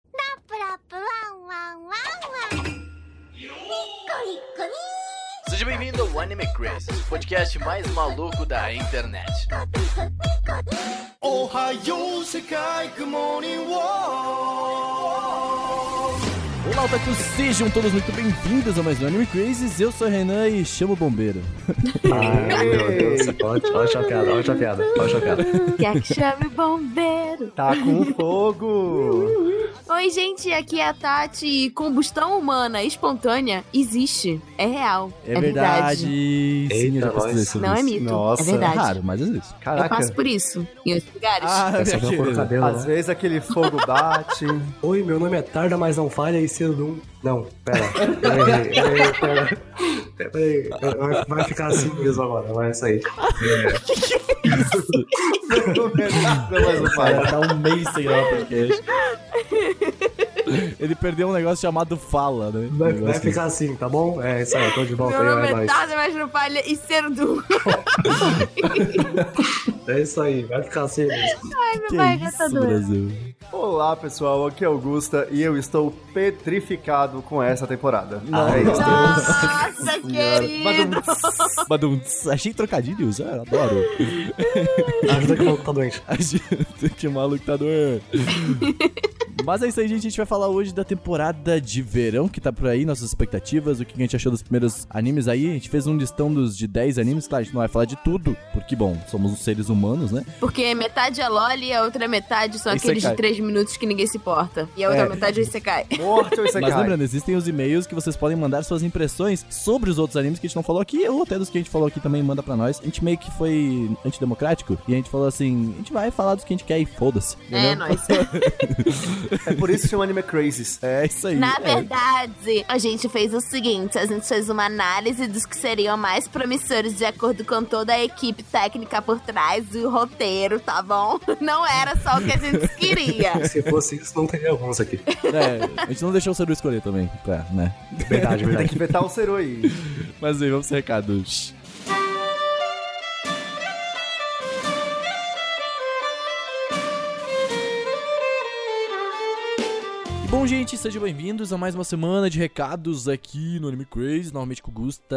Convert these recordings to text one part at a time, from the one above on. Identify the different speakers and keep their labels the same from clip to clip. Speaker 1: ワープワンワンワンワンニッコニッコニ
Speaker 2: Seja bem-vindo ao Anime Crazy, o podcast mais maluco da internet.
Speaker 3: おはよう世界グモーニング
Speaker 4: Olá, otakus! Sejam todos muito bem-vindos a mais um Anime Crazes. Eu sou o Renan e chamo o bombeiro.
Speaker 5: Ai, meu Deus. Olha, olha a chapeada, olha a chapeada, olha a chapeada.
Speaker 6: Quer que chame o bombeiro?
Speaker 5: Tá com fogo.
Speaker 6: Oi, gente, aqui é a Tati. E Combustão humana espontânea existe. É real.
Speaker 4: É, verdade. Sim, eu já
Speaker 5: Eita,
Speaker 4: pesquisei
Speaker 5: nós.
Speaker 4: sobre
Speaker 6: Não é
Speaker 4: isso.
Speaker 6: mito.
Speaker 3: Nossa.
Speaker 6: é verdade.
Speaker 4: Raro, mas existe.
Speaker 6: Eu
Speaker 5: Caraca,
Speaker 6: passo por isso em outros lugares.
Speaker 4: Ah,
Speaker 5: é só pra pôr o cabelo,
Speaker 3: Às
Speaker 5: né?
Speaker 3: vezes aquele fogo bate.
Speaker 5: Oi, meu nome é Tarda, mas não falha e cedo. um. Não, pera. Pera aí, pera aí, pera. Pera aí. Vai, vai ficar assim mesmo agora, vai sair.
Speaker 3: Mas não faz.
Speaker 4: tá um mês sem gravar podcast. Ele perdeu um negócio chamado fala, né?
Speaker 5: Vai,
Speaker 4: Um
Speaker 5: vai
Speaker 4: negócio
Speaker 5: ficar assim, tá bom? É isso aí, tô de volta
Speaker 6: Meu
Speaker 5: aí,
Speaker 6: nome
Speaker 5: é
Speaker 6: é
Speaker 5: nóis.
Speaker 6: Tati, mas não falha e cedo.
Speaker 5: É isso aí, vai ficar assim mesmo.
Speaker 6: Ai, meu
Speaker 4: Que é
Speaker 6: pai, tá
Speaker 4: isso,
Speaker 6: doendo.
Speaker 4: Brasil?
Speaker 3: Olá, pessoal. Aqui é Augusta e eu estou petrificado com essa temporada.
Speaker 4: Ah,
Speaker 3: É isso.
Speaker 6: Nossa,
Speaker 3: um
Speaker 6: querido.
Speaker 4: Badum, badum, um, achei trocadilhos, é, adoro.
Speaker 5: Ajuda que o maluco tá doente.
Speaker 4: que maluco tá doendo. Mas é isso aí, gente. A gente vai falar hoje da temporada de verão que tá por aí, nossas expectativas, o que a gente achou dos primeiros animes aí. A gente fez um listão dos de 10 animes, claro, a gente não vai falar de tudo, porque, bom, somos os seres humanos, né?
Speaker 6: Porque metade é LOL e a outra metade são
Speaker 4: Isso
Speaker 6: aqueles
Speaker 4: cai.
Speaker 6: de três minutos que ninguém se importa. E a outra
Speaker 3: É.
Speaker 6: metade você cai.
Speaker 3: Morte ou isso é
Speaker 4: Mas lembrando, existem os e-mails que vocês podem mandar suas impressões sobre os outros animes que a gente não falou aqui, ou até dos que a gente falou aqui também, manda pra nós. A gente meio que foi antidemocrático e a gente falou assim: a gente vai falar dos que a gente quer e foda-se.
Speaker 6: É,
Speaker 4: entendeu?
Speaker 6: nóis.
Speaker 3: É por isso que chama Anime Crazes.
Speaker 4: É isso aí.
Speaker 6: Na
Speaker 4: é.
Speaker 6: verdade, a gente fez o seguinte: a gente fez uma análise dos que seriam mais promissores de acordo com toda a equipe técnica por trás e o roteiro, tá bom? Não era só o que a gente queria.
Speaker 5: Se fosse isso, não teria alguns aqui.
Speaker 4: É, a gente não deixou o Seru escolher também, pra, né?
Speaker 5: Verdade,
Speaker 3: Tem
Speaker 5: verdade.
Speaker 3: que vetar o Seru aí.
Speaker 4: Tá Mas aí, vamos pro recados. E Bom, gente, sejam bem-vindos a mais uma semana de recados aqui no Anime Crazy, novamente com o Gusta.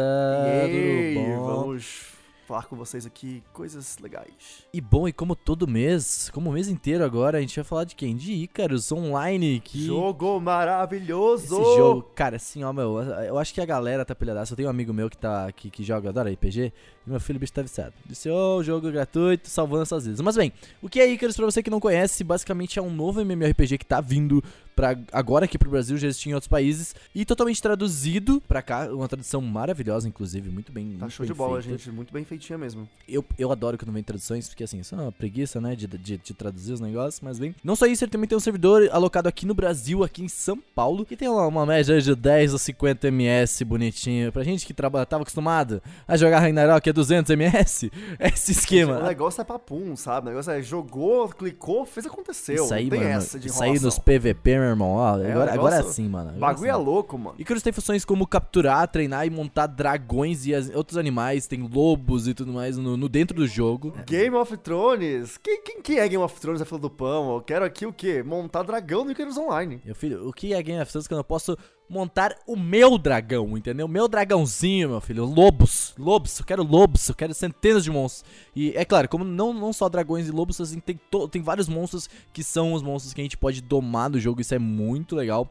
Speaker 3: Ei,
Speaker 4: tudo bom?
Speaker 3: vamos falar com vocês aqui coisas legais.
Speaker 4: E bom, e como todo mês, como o mês inteiro agora, a gente vai falar de quem? De Icarus Online, que...
Speaker 3: Jogo maravilhoso!
Speaker 4: Esse jogo, cara, assim, ó, meu, eu acho que a galera tá pilhadaça. Eu tenho um amigo meu que tá que, que joga, adora RPG, e meu filho, o bicho tá viciado. Disse, ô, jogo é gratuito, salvando essas vidas. Mas bem, o que é Icarus, pra você que não conhece, basicamente é um novo MMORPG que tá vindo pra agora aqui pro Brasil, já existia em outros países, e totalmente traduzido pra cá, uma tradução maravilhosa, inclusive, muito bem
Speaker 3: Tá
Speaker 4: muito
Speaker 3: show de
Speaker 4: bem
Speaker 3: bola,
Speaker 4: feita.
Speaker 3: gente. Muito bem feitinha mesmo.
Speaker 4: Eu, eu adoro quando vem traduções, porque assim, isso é uma preguiça, né? De, de, de traduzir os negócios, mas vem. Não só isso, ele também tem um servidor alocado aqui no Brasil, aqui em São Paulo, que tem uma, uma média de 10 a 50 ms bonitinho. Pra gente que traba, tava acostumado a jogar Ragnarok a 200 ms, é esse esquema.
Speaker 3: O negócio é papum, sabe? O negócio é jogou, clicou, fez aconteceu.
Speaker 4: isso aí,
Speaker 3: é não tem
Speaker 4: mano.
Speaker 3: essa de
Speaker 4: isso aí
Speaker 3: enrolação.
Speaker 4: nos né? PVP, meu irmão. Ó,
Speaker 3: É,
Speaker 4: agora,
Speaker 3: o
Speaker 4: agora
Speaker 3: negócio-
Speaker 4: sim, mano.
Speaker 3: O
Speaker 4: Agora
Speaker 3: bagulho
Speaker 4: sim.
Speaker 3: é louco, mano.
Speaker 4: Icarus tem funções como capturar, treinar e montar dragões e as- outros animais, tem lobos e tudo mais no, no dentro do jogo.
Speaker 3: Game of Thrones? Quem, quem que é Game of Thrones da fila do pão? Eu quero aqui o quê? Montar dragão no Icarus Online.
Speaker 4: Meu filho, o que é Game of Thrones quando eu posso montar o meu dragão, entendeu? Meu dragãozinho, meu filho. Lobos. Lobos. Eu quero lobos. Eu quero centenas de monstros. E é claro, como não, não só dragões e lobos, assim, tem, to- tem vários monstros que são os monstros que a gente pode domar no jogo. Isso é muito legal.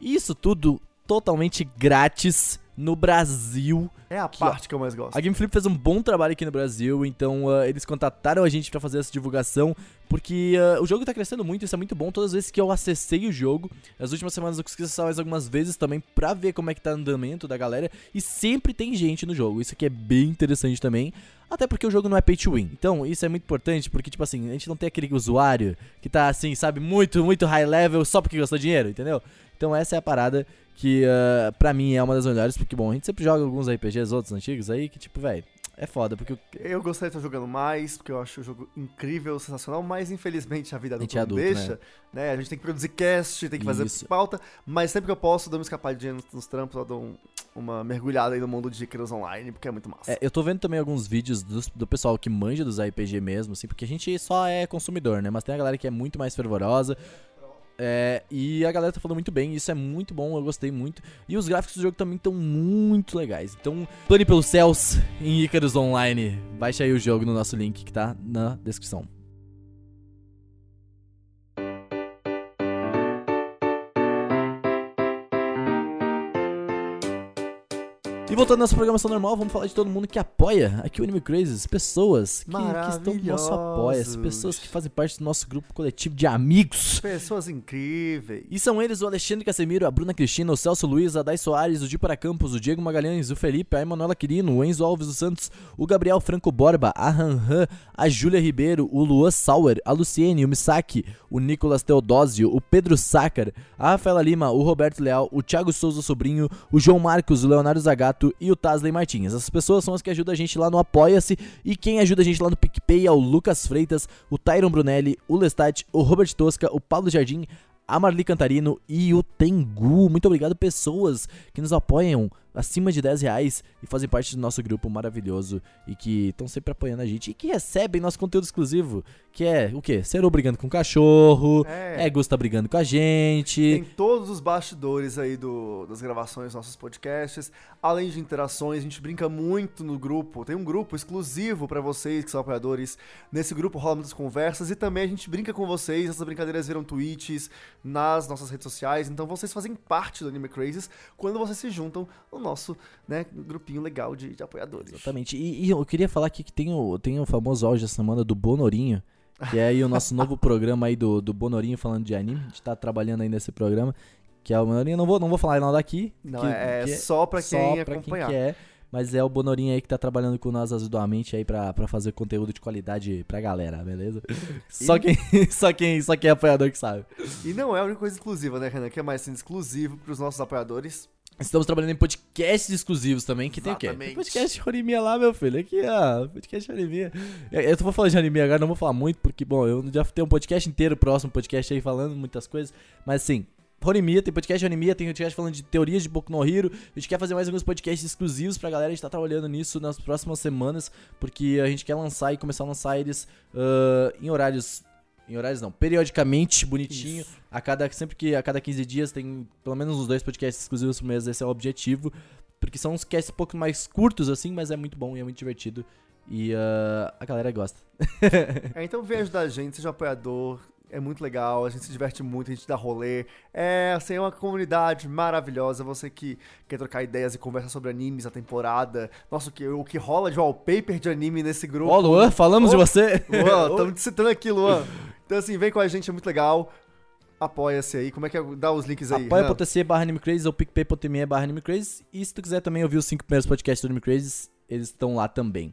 Speaker 4: E isso tudo totalmente grátis no Brasil.
Speaker 3: É a
Speaker 4: ó-
Speaker 3: parte que eu mais gosto.
Speaker 4: A Game Flip fez um bom trabalho aqui no Brasil, então ah, eles contataram a gente pra fazer essa divulgação, porque ah, o jogo tá crescendo muito, isso é muito bom. Todas as vezes que eu acessei o jogo, as últimas semanas eu consegui acessar mais algumas vezes também pra ver como é que tá o andamento da galera, e sempre tem gente no jogo, isso aqui é bem interessante também. Até porque o jogo não é pay to win. Então, isso é muito importante, porque, tipo assim, a gente não tem aquele usuário que tá assim, sabe, muito, muito high level só porque gastou dinheiro, entendeu? Então essa é a parada que ah, pra mim é uma das melhores, porque bom, a gente sempre joga alguns RPGs outros antigos aí que tipo, velho, é foda, porque o-
Speaker 3: Eu gostaria de estar jogando mais, porque eu acho o jogo incrível, sensacional, mas infelizmente a vida
Speaker 4: gente
Speaker 3: adulta
Speaker 4: é
Speaker 3: não
Speaker 4: adulto,
Speaker 3: deixa, né? A gente tem que produzir cast, tem que fazer
Speaker 4: Isso.
Speaker 3: pauta, mas sempre que eu posso, eu dou uma escapadinha nos, nos trampos, eu dou um- uma mergulhada aí no mundo de Icarus Online, porque é muito massa.
Speaker 4: é, eu tô vendo também alguns vídeos dos- do, pessoal que manja dos RPG mesmo, assim, porque a gente só é consumidor, né? Mas tem a galera que é muito mais fervorosa. É, e a galera tá falando muito bem, isso é muito bom, eu gostei muito. E os gráficos do jogo também estão muito legais. Então, plane pelos céus em Icarus Online. Baixa aí o jogo no nosso link que tá na descrição. E voltando à nossa programação normal, vamos falar de todo mundo que apoia aqui o Anime Crazes. Pessoas que, que estão no nosso apoia,
Speaker 3: Maravilhosos.
Speaker 4: pessoas que fazem parte do nosso grupo coletivo de amigos.
Speaker 3: Pessoas incríveis.
Speaker 4: E são eles o Alexandre Casemiro, a Bruna Cristina, o Celso Luiz, a Dai Soares, o Di Para Campos, o Diego Magalhães, o Felipe, a Emanuela Quirino, o Enzo Alves dos Santos, o Gabriel Franco Borba, a Ranhan, a Júlia Ribeiro, o Luan Sauer, a Luciene, o Misaki, o Nicolas Teodósio, o Pedro Sácar, a Rafaela Lima, o Roberto Leal, o Thiago Souza Sobrinho, o João Marcos, o Leonardo Zagato e o Tasley Martins. Essas pessoas são as que ajudam a gente lá no Apoia-se e quem ajuda a gente lá no PicPay é o Lucas Freitas, o Tyron Brunelli, o Lestat, o Robert Tosca, o Paulo Jardim, a Marli Cantarino e o Tengu. Muito obrigado, pessoas que nos apoiam acima de 10 reais e fazem parte do nosso grupo maravilhoso e que estão sempre apoiando a gente e que recebem nosso conteúdo exclusivo, que é o quê? Cero brigando com o cachorro, é,
Speaker 3: É.
Speaker 4: Gusta brigando com a gente.
Speaker 3: Tem todos os bastidores aí do, das gravações dos nossos podcasts. Além de interações, a gente brinca muito no grupo. Tem um grupo exclusivo pra vocês que são apoiadores. Nesse grupo rola muitas conversas e também a gente brinca com vocês. Essas brincadeiras viram tweets nas nossas redes sociais. Então vocês fazem parte do Anime Crazes quando vocês se juntam no nosso né, grupinho legal de, de apoiadores.
Speaker 4: Exatamente. E, e eu queria falar aqui que tem o, tem o famoso áudio essa semana do Bonorinho. Que é aí o nosso novo programa aí do, do Bonorinho falando de anime. A gente tá trabalhando aí nesse programa. Que é o Bonorinho. Não vou, não vou falar nada aqui.
Speaker 3: Não,
Speaker 4: que-
Speaker 3: é
Speaker 4: que-
Speaker 3: só pra quem
Speaker 4: só pra
Speaker 3: acompanhar.
Speaker 4: quem quer. Mas é o Bonorinho aí que tá trabalhando com nós assiduamente aí pra, pra fazer conteúdo de qualidade pra galera, beleza? Só, quem, só, quem, só quem é apoiador que sabe.
Speaker 3: E não é a única coisa exclusiva, né, Renan? Que é mais sendo exclusivo pros nossos apoiadores.
Speaker 4: Estamos trabalhando em podcasts exclusivos também, que tem o quê? Tem
Speaker 3: Exatamente.
Speaker 4: podcast Horimiya lá, meu filho. Aqui, ó. Podcast Horimiya. Eu, eu tô- vou falar de anime agora, não vou falar muito, porque, bom, eu já tenho um podcast inteiro, próximo um podcast aí, falando muitas coisas. Mas, assim, Horimiya, tem podcast Horimiya, tem podcast falando de teorias de Boku no Hero. A gente quer fazer mais alguns podcasts exclusivos pra galera. A gente tá trabalhando nisso nas próximas semanas, porque a gente quer lançar e começar a lançar eles ah, em horários... Em horários não, periodicamente, bonitinho. A cada, sempre que a cada 15 dias tem pelo menos uns dois podcasts exclusivos por mês, esse é o objetivo. Porque são uns casts um pouco mais curtos, assim, mas é muito bom e é muito divertido. E ah, a galera gosta.
Speaker 3: É, então vem ajudar a gente, seja um apoiador. É muito legal, a gente se diverte muito, a gente dá rolê. É, assim, é uma comunidade maravilhosa. Você que quer trocar ideias e conversar sobre animes, a temporada. Nossa, o que, o que rola de wallpaper de anime nesse grupo.
Speaker 4: Ó, Luan, falamos de
Speaker 3: Ô,
Speaker 4: você!
Speaker 3: Luan, estamos te citando aqui, Luan. Então, assim, vem com a gente, é muito legal. Apoia-se aí. Como é que é? Dá os links aí. Renan.
Speaker 4: Apoia.tc barra animecrazes ou picpay.me barra animecrazes. E se tu quiser também ouvir os cinco primeiros podcasts do Animecrazes, eles estão lá também.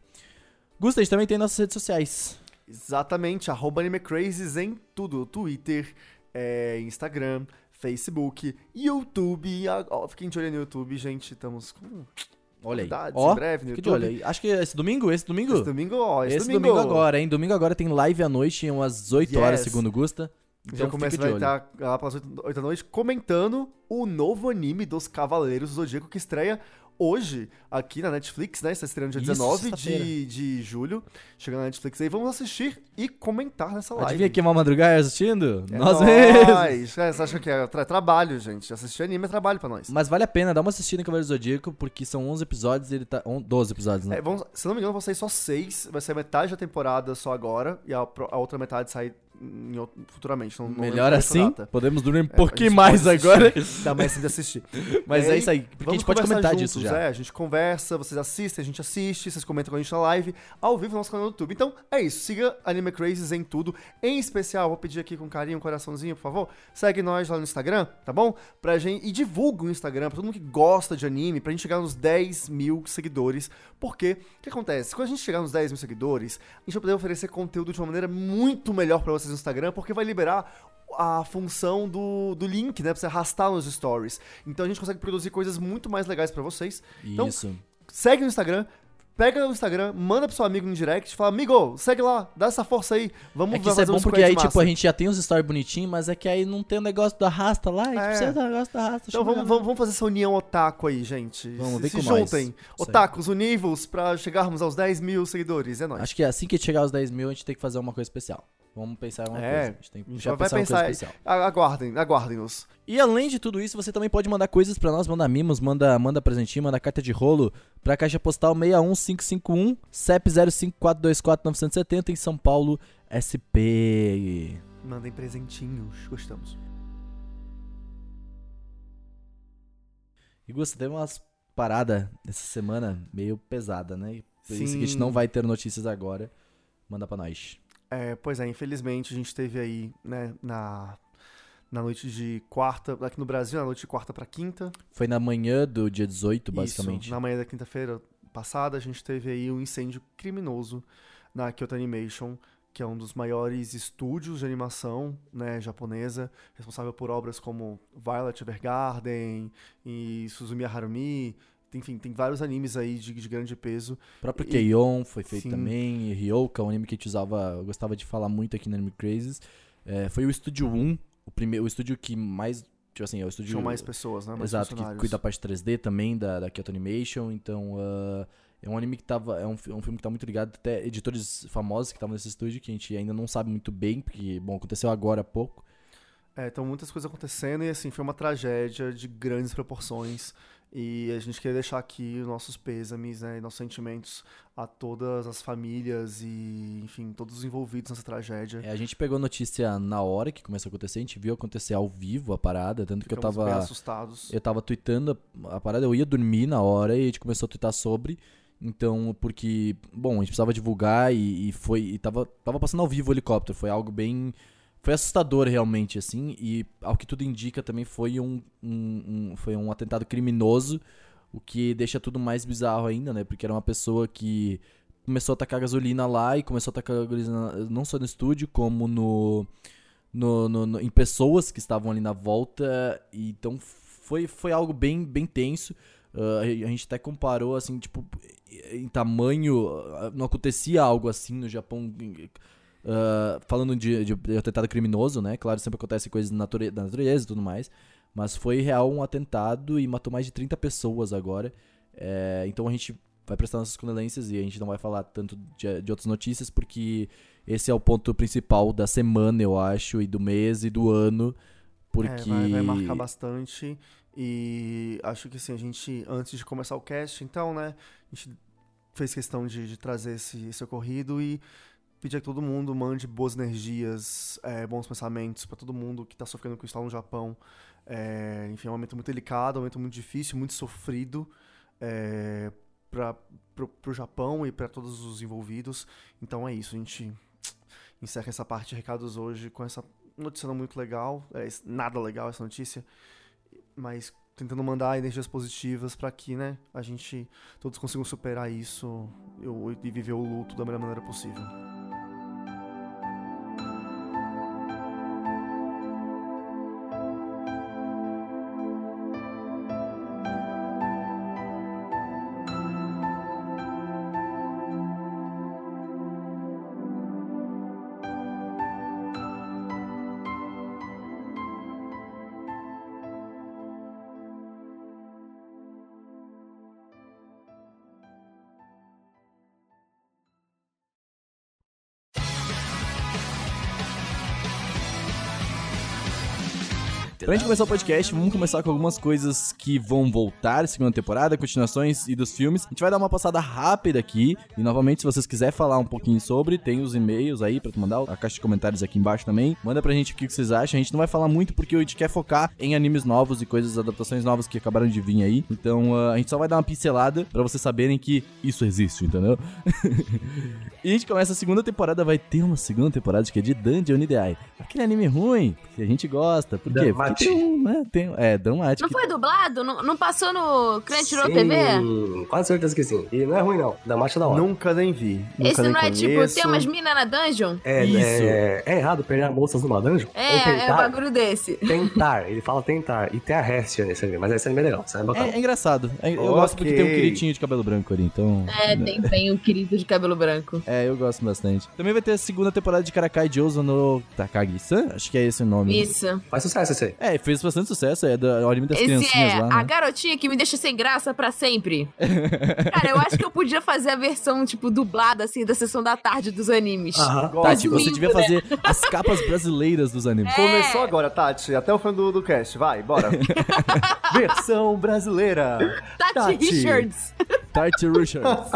Speaker 4: Gusta, a gente também tem nossas redes sociais.
Speaker 3: Exatamente, arroba animecrazes em tudo. Twitter, é, Instagram, Facebook, YouTube. Ah, ó, fiquem de olho no YouTube, gente. Estamos com
Speaker 4: Olha aí.
Speaker 3: novidades
Speaker 4: Ó,
Speaker 3: em breve no
Speaker 4: fica de
Speaker 3: YouTube.
Speaker 4: olho aí. Acho que é esse domingo, esse domingo?
Speaker 3: Esse domingo, ó, esse,
Speaker 4: Esse domingo agora, hein? Domingo agora tem live à noite, umas 8 horas,
Speaker 3: Yes.
Speaker 4: segundo Gusta. Então
Speaker 3: já começa tá
Speaker 4: fica
Speaker 3: a
Speaker 4: de olho.
Speaker 3: estar lá pelas 8, da noite comentando o novo anime dos Cavaleiros do Zodíaco que estreia hoje aqui na Netflix, né? Está estreando dia
Speaker 4: Isso,
Speaker 3: 19 de,
Speaker 4: sexta-feira.
Speaker 3: de julho. Chegando na Netflix aí, vamos assistir e comentar nessa live.
Speaker 4: Adivinha quem é uma madrugada assistindo?
Speaker 3: É
Speaker 4: nós mesmos!
Speaker 3: nós. É, Você acha que é tra- trabalho, gente? Assistir anime é trabalho pra nós.
Speaker 4: Mas vale a pena, dá uma assistida em Cavaleiro do Zodíaco, porque são 11 episódios e ele tá. on- 12 episódios, né?
Speaker 3: É, vamos- se não me engano, vão sair só seis. Vai sair metade da temporada só agora. E a, pro- a outra metade sai em outro- futuramente. Não, não lembro
Speaker 4: Melhor
Speaker 3: dessa
Speaker 4: assim,
Speaker 3: data.
Speaker 4: podemos dormir um
Speaker 3: É, a
Speaker 4: pouquinho
Speaker 3: gente
Speaker 4: mais
Speaker 3: pode assistir.
Speaker 4: agora.
Speaker 3: Dá mais tempo de assistir.
Speaker 4: Mas
Speaker 3: E
Speaker 4: é
Speaker 3: aí,
Speaker 4: isso aí, porque a
Speaker 3: vamos
Speaker 4: gente pode
Speaker 3: conversar
Speaker 4: comentar
Speaker 3: juntos,
Speaker 4: disso já.
Speaker 3: É, a gente conversa, vocês assistem, a gente assiste, vocês comentam com a gente na live, ao vivo no nosso canal do YouTube. Então é isso, siga Anime Crazes em tudo. Em especial, vou pedir aqui com carinho, um coraçãozinho, por favor. Segue nós lá no Instagram, tá bom? Pra gente, e divulga o Instagram pra todo mundo que gosta de anime, pra gente chegar nos 10 mil seguidores. Porque o que acontece? Quando a gente chegar nos 10 mil seguidores, a gente vai poder oferecer conteúdo de uma maneira muito melhor pra vocês no Instagram, porque vai liberar a função do, do link, né? Pra você arrastar nos stories. Então a gente consegue produzir coisas muito mais legais pra vocês. Então,
Speaker 4: Isso. É
Speaker 3: segue no Instagram. Pega no Instagram, manda pro seu amigo no direct, fala, amigo, segue lá, dá essa força aí, vamos
Speaker 4: É que isso é
Speaker 3: fazer
Speaker 4: bom
Speaker 3: uns
Speaker 4: porque
Speaker 3: squad
Speaker 4: aí,
Speaker 3: massa."
Speaker 4: tipo, a gente já tem uns stories bonitinhos, mas é que aí não tem o negócio do arrasta lá, a gente
Speaker 3: É.
Speaker 4: precisa do negócio do arrasta.
Speaker 3: Então
Speaker 4: chama a
Speaker 3: vamos, vamos, vamos fazer essa união otaku aí, gente.
Speaker 4: tá né? Vamos,
Speaker 3: se,
Speaker 4: vem
Speaker 3: se
Speaker 4: com nós.
Speaker 3: juntem.
Speaker 4: Isso aí.
Speaker 3: Otakus, univos, pra chegarmos aos 10 mil seguidores, é nóis.
Speaker 4: Acho que assim que chegar aos 10 mil, a gente tem que fazer uma coisa especial. Vamos pensar em uma
Speaker 3: É,
Speaker 4: coisa. A gente tem
Speaker 3: a gente
Speaker 4: já
Speaker 3: vai
Speaker 4: pensar em uma coisa
Speaker 3: pensar aí.
Speaker 4: especial.
Speaker 3: A- Aguardem, aguardem-nos.
Speaker 4: E além de tudo isso, você também pode mandar coisas pra nós, manda mimos, manda, manda presentinho, manda carta de rolo pra Caixa Postal 61551, CEP 05424-970 em São Paulo, SP.
Speaker 3: Mandem presentinhos, gostamos.
Speaker 4: E Gusta, teve umas paradas essa semana meio pesada, né? E Por isso que a gente
Speaker 3: Sim.
Speaker 4: não vai ter notícias agora. Manda pra nós.
Speaker 3: É, pois é, infelizmente a gente teve aí, né, na, na noite de quarta, aqui no Brasil, na noite de quarta pra quinta.
Speaker 4: Foi na manhã do dia 18, basicamente.
Speaker 3: Isso, na manhã da quinta-feira passada, a gente teve aí um incêndio criminoso na Kyoto Animation, que é um dos maiores estúdios de animação né, japonesa, responsável por obras como Violet Evergarden e Suzumiya Harumi. Enfim, tem vários animes aí de, de grande peso.
Speaker 4: O próprio
Speaker 3: E-
Speaker 4: Keion foi feito
Speaker 3: Sim.
Speaker 4: também. E Ryoka, um anime que a gente usava, eu gostava de falar muito aqui no Anime Crazes. É, foi o Estúdio 1, o, primeiro, o estúdio que mais. Tipo assim, é o estúdio.
Speaker 3: Tinham mais pessoas, né? Mais
Speaker 4: Exato, que
Speaker 3: funcionários.
Speaker 4: cuida da parte 3D também da, da Kyoto Animation. Então, ah, é um anime que tava. É um, fi- é um filme que tá muito ligado. Até editores famosos que estavam nesse estúdio, que a gente ainda não sabe muito bem, porque, bom, aconteceu agora há pouco.
Speaker 3: É, então muitas coisas acontecendo e assim, foi uma tragédia de grandes proporções. E a gente queria deixar aqui os nossos pêsames, né, e nossos sentimentos a todas as famílias e, enfim, todos os envolvidos nessa tragédia.
Speaker 4: É, a gente pegou a notícia na hora que começou a acontecer, a gente viu acontecer ao vivo a parada, tanto que eu
Speaker 3: Ficamos
Speaker 4: tava.
Speaker 3: bem assustados.
Speaker 4: Eu tava tweetando a, a parada, eu ia dormir na hora e a gente começou a tweetar sobre. Então, porque, bom, a gente precisava divulgar e, e foi. E tava, tava passando ao vivo o helicóptero. Foi algo bem. Foi assustador realmente, assim. E ao que tudo indica também foi um, um- um- foi um atentado criminoso. O que deixa tudo mais bizarro ainda, né? Porque era uma pessoa que começou a tacar gasolina lá e começou a tacar gasolina não só no estúdio, como no no- no- no- em pessoas que estavam ali na volta. e Então foi, foi algo bem, bem tenso. Ah, a gente até comparou, assim, tipo, em tamanho. ah, Não acontecia algo assim no Japão. ah, falando de, de, de atentado criminoso, né? Claro, sempre acontecem coisas da nature- da natureza e tudo mais. Mas foi real um atentado e matou mais de 30 pessoas agora. É, então a gente vai prestar nossas condolências e a gente não vai falar tanto de, de outras notícias, porque esse é o ponto principal da semana, eu acho, e do mês e do ano. Porque.
Speaker 3: É, vai, vai marcar bastante. E acho que assim, a gente, antes de começar o cast, então, né? A gente fez questão de, de trazer esse, esse ocorrido e pedir que todo mundo mande boas energias, é, bons pensamentos pra todo mundo que tá sofrendo com isso lá no Japão. É, enfim, é um momento muito delicado, um momento muito difícil, muito sofrido. É, pra, pro, pro Japão e pra todos os envolvidos. Então é isso, a gente encerra essa parte de recados hoje com essa notícia não muito legal, é, es- nada legal essa notícia, mas tentando mandar energias positivas pra que, né, a gente todos consigam superar isso eu- e viver o luto da melhor maneira possível.
Speaker 4: Pra gente começar o podcast, vamos começar com algumas coisas que vão voltar, segunda temporada, continuações e dos filmes. A gente vai dar uma passada rápida aqui. E novamente, se vocês quiserem falar um pouquinho sobre, tem os e-mails aí pra tu mandar, a caixa de comentários aqui embaixo também. Manda pra gente o que vocês acham. A gente não vai falar muito porque a gente quer focar em animes novos e coisas, adaptações novas que acabaram de vir aí. Então ah, a gente só vai dar uma pincelada pra vocês saberem que isso existe, entendeu? E a gente começa a segunda temporada, vai ter uma segunda temporada que é de Dungeon Ideai. Aquele anime ruim, que a gente gosta. Por quê? Porque
Speaker 5: Dramático.
Speaker 4: tem um, né, tem, é, dramático.
Speaker 6: Não foi dublado? Não, não passou no Crunchyroll
Speaker 5: Sim,
Speaker 6: TV?
Speaker 5: Quase certeza que sim. E não é ruim, não. Da marcha da hora.
Speaker 3: Nunca nem vi, nunca
Speaker 6: Esse
Speaker 3: tá nem
Speaker 6: não é tipo,
Speaker 3: conheço.
Speaker 6: tem umas minas na dungeon?
Speaker 5: É,
Speaker 4: Isso.
Speaker 5: é, é errado perder moças numa dungeon? Ou
Speaker 6: É, é um
Speaker 5: tentar,
Speaker 6: bagulho desse.
Speaker 5: tentar. Ele fala tentar. E tem a Hestia nesse anime, mas esse anime é legal. Esse anime é
Speaker 4: É,
Speaker 5: bacana.
Speaker 4: é engraçado. É, Eu gosto porque tem um
Speaker 3: Ok.
Speaker 4: queridinho de cabelo branco ali, então.
Speaker 6: É, tem, tem o querido de cabelo branco.
Speaker 4: É, eu gosto bastante. Também vai ter a segunda temporada de Karakai Jouzo no Takagi-san, acho que é esse o nome.
Speaker 6: Isso.
Speaker 5: Faz sucesso esse aí.
Speaker 4: É, fez bastante sucesso, é da o anime das
Speaker 6: Esse
Speaker 4: criancinhas
Speaker 6: é
Speaker 4: lá,
Speaker 6: a
Speaker 4: né?
Speaker 6: garotinha que me deixa sem graça pra sempre. Cara, eu acho que eu podia fazer a versão, tipo, dublada, assim, da sessão da tarde dos animes.
Speaker 3: Ah,
Speaker 5: Aham.
Speaker 4: Tati, Tá, você
Speaker 6: lindo,
Speaker 4: devia fazer as capas brasileiras dos animes.
Speaker 6: É.
Speaker 3: Começou agora, Tati. Até o fim do, do cast. Vai, bora. Versão brasileira.
Speaker 6: Tati,
Speaker 3: Tati.
Speaker 6: Richards.
Speaker 4: Tati Richards.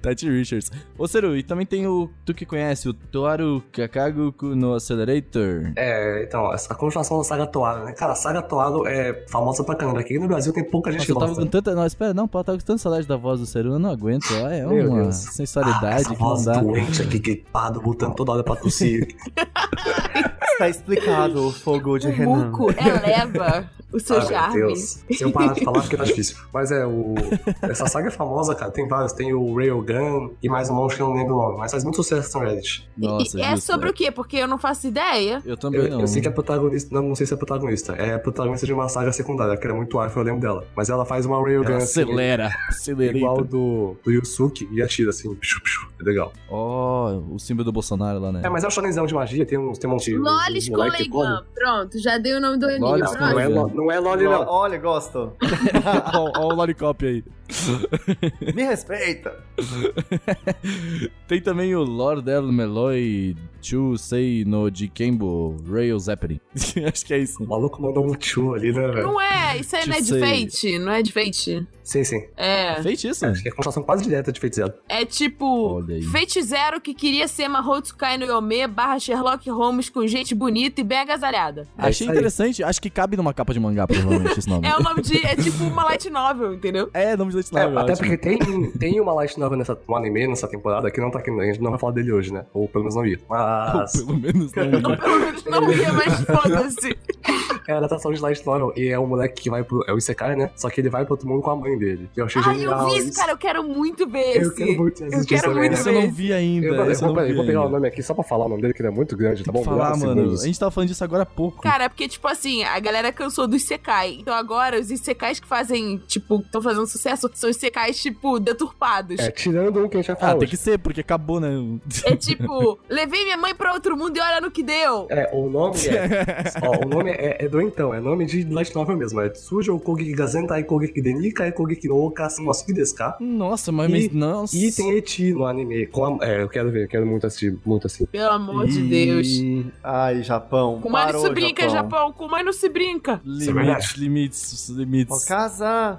Speaker 4: Tati Richards. Ô, Seru, e também tem o. Tu que conhece, o Toaru Kakago no Accelerator.
Speaker 5: É, então, essa continuação da saga Toado, né? Cara, a saga Toado é famosa pra caramba. Aqui no Brasil tem pouca gente
Speaker 4: Nossa, eu tava
Speaker 5: gosta.
Speaker 4: com tanta. Não, espera, não, pô, eu tava com tanta saudade da voz do Seru, eu não aguento. ó, É
Speaker 5: Meu
Speaker 4: uma
Speaker 5: Deus. Ah,
Speaker 4: sensualidade
Speaker 5: essa
Speaker 4: que não
Speaker 5: voz
Speaker 4: dá.
Speaker 5: doente aqui, gripado, botando toda hora pra tossir.
Speaker 3: Tá explicado o fogo de
Speaker 6: O
Speaker 3: Renan.
Speaker 6: Muco eleva o seu
Speaker 5: ah,
Speaker 6: charme.
Speaker 5: meu Deus. Se eu parar de falar, fica difícil. Mas é, o... essa saga é famosa, cara. Tem vários. Tem o Railgun e mais um monte que eu não lembro o nome. Mas faz muito sucesso no Reddit.
Speaker 6: E-
Speaker 4: Nossa,
Speaker 6: e é
Speaker 4: justo,
Speaker 6: sobre
Speaker 4: é.
Speaker 6: o quê? Porque eu não faço ideia.
Speaker 4: Eu também
Speaker 5: Eu,
Speaker 4: não.
Speaker 5: eu sei que é protagonista. Não, não sei se é protagonista. É protagonista de uma saga secundária, que era muito alfa, eu lembro dela. Mas ela faz uma Railgun
Speaker 4: Ela
Speaker 5: assim,
Speaker 4: acelera, acelera.
Speaker 5: igual do, do Yusuke e atira assim. Piu, piu. É legal.
Speaker 4: Ó, o símbolo do Bolsonaro lá, né?
Speaker 5: É, mas é um shonenzão de magia, tem uns tem um monte de.
Speaker 6: Lolis
Speaker 5: uns moleque que come.
Speaker 6: Colegan. Pronto, já dei o nome do anime.
Speaker 4: Lolis
Speaker 5: Não, não é,
Speaker 6: Pronto.
Speaker 5: lo- não é Loli,
Speaker 3: Olha,
Speaker 5: não.
Speaker 3: olha, gosto.
Speaker 5: tá
Speaker 4: ó, ó o Lolicop aí.
Speaker 3: Me respeita.
Speaker 4: Tem também o Lord Devil Meloy Chu Sei no Jikembo Rail Zeppelin. Acho que é isso.
Speaker 5: O maluco mandou um tchu ali, né, velho?
Speaker 6: Não é, isso aí não é de
Speaker 4: Tipo, sei.
Speaker 6: Fate, não é de Fate.
Speaker 5: Sim, sim.
Speaker 6: É,
Speaker 4: Feitiço?
Speaker 5: Acho que é construção quase direta de feiticeiro.
Speaker 6: é tipo
Speaker 4: Olha aí.
Speaker 6: Fate Zero que queria ser Mahou Tsukai no Yome barra Sherlock Holmes com gente bonita e bem agasalhada.
Speaker 5: É
Speaker 4: Achei
Speaker 5: isso aí.
Speaker 4: interessante. Acho que cabe numa capa de mangá, provavelmente, esse nome.
Speaker 6: É o nome de. É tipo uma light novel, entendeu?
Speaker 4: É, nome de Leite
Speaker 5: É,
Speaker 4: Novel,
Speaker 5: até
Speaker 4: ótimo.
Speaker 5: porque tem, tem uma light novel nessa, um anime nessa temporada que não tá aqui, a gente não vai falar dele hoje, né? Ou pelo menos não ia.
Speaker 4: Ou
Speaker 5: Mas
Speaker 4: pelo menos né? não.
Speaker 6: Pelo menos não ia, mas foda-se.
Speaker 5: é a adaptação de light novel e é um moleque que vai pro. É o Isekai, né? Só que ele vai pro outro mundo com a mãe dele. E eu achei
Speaker 6: Ai, eu
Speaker 5: genial.
Speaker 6: vi isso,
Speaker 5: isso.
Speaker 6: cara, eu quero muito ver
Speaker 5: Eu
Speaker 6: esse.
Speaker 5: quero muito assistir
Speaker 6: quero
Speaker 5: isso também,
Speaker 6: muito
Speaker 5: né?
Speaker 4: Esse eu não vi ainda.
Speaker 5: Eu, vou- eu
Speaker 4: esse eu
Speaker 5: vou-
Speaker 4: é, não
Speaker 5: eu
Speaker 4: vi
Speaker 5: vou pegar o
Speaker 4: ainda.
Speaker 5: nome aqui só pra falar o nome dele, que ele é muito grande, tá bom?
Speaker 4: Vou falar,
Speaker 5: Graças a
Speaker 4: mano. é
Speaker 5: Deus.
Speaker 4: A gente tava falando disso agora há pouco.
Speaker 6: Cara, porque, tipo assim, a galera cansou do Isekai. Então agora, os Isekais que fazem, tipo, que estão fazendo sucesso, são Isekais, tipo, deturpados.
Speaker 5: É, tirando um que a gente vai falar
Speaker 4: ah, tem
Speaker 5: hoje.
Speaker 4: que ser, porque acabou, né?
Speaker 6: É tipo, levei minha mãe pra outro mundo e olha no que deu.
Speaker 5: É, o nome é. ó, o nome é, é doentão, é nome de light novel mesmo. É Sujo Kogeki Gazentai Kogeki Denika e Kogeki no Okasumasu desu ka.
Speaker 4: Nossa, mas...
Speaker 5: E-
Speaker 4: mas- nossa.
Speaker 5: E tem Eti no anime. Com a- é, eu quero ver, eu quero muito assistir, muito assim.
Speaker 6: Pelo amor de Deus.
Speaker 3: Ih, Ai, Japão.
Speaker 6: Com mãe não
Speaker 3: parou,
Speaker 6: se brinca, Japão. Com mãe não se brinca.
Speaker 5: é
Speaker 4: Limites,
Speaker 5: verdade.
Speaker 4: limites,
Speaker 3: Ó,
Speaker 4: limites.
Speaker 3: Casa.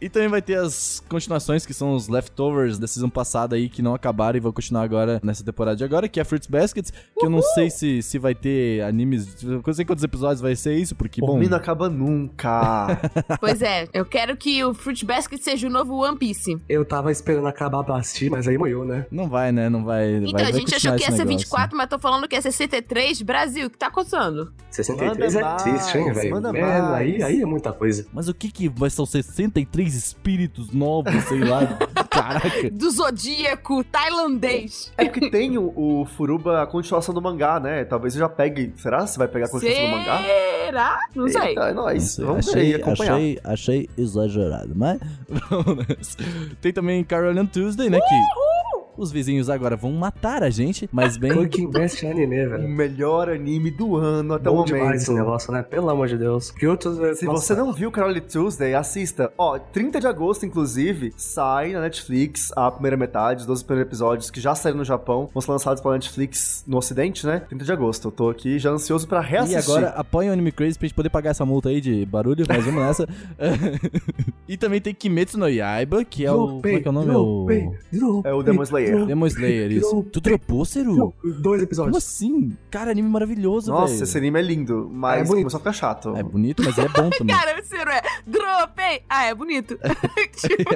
Speaker 4: E também vai ter as continuações, que são os leftovers da season passada aí, que não acabaram e vão continuar agora nessa temporada de agora, que é Fruits Baskets, que eu não sei se, se vai ter animes, eu não sei quantos episódios vai ser isso, porque,
Speaker 3: Por
Speaker 4: bom...
Speaker 3: mim não acaba nunca.
Speaker 6: Pois é, eu quero que o Fruit Basket seja o novo One Piece.
Speaker 5: Eu tava esperando acabar pra assistir, mas aí morreu, né?
Speaker 4: Não vai, né? Não vai.
Speaker 6: Então,
Speaker 4: vai,
Speaker 6: a
Speaker 4: vai
Speaker 6: gente achou
Speaker 4: continuar
Speaker 6: que ia
Speaker 4: esse
Speaker 6: ser
Speaker 4: negócio.
Speaker 6: 24, mas tô falando que ia ser 63. Brasil, o que tá acontecendo?
Speaker 5: 63
Speaker 3: Manda
Speaker 5: é
Speaker 3: mais,
Speaker 5: triste, hein,
Speaker 3: manda
Speaker 5: velho? É,
Speaker 3: mais.
Speaker 5: aí, aí é muita coisa.
Speaker 4: Mas o que que vai são 63 espíritos novos, sei lá. Caraca.
Speaker 6: Do Zodíaco tailandês.
Speaker 3: é porque tem o, o Furuba, a continuação do mangá, né? Talvez eu já pegue. Será que você vai pegar a continuação do mangá?
Speaker 6: Será? Não sei.
Speaker 3: Eita, é nóis.
Speaker 4: Não sei,
Speaker 3: Vamos
Speaker 4: achei,
Speaker 3: ver aí, acompanhar.
Speaker 4: Achei, achei exagerado, mas vamos nessa. Tem também Carol and Tuesday, né? Que os vizinhos agora vão matar a gente, mas bem.
Speaker 5: Foi que investe em anime,
Speaker 3: O
Speaker 5: velho.
Speaker 3: melhor anime do ano até
Speaker 5: Bom
Speaker 3: o um momento.
Speaker 5: demais esse negócio, né? Pelo amor de Deus. Que outros.
Speaker 3: Se você não viu Carole Tuesday, assista. Ó, 30 de agosto, inclusive, sai na Netflix a primeira metade, os 12 primeiros episódios que já saíram no Japão, vão ser lançados pela Netflix no ocidente, né? 30 de agosto. Eu tô aqui já ansioso pra
Speaker 4: E
Speaker 3: reassistir.
Speaker 4: agora apoia o Anime Crazy pra gente poder pagar essa multa aí de barulho, mas vamos nessa. e também tem Kimetsu no Yaiba, que é o. Como é que é o nome? É o.
Speaker 3: É o Demon Slayer.
Speaker 4: Demon Slayer, isso.
Speaker 5: Dropei.
Speaker 4: Tu dropou, Seru?
Speaker 5: Dois
Speaker 4: Como
Speaker 5: episódios.
Speaker 4: assim? Cara, anime maravilhoso, velho.
Speaker 3: Nossa, esse anime é lindo,
Speaker 5: Ah, é
Speaker 3: mas
Speaker 5: bonito.
Speaker 3: começou a ficar chato.
Speaker 4: É bonito, mas é bom também.
Speaker 6: Cara, Ciro, é dropei. Ah, é bonito. Tipo,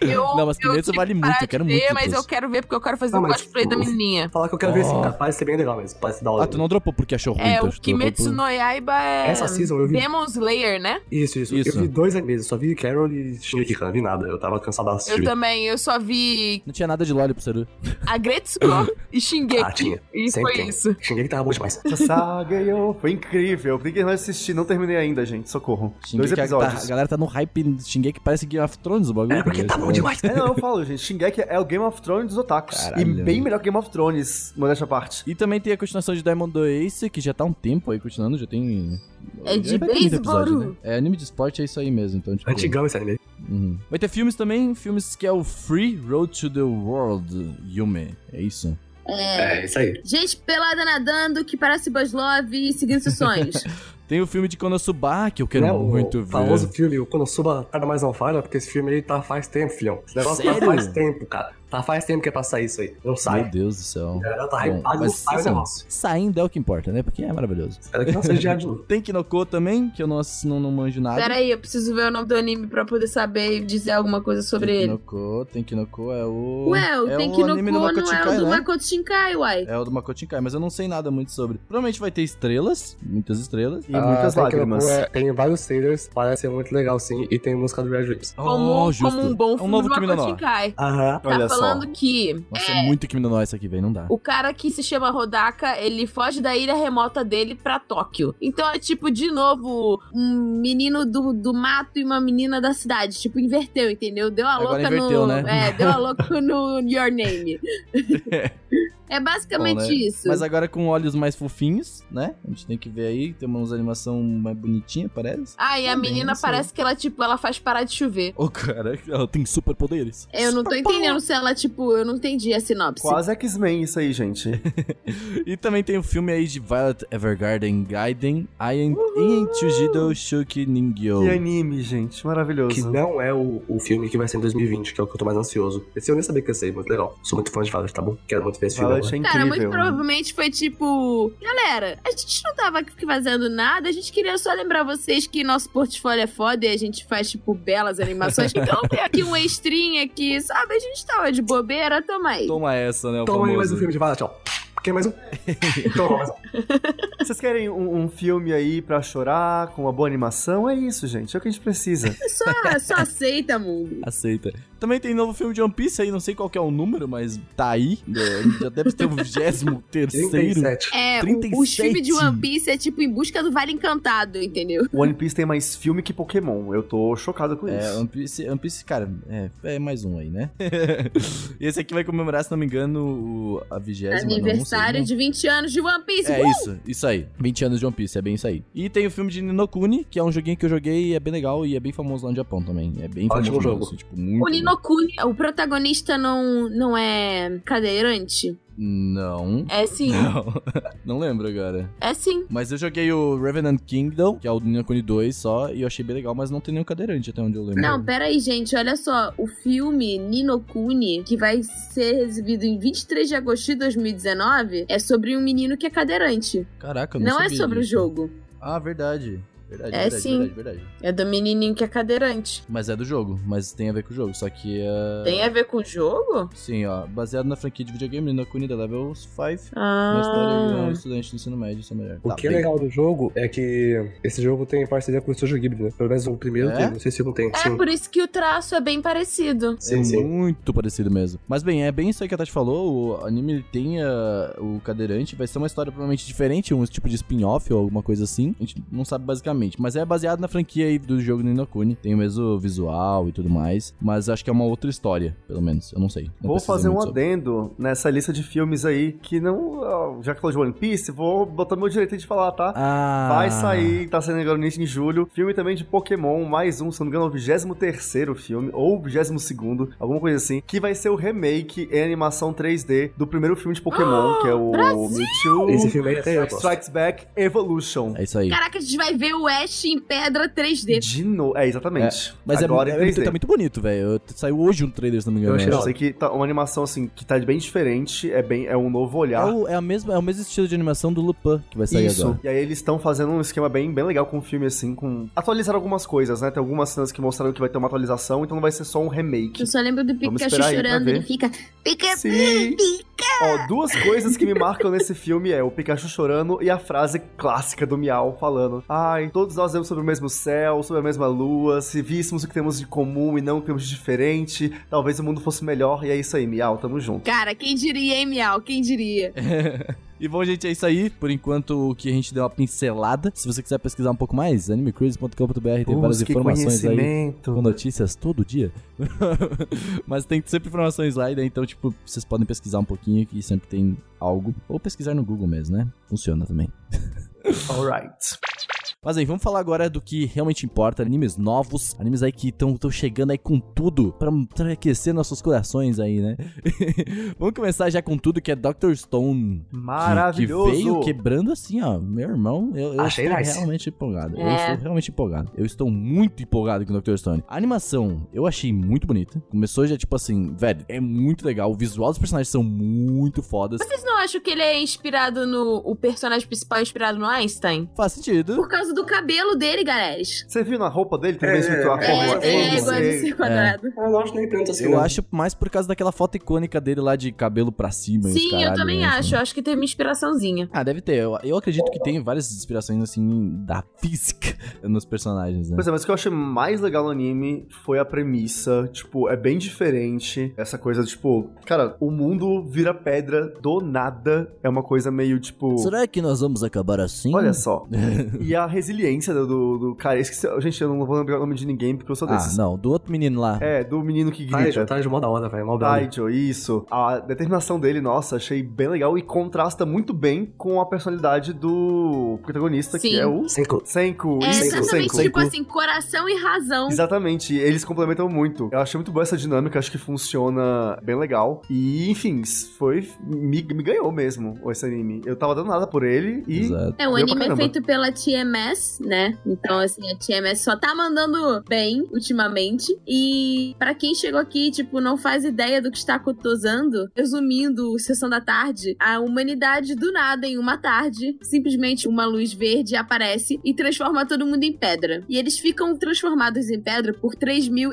Speaker 6: eu,
Speaker 4: Não, mas Kimetsu
Speaker 6: tive
Speaker 4: vale
Speaker 6: que
Speaker 4: muito,
Speaker 6: parar
Speaker 4: eu
Speaker 6: de
Speaker 4: quero
Speaker 6: ver,
Speaker 4: muito
Speaker 6: Mas
Speaker 4: disso.
Speaker 6: eu quero ver porque eu quero fazer
Speaker 5: Ah,
Speaker 6: o
Speaker 5: mas,
Speaker 6: cosplay da
Speaker 5: tipo,
Speaker 6: menininha.
Speaker 5: Falar que eu quero ver
Speaker 4: Ó.
Speaker 5: esse capaz de ser bem legal mesmo. Parece ser da hora.
Speaker 4: Ah, tu não dropou porque achou ruim,
Speaker 6: É,
Speaker 4: então,
Speaker 6: o
Speaker 4: tu dropou
Speaker 6: Kimetsu
Speaker 4: por-
Speaker 6: no Yaiba é
Speaker 5: Essa season eu vi.
Speaker 6: Demon Slayer, né?
Speaker 5: Isso, isso,
Speaker 4: Isso.
Speaker 5: Eu vi dois animes, eu só vi Carol e Shingeki, cara, não vi nada. Eu tava cansado de
Speaker 6: Eu
Speaker 5: assistir.
Speaker 6: também, eu só vi...
Speaker 4: Não tinha nada de lolly pro hétero.
Speaker 6: A Gretzko e Shingeki.
Speaker 5: Ah, tinha.
Speaker 6: E
Speaker 5: Sempre
Speaker 6: foi
Speaker 5: tem.
Speaker 6: isso.
Speaker 5: Xinguei que tava bom demais.
Speaker 3: Essa saga eu- foi incrível. Tem que assistir, não terminei ainda, gente. Socorro. Dois
Speaker 4: Shingeki, a- tá-
Speaker 3: episódios.
Speaker 4: a galera tá no hype de Shingeki, parece Game of Thrones o bagulho.
Speaker 5: É porque tá bom demais.
Speaker 3: É, não, eu falo, gente. Shingeki é o Game of Thrones dos otakus. E
Speaker 4: Caralho.
Speaker 3: bem melhor que Game of Thrones, modéstia à parte.
Speaker 4: E também tem a continuação de Diamond Ace, que já tá há um tempo aí continuando, já tem.
Speaker 6: É de
Speaker 4: já vai ter muito episódio,
Speaker 6: beisebol.
Speaker 4: né? É anime de esporte, é isso aí mesmo. Então, tipo,
Speaker 5: Antigão esse anime.
Speaker 4: Uhum. Vai ter filmes também, filmes que é o Free Road to the World, Yume. É isso.
Speaker 5: É, isso aí.
Speaker 6: Gente pelada nadando que parece Buzz Love e seguindo seus sonhos.
Speaker 4: Tem o filme de Konosuba, que eu quero
Speaker 5: Né, o
Speaker 4: muito ver.
Speaker 5: famoso filme, o Konosuba Tarda Mais Não Falha, porque esse filme aí tá faz tempo, filhão. Esse negócio tá
Speaker 4: Sério?
Speaker 5: faz tempo, cara. Tá faz tempo que é pra sair isso aí. Não
Speaker 4: Meu
Speaker 5: sai.
Speaker 4: Deus do céu.
Speaker 5: A galera tá
Speaker 4: Bom,
Speaker 5: hypada, não
Speaker 4: mas,
Speaker 5: sai o
Speaker 4: assim,
Speaker 5: negócio.
Speaker 4: Saindo é o que importa, né? Porque é maravilhoso.
Speaker 5: Espero que não seja dia de novo.
Speaker 4: Tem Kinoko também, que eu não, ass- não, não manjo nada.
Speaker 6: Pera aí, eu preciso ver o nome do anime pra poder saber e dizer alguma coisa sobre
Speaker 4: tem
Speaker 6: ele.
Speaker 4: Kinoko, tem Kinoko, é o...
Speaker 6: Ué, o
Speaker 4: é
Speaker 6: Tenki no
Speaker 4: anime
Speaker 6: Ko não é
Speaker 4: Makotinkai,
Speaker 6: o do
Speaker 4: né?
Speaker 6: Makoto Shinkai, uai.
Speaker 4: É o do Makotinkai, mas eu não sei nada muito sobre. Provavelmente vai ter estrelas, muitas estrelas.
Speaker 3: E muitas
Speaker 5: Ah, tem que-
Speaker 3: lágrimas.
Speaker 5: é, tem vários trailers, parece ser muito legal sim, e tem música do Red Lips.
Speaker 6: Como,
Speaker 4: Oh, justo.
Speaker 6: como um bom
Speaker 4: é um
Speaker 6: filme
Speaker 4: novo
Speaker 6: do
Speaker 4: Kimi no
Speaker 6: Makoto
Speaker 4: Na.
Speaker 6: Shinkai.
Speaker 5: Aham.
Speaker 6: Tá
Speaker 3: Olha só.
Speaker 6: falando que
Speaker 4: Nossa, é muito Kimi no Na isso aqui, velho, não dá.
Speaker 6: O cara que se chama Rodaka, ele foge da ilha remota dele pra Tóquio. Então é tipo, de novo, um menino do, do mato e uma menina da cidade. Tipo, inverteu, entendeu? Deu a
Speaker 4: Agora
Speaker 6: louca
Speaker 4: inverteu,
Speaker 6: no.
Speaker 4: né?
Speaker 6: É, deu a louca no Your Name. é basicamente
Speaker 4: Bom, né?
Speaker 6: isso.
Speaker 4: Mas agora com olhos mais fofinhos, né? A gente tem que ver aí, tem uma animação mais bonitinha, parece.
Speaker 6: Ah, e a
Speaker 4: Também,
Speaker 6: menina
Speaker 4: não sei.
Speaker 6: parece que ela, tipo, ela faz parar de chover.
Speaker 4: Ô, cara, ela tem superpoderes.
Speaker 6: Eu não tô entendendo se ela, tipo, eu não entendi a sinopse.
Speaker 3: Quase X-Men isso aí, gente.
Speaker 4: E também tem o filme aí de Violet Evergarden Gaiden, I am Chujido Shuki Ningyo.
Speaker 3: Que anime, gente. Maravilhoso.
Speaker 5: Que não é o, o filme que vai ser em 2020, que é o que eu tô mais ansioso. Esse eu nem sabia que ia sair, muito legal. Sou muito fã de Valorant, tá bom? Quero muito ver esse filme.
Speaker 3: Violet
Speaker 5: agora.
Speaker 3: é
Speaker 6: Cara,
Speaker 3: incrível.
Speaker 6: muito
Speaker 4: né?
Speaker 6: provavelmente foi tipo, galera, a gente não tava aqui fazendo nada, a gente queria só lembrar vocês que nosso portfólio é foda e a gente faz, tipo, belas animações. então tem aqui um extrinha que, sabe, a gente tava de bobeira, toma aí.
Speaker 4: Toma essa, né? O
Speaker 5: Toma aí
Speaker 4: famoso.
Speaker 5: mais um filme de Valorant, ó. Quer mais um? Toma mais um.
Speaker 3: Vocês querem um, um filme aí pra chorar, com uma boa animação? É isso, gente. É o que a gente precisa.
Speaker 6: Só, é só aceita, mundo.
Speaker 4: Aceita. Também tem novo filme de One Piece aí, não sei qual que é o número, mas tá aí. né? Já deve ter o 23 terceiro.
Speaker 5: 37.
Speaker 6: É, o,
Speaker 4: 37.
Speaker 6: os filmes de One Piece é tipo em busca do Vale Encantado, entendeu?
Speaker 3: O One Piece tem mais filme que Pokémon. Eu tô chocado com
Speaker 4: É,
Speaker 3: isso.
Speaker 4: One Piece, One Piece, cara, é, é mais um aí, né? Esse aqui vai comemorar, se não me engano, o, a vigésima. não, não sei,
Speaker 6: Aniversário
Speaker 4: né?
Speaker 6: de 20 anos de One Piece.
Speaker 4: É isso, isso aí. 20 anos de One Piece, é bem isso aí. E tem o filme de Ninokuni, que é um joguinho que eu joguei e é bem legal e é bem famoso lá no Japão também. É bem
Speaker 5: Ótimo
Speaker 4: famoso mesmo,
Speaker 5: jogo.
Speaker 4: assim, tipo, muito
Speaker 6: O Ninokuni, o protagonista não, não é cadeirante?
Speaker 4: Não.
Speaker 6: É sim,
Speaker 4: Não. não lembro agora.
Speaker 6: é sim.
Speaker 4: Mas eu joguei o Revenant Kingdom, que é o Ninokuni 2 só, e eu achei bem legal, mas não tem nenhum cadeirante até onde eu lembro.
Speaker 6: Não, peraí, gente, olha só. O filme Ninokuni, que vai ser exibido em 23 de agosto de 2019, é sobre um menino que é cadeirante.
Speaker 4: Caraca, eu não
Speaker 6: Não, é
Speaker 4: sabia
Speaker 6: sobre o
Speaker 4: disso.
Speaker 6: jogo.
Speaker 4: Ah, verdade. Verdade,
Speaker 6: É,
Speaker 4: verdade,
Speaker 6: sim.
Speaker 4: verdade, verdade.
Speaker 6: É do menininho que é cadeirante.
Speaker 4: Mas é do jogo, mas tem a ver com o jogo. Só que é.
Speaker 6: Tem a ver com o jogo?
Speaker 4: Sim, ó. Baseado na franquia de videogame, Ninokuni da Level 5. Uma história de um
Speaker 6: Ah.
Speaker 4: estudante do ensino médio, isso é melhor.
Speaker 5: O
Speaker 4: Tá,
Speaker 5: que é
Speaker 4: bem.
Speaker 5: legal do jogo é que esse jogo tem parceria com o Estúdio Ghibli, né? Pelo menos o primeiro
Speaker 4: É?
Speaker 5: tem, não sei se o segundo tem.
Speaker 6: É
Speaker 5: sim.
Speaker 6: por isso que o traço é bem parecido.
Speaker 5: Sim,
Speaker 4: é
Speaker 5: sim.
Speaker 4: muito parecido mesmo. Mas bem, é bem isso aí que a Tati falou. O anime ele tem ah, o cadeirante. Vai ser uma história provavelmente diferente, um tipo de spin-off ou alguma coisa assim. A gente não sabe basicamente. Mas é baseado na franquia aí do jogo Ninokuni. Tem o mesmo visual e tudo mais. Mas acho que é uma outra história, pelo menos. Eu não sei. Não
Speaker 3: Vou
Speaker 4: pesquisei
Speaker 3: fazer um
Speaker 4: muito sobre.
Speaker 3: adendo nessa lista de filmes aí que não. ó, Já que falou de One Piece, vou botar meu direito aí de falar, tá?
Speaker 4: Ah,
Speaker 3: Vai sair, tá saindo agora no início de julho. Filme também de Pokémon, mais um, se não me engano, é o 23 filme, ou 22, alguma coisa assim, que vai ser o remake em animação 3D do primeiro filme de Pokémon, que é o Mewtwo
Speaker 5: Esse filme aí até eu gosto.
Speaker 3: Strikes Back Evolution.
Speaker 4: É isso aí.
Speaker 6: Caraca, a gente vai ver o Ash em pedra 3D.
Speaker 3: De novo. É, exatamente.
Speaker 4: Mas
Speaker 3: agora
Speaker 4: é,
Speaker 3: em
Speaker 4: é,
Speaker 3: 3D.
Speaker 4: tá muito bonito, velho. Eu- Saiu hoje um trailer, se não me engano.
Speaker 5: Eu achei
Speaker 4: né?
Speaker 3: Eu sei que tá uma animação assim que tá bem diferente, é bem é um novo
Speaker 4: É
Speaker 3: olhar.
Speaker 4: o, é, a mesma, é o mesmo estilo de animação do Lupin que vai sair agora.
Speaker 3: E aí eles estão fazendo um esquema bem, bem legal com o filme, assim, com. Atualizaram algumas coisas, né? Tem algumas cenas que mostraram que vai ter uma atualização, então não vai ser só um remake.
Speaker 6: Eu só lembro do
Speaker 3: Vamos
Speaker 6: Pikachu
Speaker 3: esperar aí pra
Speaker 6: chorando,
Speaker 3: ver.
Speaker 6: ele fica. Pica,
Speaker 3: Sim. Ó, duas coisas que me marcam nesse filme é o Pikachu chorando e a frase clássica do Miau falando: Ai, Todos nós vemos sobre o mesmo céu, sobre a mesma lua. Se víssemos o que temos de comum e não o que temos de diferente, talvez o mundo fosse melhor. E é isso aí, Miau, tamo junto.
Speaker 6: Cara, quem diria, hein, Miau? Quem diria?
Speaker 4: E bom, gente, é isso aí. Por enquanto, o que a gente deu é uma pincelada. Se você quiser pesquisar um pouco mais, animecruise.com.br tem várias
Speaker 3: Busque
Speaker 4: informações aí.
Speaker 3: conhecimento.
Speaker 4: Com notícias todo dia. Mas tem sempre informações lá, e daí, então, tipo, vocês podem pesquisar um pouquinho que sempre tem algo. Ou pesquisar no Google mesmo, né? Funciona também.
Speaker 3: Alright.
Speaker 4: Mas aí, vamos falar agora do que realmente importa, animes novos, animes aí que estão chegando aí com tudo, pra pra aquecer nossos corações aí, né? vamos começar já com tudo, que é Doctor Stone, que-
Speaker 3: Maravilhoso.
Speaker 4: Que veio quebrando assim, ó. Meu irmão, eu, eu
Speaker 5: Achei
Speaker 4: estou
Speaker 5: nice.
Speaker 4: realmente empolgado. Eu
Speaker 6: É.
Speaker 4: estou realmente empolgado. Eu estou muito empolgado com o Dr. Stone. A animação eu achei muito bonita. Começou já, tipo assim, velho, é muito legal. O visual dos personagens são muito fodas.
Speaker 6: Vocês não acham que ele é inspirado no. O personagem principal é inspirado no Einstein?
Speaker 4: Faz sentido.
Speaker 6: Por causa do cabelo dele, galera.
Speaker 3: Você viu na roupa dele também
Speaker 5: É,
Speaker 3: escrito a
Speaker 5: é,
Speaker 3: fórmula
Speaker 5: é,
Speaker 3: Ei,
Speaker 5: é,
Speaker 3: você-
Speaker 6: igual a MC quadrado.
Speaker 5: Eu não acho nem tanto assim.
Speaker 4: Eu
Speaker 5: não.
Speaker 4: acho mais por causa daquela foto icônica dele lá de cabelo pra cima. e os
Speaker 6: Sim, eu
Speaker 4: caralho,
Speaker 6: também
Speaker 4: né,
Speaker 6: acho. Eu acho que teve uma inspiraçãozinha.
Speaker 4: Ah, deve ter. Eu, eu acredito que tem várias inspirações, assim, da física nos personagens, né?
Speaker 3: Pois é, mas o que eu achei mais legal no anime foi a premissa. Tipo, é bem diferente. Essa coisa, tipo, cara, o mundo vira pedra do nada. É uma coisa meio, tipo.
Speaker 4: Será que nós vamos acabar assim?
Speaker 3: Olha só. e a resiliência do, do, do cara. Esqueci, gente, eu não vou lembrar o nome de ninguém porque eu sou
Speaker 4: Ah,
Speaker 3: desses.
Speaker 4: não, do outro menino lá.
Speaker 3: É, do menino que
Speaker 5: Taijo,
Speaker 3: grita.
Speaker 5: Taijo, tá mó da hora, velho. Mó da hora.
Speaker 3: Taijo, isso. A determinação dele, nossa, achei bem legal e contrasta muito bem com a personalidade do protagonista, que
Speaker 6: Sim.
Speaker 3: é o
Speaker 5: Senku.
Speaker 3: Senku.
Speaker 6: É
Speaker 3: isso,
Speaker 6: exatamente
Speaker 3: Senku.
Speaker 6: tipo assim, coração e razão.
Speaker 3: Exatamente, eles complementam muito. Eu achei muito boa essa dinâmica, acho que funciona bem legal. E, enfim, foi. Me, me ganhou mesmo esse anime. Eu tava dando nada por ele e.
Speaker 4: Exato.
Speaker 6: É, o
Speaker 3: Deu
Speaker 6: anime
Speaker 3: pra
Speaker 6: é
Speaker 3: caramba.
Speaker 6: feito pela TMS, né? Então, assim, a TMS só tá mandando bem ultimamente. E pra quem chegou aqui, tipo, não faz ideia do que está cotosando, resumindo, sessão da tarde, a humanidade do nada, em uma tarde, simplesmente uma luz verde aparece e transforma todo mundo em pedra. E eles ficam transformados em pedra por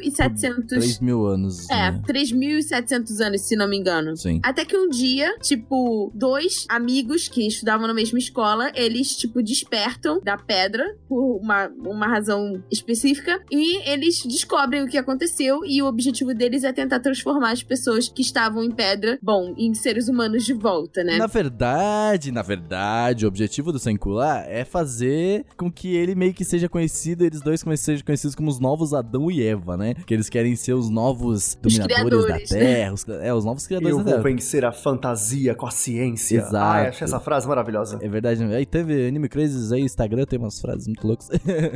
Speaker 6: 3.700...
Speaker 4: 3 mil anos.
Speaker 6: É,
Speaker 4: né?
Speaker 6: 3.700 anos, se não me engano.
Speaker 4: Sim.
Speaker 6: Até que um dia, tipo, dois amigos que estudavam na mesma escola, eles, tipo, despertam da pedra por uma, uma razão específica e eles descobrem o que aconteceu e o objetivo deles é tentar transformar as pessoas que estavam em pedra, bom, em seres humanos de volta, né?
Speaker 4: Na verdade, na verdade, o objetivo do Senku lá é fazer com que ele meio que seja conhecido, eles dois come- sejam conhecidos como os novos Adão e Eva, né? Que eles querem ser os novos dominadores da
Speaker 6: criadores.
Speaker 4: Terra, os, é, os novos criadores
Speaker 3: Eu
Speaker 4: da
Speaker 3: vou
Speaker 4: Terra.
Speaker 3: vencer a fantasia com a ciência.
Speaker 4: Exato.
Speaker 3: Ai, achei essa frase maravilhosa.
Speaker 4: É verdade, né? aí teve Anime Crazes aí, Instagram tem umas frases muito loucas.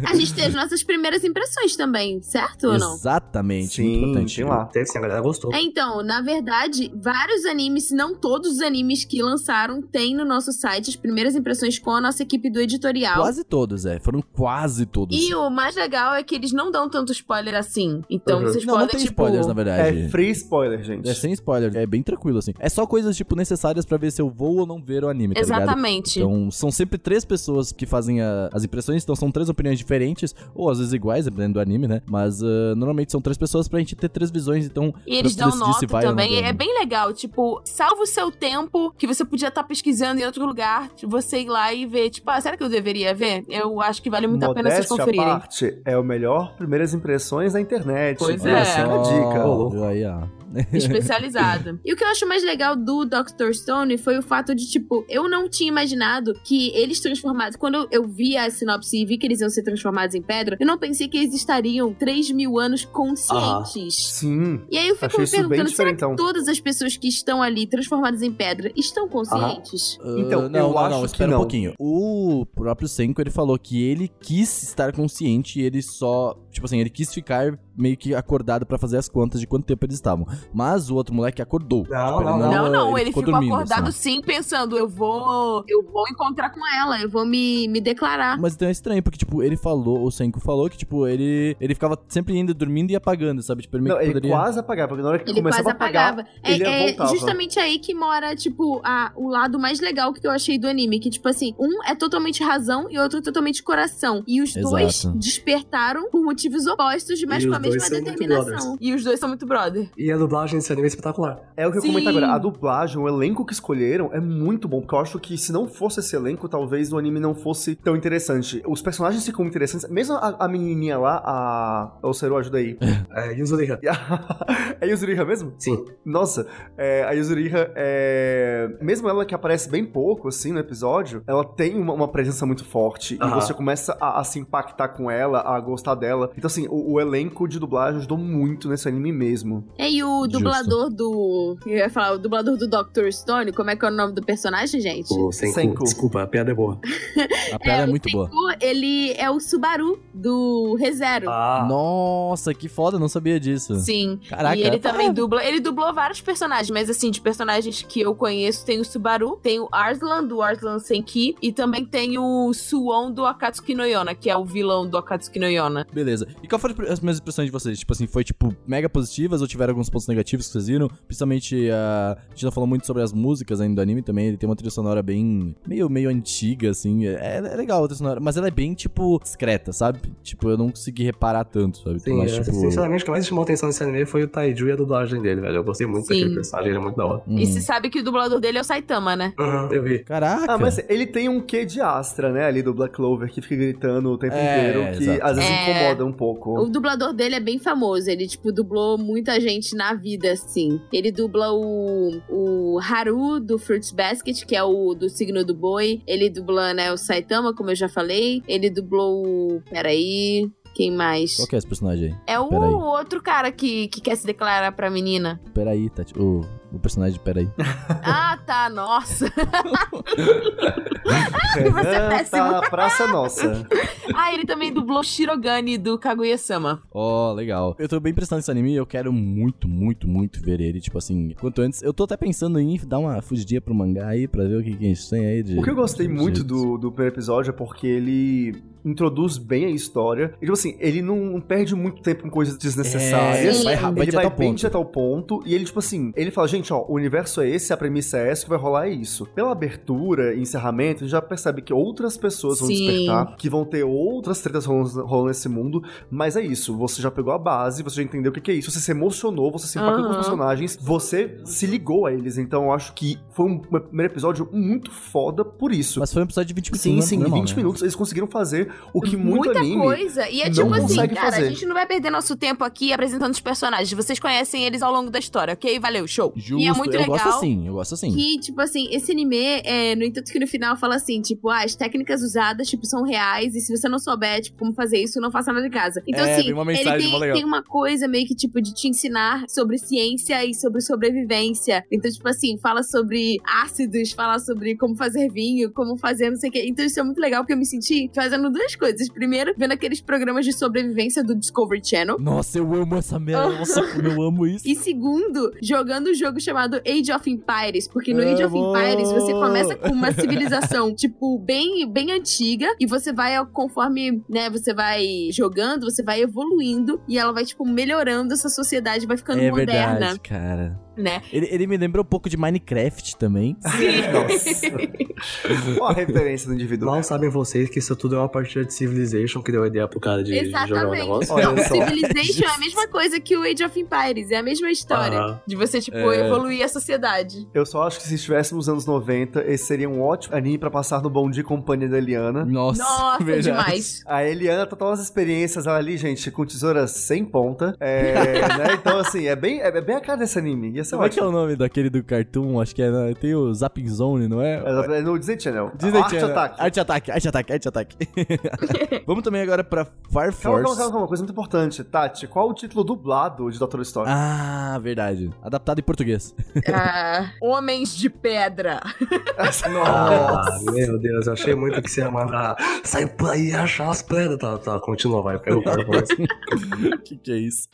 Speaker 6: A gente tem as nossas primeiras impressões também, certo ou não?
Speaker 4: Exatamente, muito
Speaker 3: Sim,
Speaker 4: importante.
Speaker 3: tem lá.
Speaker 5: Ah, Teve sim, a galera gostou.
Speaker 6: É, Então, na verdade, vários animes, se não todos os animes que lançaram, tem no nosso site as primeiras impressões com a nossa equipe do editorial.
Speaker 4: Quase todos, é. Foram quase todos.
Speaker 6: E o mais legal é que eles não dão tanto spoiler assim. Então
Speaker 5: Uhum.
Speaker 6: vocês
Speaker 4: Não, não
Speaker 6: podem,
Speaker 4: tem
Speaker 6: tipo...
Speaker 4: spoilers, na verdade.
Speaker 3: É free spoiler, gente.
Speaker 4: É sem spoiler, é bem tranquilo, assim. É só coisas, tipo, necessárias pra ver se eu vou ou não ver o anime, tá ligado?
Speaker 6: Exatamente.
Speaker 4: Então, são sempre três pessoas que fazem a- as impressões, então são três opiniões diferentes, ou às vezes iguais, dependendo do anime, né? Mas ah, normalmente são três pessoas pra gente ter três visões, então.
Speaker 6: E eles
Speaker 4: pra tu
Speaker 6: dão
Speaker 4: decidir se
Speaker 6: nota
Speaker 4: vai ou não
Speaker 6: também.
Speaker 4: dá,
Speaker 6: É
Speaker 4: né?
Speaker 6: bem legal. Tipo, salva o seu tempo que você podia estar pesquisando em outro lugar. Você ir lá e ver, tipo, ah, será que eu deveria ver? Eu acho que vale muito a pena vocês
Speaker 3: Modéstia à
Speaker 6: conferirem.
Speaker 3: parte, é o melhor primeiras impressões da internet.
Speaker 6: Pois
Speaker 3: Olha
Speaker 6: é.
Speaker 3: só, fica a dica.
Speaker 5: Ô, louco.
Speaker 4: Olha Aí, ó. Ah,
Speaker 6: especializada. E o que eu acho mais legal do Dr. Stone foi o fato de, tipo, eu não tinha imaginado que eles transformados. Quando eu- eu vi a sinopse e vi que eles iam ser transformados em pedra, eu não pensei que eles estariam 3 mil anos conscientes.
Speaker 3: Sim,
Speaker 6: E aí eu fico
Speaker 3: achei
Speaker 6: me
Speaker 3: isso bem
Speaker 6: perguntando, será que
Speaker 3: diferentão.
Speaker 6: todas as pessoas que estão ali transformadas em pedra estão conscientes?
Speaker 4: Ah,
Speaker 3: Então,
Speaker 4: não,
Speaker 3: eu
Speaker 4: não,
Speaker 3: acho
Speaker 4: não,
Speaker 3: que
Speaker 4: espera um
Speaker 3: não.
Speaker 4: pouquinho. O próprio Senko, ele falou que ele quis estar consciente e ele só, tipo assim, ele quis ficar meio que acordado pra fazer as contas de quanto tempo eles estavam. Mas o outro moleque acordou. Tipo,
Speaker 5: Não,
Speaker 4: ele
Speaker 5: não, não.
Speaker 6: Não, não, ele, ficou,
Speaker 4: Ah, dormindo,
Speaker 6: acordado
Speaker 4: assim,
Speaker 6: sim, pensando, eu vou. Eu vou encontrar com ela, eu vou me, me
Speaker 4: ó.
Speaker 6: declarar.
Speaker 4: mas então é estranho, porque, tipo, ele falou, o Senko falou que, tipo, ele, ele ficava sempre indo, dormindo e apagando, sabe? Tipo, ele meio
Speaker 3: Não,
Speaker 4: que
Speaker 3: ele
Speaker 4: poderia...
Speaker 3: quase apagava, porque na hora que
Speaker 6: Ele quase
Speaker 3: começava a apagar,
Speaker 6: apagava. É,
Speaker 3: ele
Speaker 6: é
Speaker 3: voltava.
Speaker 6: justamente aí que mora, tipo, a- o lado mais legal que eu achei do anime. Que, tipo assim, um é totalmente razão e outro totalmente é coração. E os
Speaker 4: Exato.
Speaker 6: dois despertaram por motivos opostos, mas
Speaker 5: E
Speaker 6: com
Speaker 5: os
Speaker 6: a mesma
Speaker 5: dois são muito
Speaker 6: determinação.
Speaker 5: brothers.
Speaker 6: E os dois são muito brother.
Speaker 5: E a dublagem desse anime é espetacular.
Speaker 3: É o que eu
Speaker 6: Sim.
Speaker 3: comentei agora. A dublagem, o elenco que escolheram é muito bom, porque eu acho que se não fosse esse elenco, talvez o anime não fosse tão interessante. Os personagens ficam interessantes. Mesmo a, a menininha lá, a. Ô, Seru, ajuda aí.
Speaker 5: É, e o Zuriha.
Speaker 3: é Yuzuriha mesmo?
Speaker 5: Sim.
Speaker 3: Nossa, é, a Yuzuriha é. Mesmo ela que aparece bem pouco, assim, no episódio, ela tem uma, uma presença muito forte. E
Speaker 5: Aham.
Speaker 3: você começa a, a se impactar com ela, a gostar dela. Então, assim, o, o elenco de dublagem ajudou muito nesse anime mesmo.
Speaker 6: É, e o dublador do. Eu ia falar, o dublador do Dr. Stone, como é que é o nome do personagem, gente?
Speaker 5: O Senku.
Speaker 3: Senku.
Speaker 5: Desculpa, a piada é boa.
Speaker 4: A piada é,
Speaker 6: o
Speaker 4: muito boa.
Speaker 6: Senku, Ele é o Subaru do ReZero.
Speaker 5: Ah,
Speaker 4: Nossa, que foda, não sabia disso.
Speaker 6: Sim.
Speaker 4: Caraca.
Speaker 6: E ele tá- também dubla. Ele dublou vários personagens, mas assim, de personagens que eu conheço, tem o Subaru, tem o Arslan, do Arslan Senki, e também tem o Suon do Akatsuki no Yona, que é o vilão do Akatsuki no Yona.
Speaker 4: Beleza. E qual foram as minhas impressões de vocês? Tipo assim, foi tipo mega positivas ou tiveram alguns pontos negativos que vocês viram? Principalmente a. A gente não falou muito sobre as músicas ainda do anime também. Ele tem uma trilha sonora bem. meio, meio antiga, assim. É, é legal a trilha sonora, mas ela é bem, tipo, discreta, sabe? Tipo, eu não consegui reparar tanto, sabe?
Speaker 5: sim,
Speaker 4: mas,
Speaker 5: é,
Speaker 4: tipo.
Speaker 5: sinceramente, o que mais chamou a atenção nesse anime foi o Taiju e a dublagem dele, velho. Eu gostei muito
Speaker 6: Sim.
Speaker 5: daquele personagem, ele é muito da hora.
Speaker 4: hum.
Speaker 6: E se sabe que o dublador dele é o Saitama, né?
Speaker 5: Eu vi.
Speaker 4: Caraca!
Speaker 3: Ah, mas ele tem um quê de Astra, né? Ali do Black Clover, que fica gritando o tempo
Speaker 4: É,
Speaker 3: inteiro, que
Speaker 4: exato.
Speaker 3: às vezes
Speaker 6: É.
Speaker 3: incomoda um pouco.
Speaker 6: O dublador dele é bem famoso. Ele, tipo, dublou muita gente na vida, assim. Ele dubla o, o Haru do Fruits Basket, que é o do signo do boi. Ele dubla, né, o Saitama, como eu já falei. Ele dublou o. Peraí. Quem mais?
Speaker 4: Qual que é esse personagem
Speaker 6: É o
Speaker 4: Peraí.
Speaker 6: outro cara que, que quer se declarar pra menina.
Speaker 4: aí? Peraí, Tati. O, o personagem de Peraí.
Speaker 6: ah, tá. Nossa. você é
Speaker 3: Renan
Speaker 6: péssimo.
Speaker 3: tá praça nossa.
Speaker 6: Ah, ele também dublou o Shirogane do Kaguya-sama.
Speaker 4: Ó, legal. Eu tô bem impressionado nesse anime e eu quero muito, muito, muito ver ele. Tipo assim, quanto antes. Eu tô até pensando em dar uma fugidinha pro mangá aí pra ver o que, que a gente tem aí de.
Speaker 3: O que eu gostei
Speaker 4: de-
Speaker 3: muito
Speaker 4: de-
Speaker 3: do, do primeiro episódio é porque ele introduz bem a história. E, tipo assim, ele não perde muito tempo com coisas desnecessárias.
Speaker 6: É, Sim. vai
Speaker 4: É, rápido,
Speaker 3: ele
Speaker 4: direto
Speaker 3: vai
Speaker 4: ao
Speaker 3: bem
Speaker 4: é ponto.
Speaker 3: direto ao ponto. E ele, tipo assim, ele fala, gente, ó, o universo é esse, a premissa é essa, o que vai rolar é isso. Pela abertura e encerramento, a gente já percebe que outras pessoas vão
Speaker 6: Sim.
Speaker 3: despertar, que vão ter outras tretas rolando rolando nesse mundo. Mas é isso, você já pegou a base, você já entendeu o que que é isso, você se emocionou, você se impactou com os
Speaker 6: Aham.
Speaker 3: personagens, você se ligou a eles. Então eu acho que foi um primeiro episódio muito foda por isso.
Speaker 4: Mas foi um episódio de 20 minutos.
Speaker 3: Sim, sim,
Speaker 4: normal,
Speaker 3: em 20
Speaker 4: né?
Speaker 3: minutos eles conseguiram fazer o que muito
Speaker 6: Muita
Speaker 3: anime.
Speaker 6: coisa. E é
Speaker 3: não
Speaker 6: tipo assim,
Speaker 3: consegue
Speaker 6: cara,
Speaker 3: fazer.
Speaker 6: a gente não vai perder nosso tempo aqui apresentando os personagens. Vocês conhecem eles ao longo da história, ok? Valeu, show.
Speaker 4: Justo,
Speaker 6: e é muito
Speaker 4: eu
Speaker 6: legal.
Speaker 4: gosto assim, eu gosto assim.
Speaker 6: Que, tipo assim, esse anime, é, no entanto que no final fala assim, tipo, ah, as técnicas usadas, tipo, são reais, e se você não souber, tipo, como fazer isso, não faça nada em casa. Então,
Speaker 4: É,
Speaker 6: assim,
Speaker 4: vem uma mensagem,
Speaker 6: ele
Speaker 4: mó
Speaker 6: tem,
Speaker 4: legal.
Speaker 6: tem uma coisa meio que, tipo, de te ensinar sobre ciência e sobre sobrevivência. Então, tipo assim, fala sobre ácidos, fala sobre como fazer vinho, como fazer não sei o quê. Então, isso é muito legal, porque eu me senti fazendo duas coisas. Primeiro, vendo aqueles programas de sobrevivência do Discovery Channel.
Speaker 4: Nossa, eu amo essa merda. Nossa, como eu amo isso.
Speaker 6: E segundo, jogando um jogo chamado Age of Empires, porque no Age of
Speaker 4: Amo!
Speaker 6: Empires você começa com uma civilização, tipo, bem, bem antiga, e você vai, ao- conforme, né, você vai jogando, você vai evoluindo, e ela vai, tipo, melhorando essa sociedade, vai ficando
Speaker 4: É
Speaker 6: moderna,
Speaker 4: verdade, cara.
Speaker 6: né?
Speaker 4: Ele, ele me lembra um pouco de Minecraft também.
Speaker 3: Ó a referência do indivíduo.
Speaker 5: Mal sabem vocês que isso tudo é uma partida de Civilization que deu a ideia pro cara de jogar o
Speaker 6: Exatamente.
Speaker 5: negócio.
Speaker 3: Olha
Speaker 6: Não,
Speaker 3: só.
Speaker 6: Civilization é a mesma coisa que o Age of Empires, é a mesma história.
Speaker 5: Aham.
Speaker 6: De você, tipo,
Speaker 4: É.
Speaker 6: evoluir a sociedade.
Speaker 3: Eu só acho que se estivéssemos nos anos 90, esse seria um ótimo anime pra passar no Bom Dia e Companhia da Eliana.
Speaker 4: Nossa,
Speaker 6: Nossa,
Speaker 4: verdade.
Speaker 6: demais.
Speaker 3: A Eliana tá todas as experiências ela ali, gente, com tesoura sem ponta. É, né? Então, assim, é bem, é bem a cara desse anime. Ia ser
Speaker 4: Como é que é
Speaker 3: ótimo.
Speaker 4: o nome daquele do cartoon? Acho que é. né? Tem o Zapping Zone, não é?
Speaker 3: É no Disney Channel.
Speaker 4: Disney
Speaker 3: Arte
Speaker 4: Channel.
Speaker 3: Ataque.
Speaker 4: Arte Ataque, Arte Ataque, Arte Ataque. Vamos também agora pra Fire
Speaker 3: Calma,
Speaker 4: Force.
Speaker 3: calma, calma, calma. Coisa muito importante. Tati, qual o título dublado de Dr. Story?
Speaker 4: Ah, verdade. Adaptado em português.
Speaker 6: Ah, homens de pedra.
Speaker 5: Ah, meu Deus, eu achei muito que você ia mandar. "Ah, Sai por aí e achar as pedras. Tá, tá, continua, vai. Pega o cara e começa.
Speaker 4: que que é isso?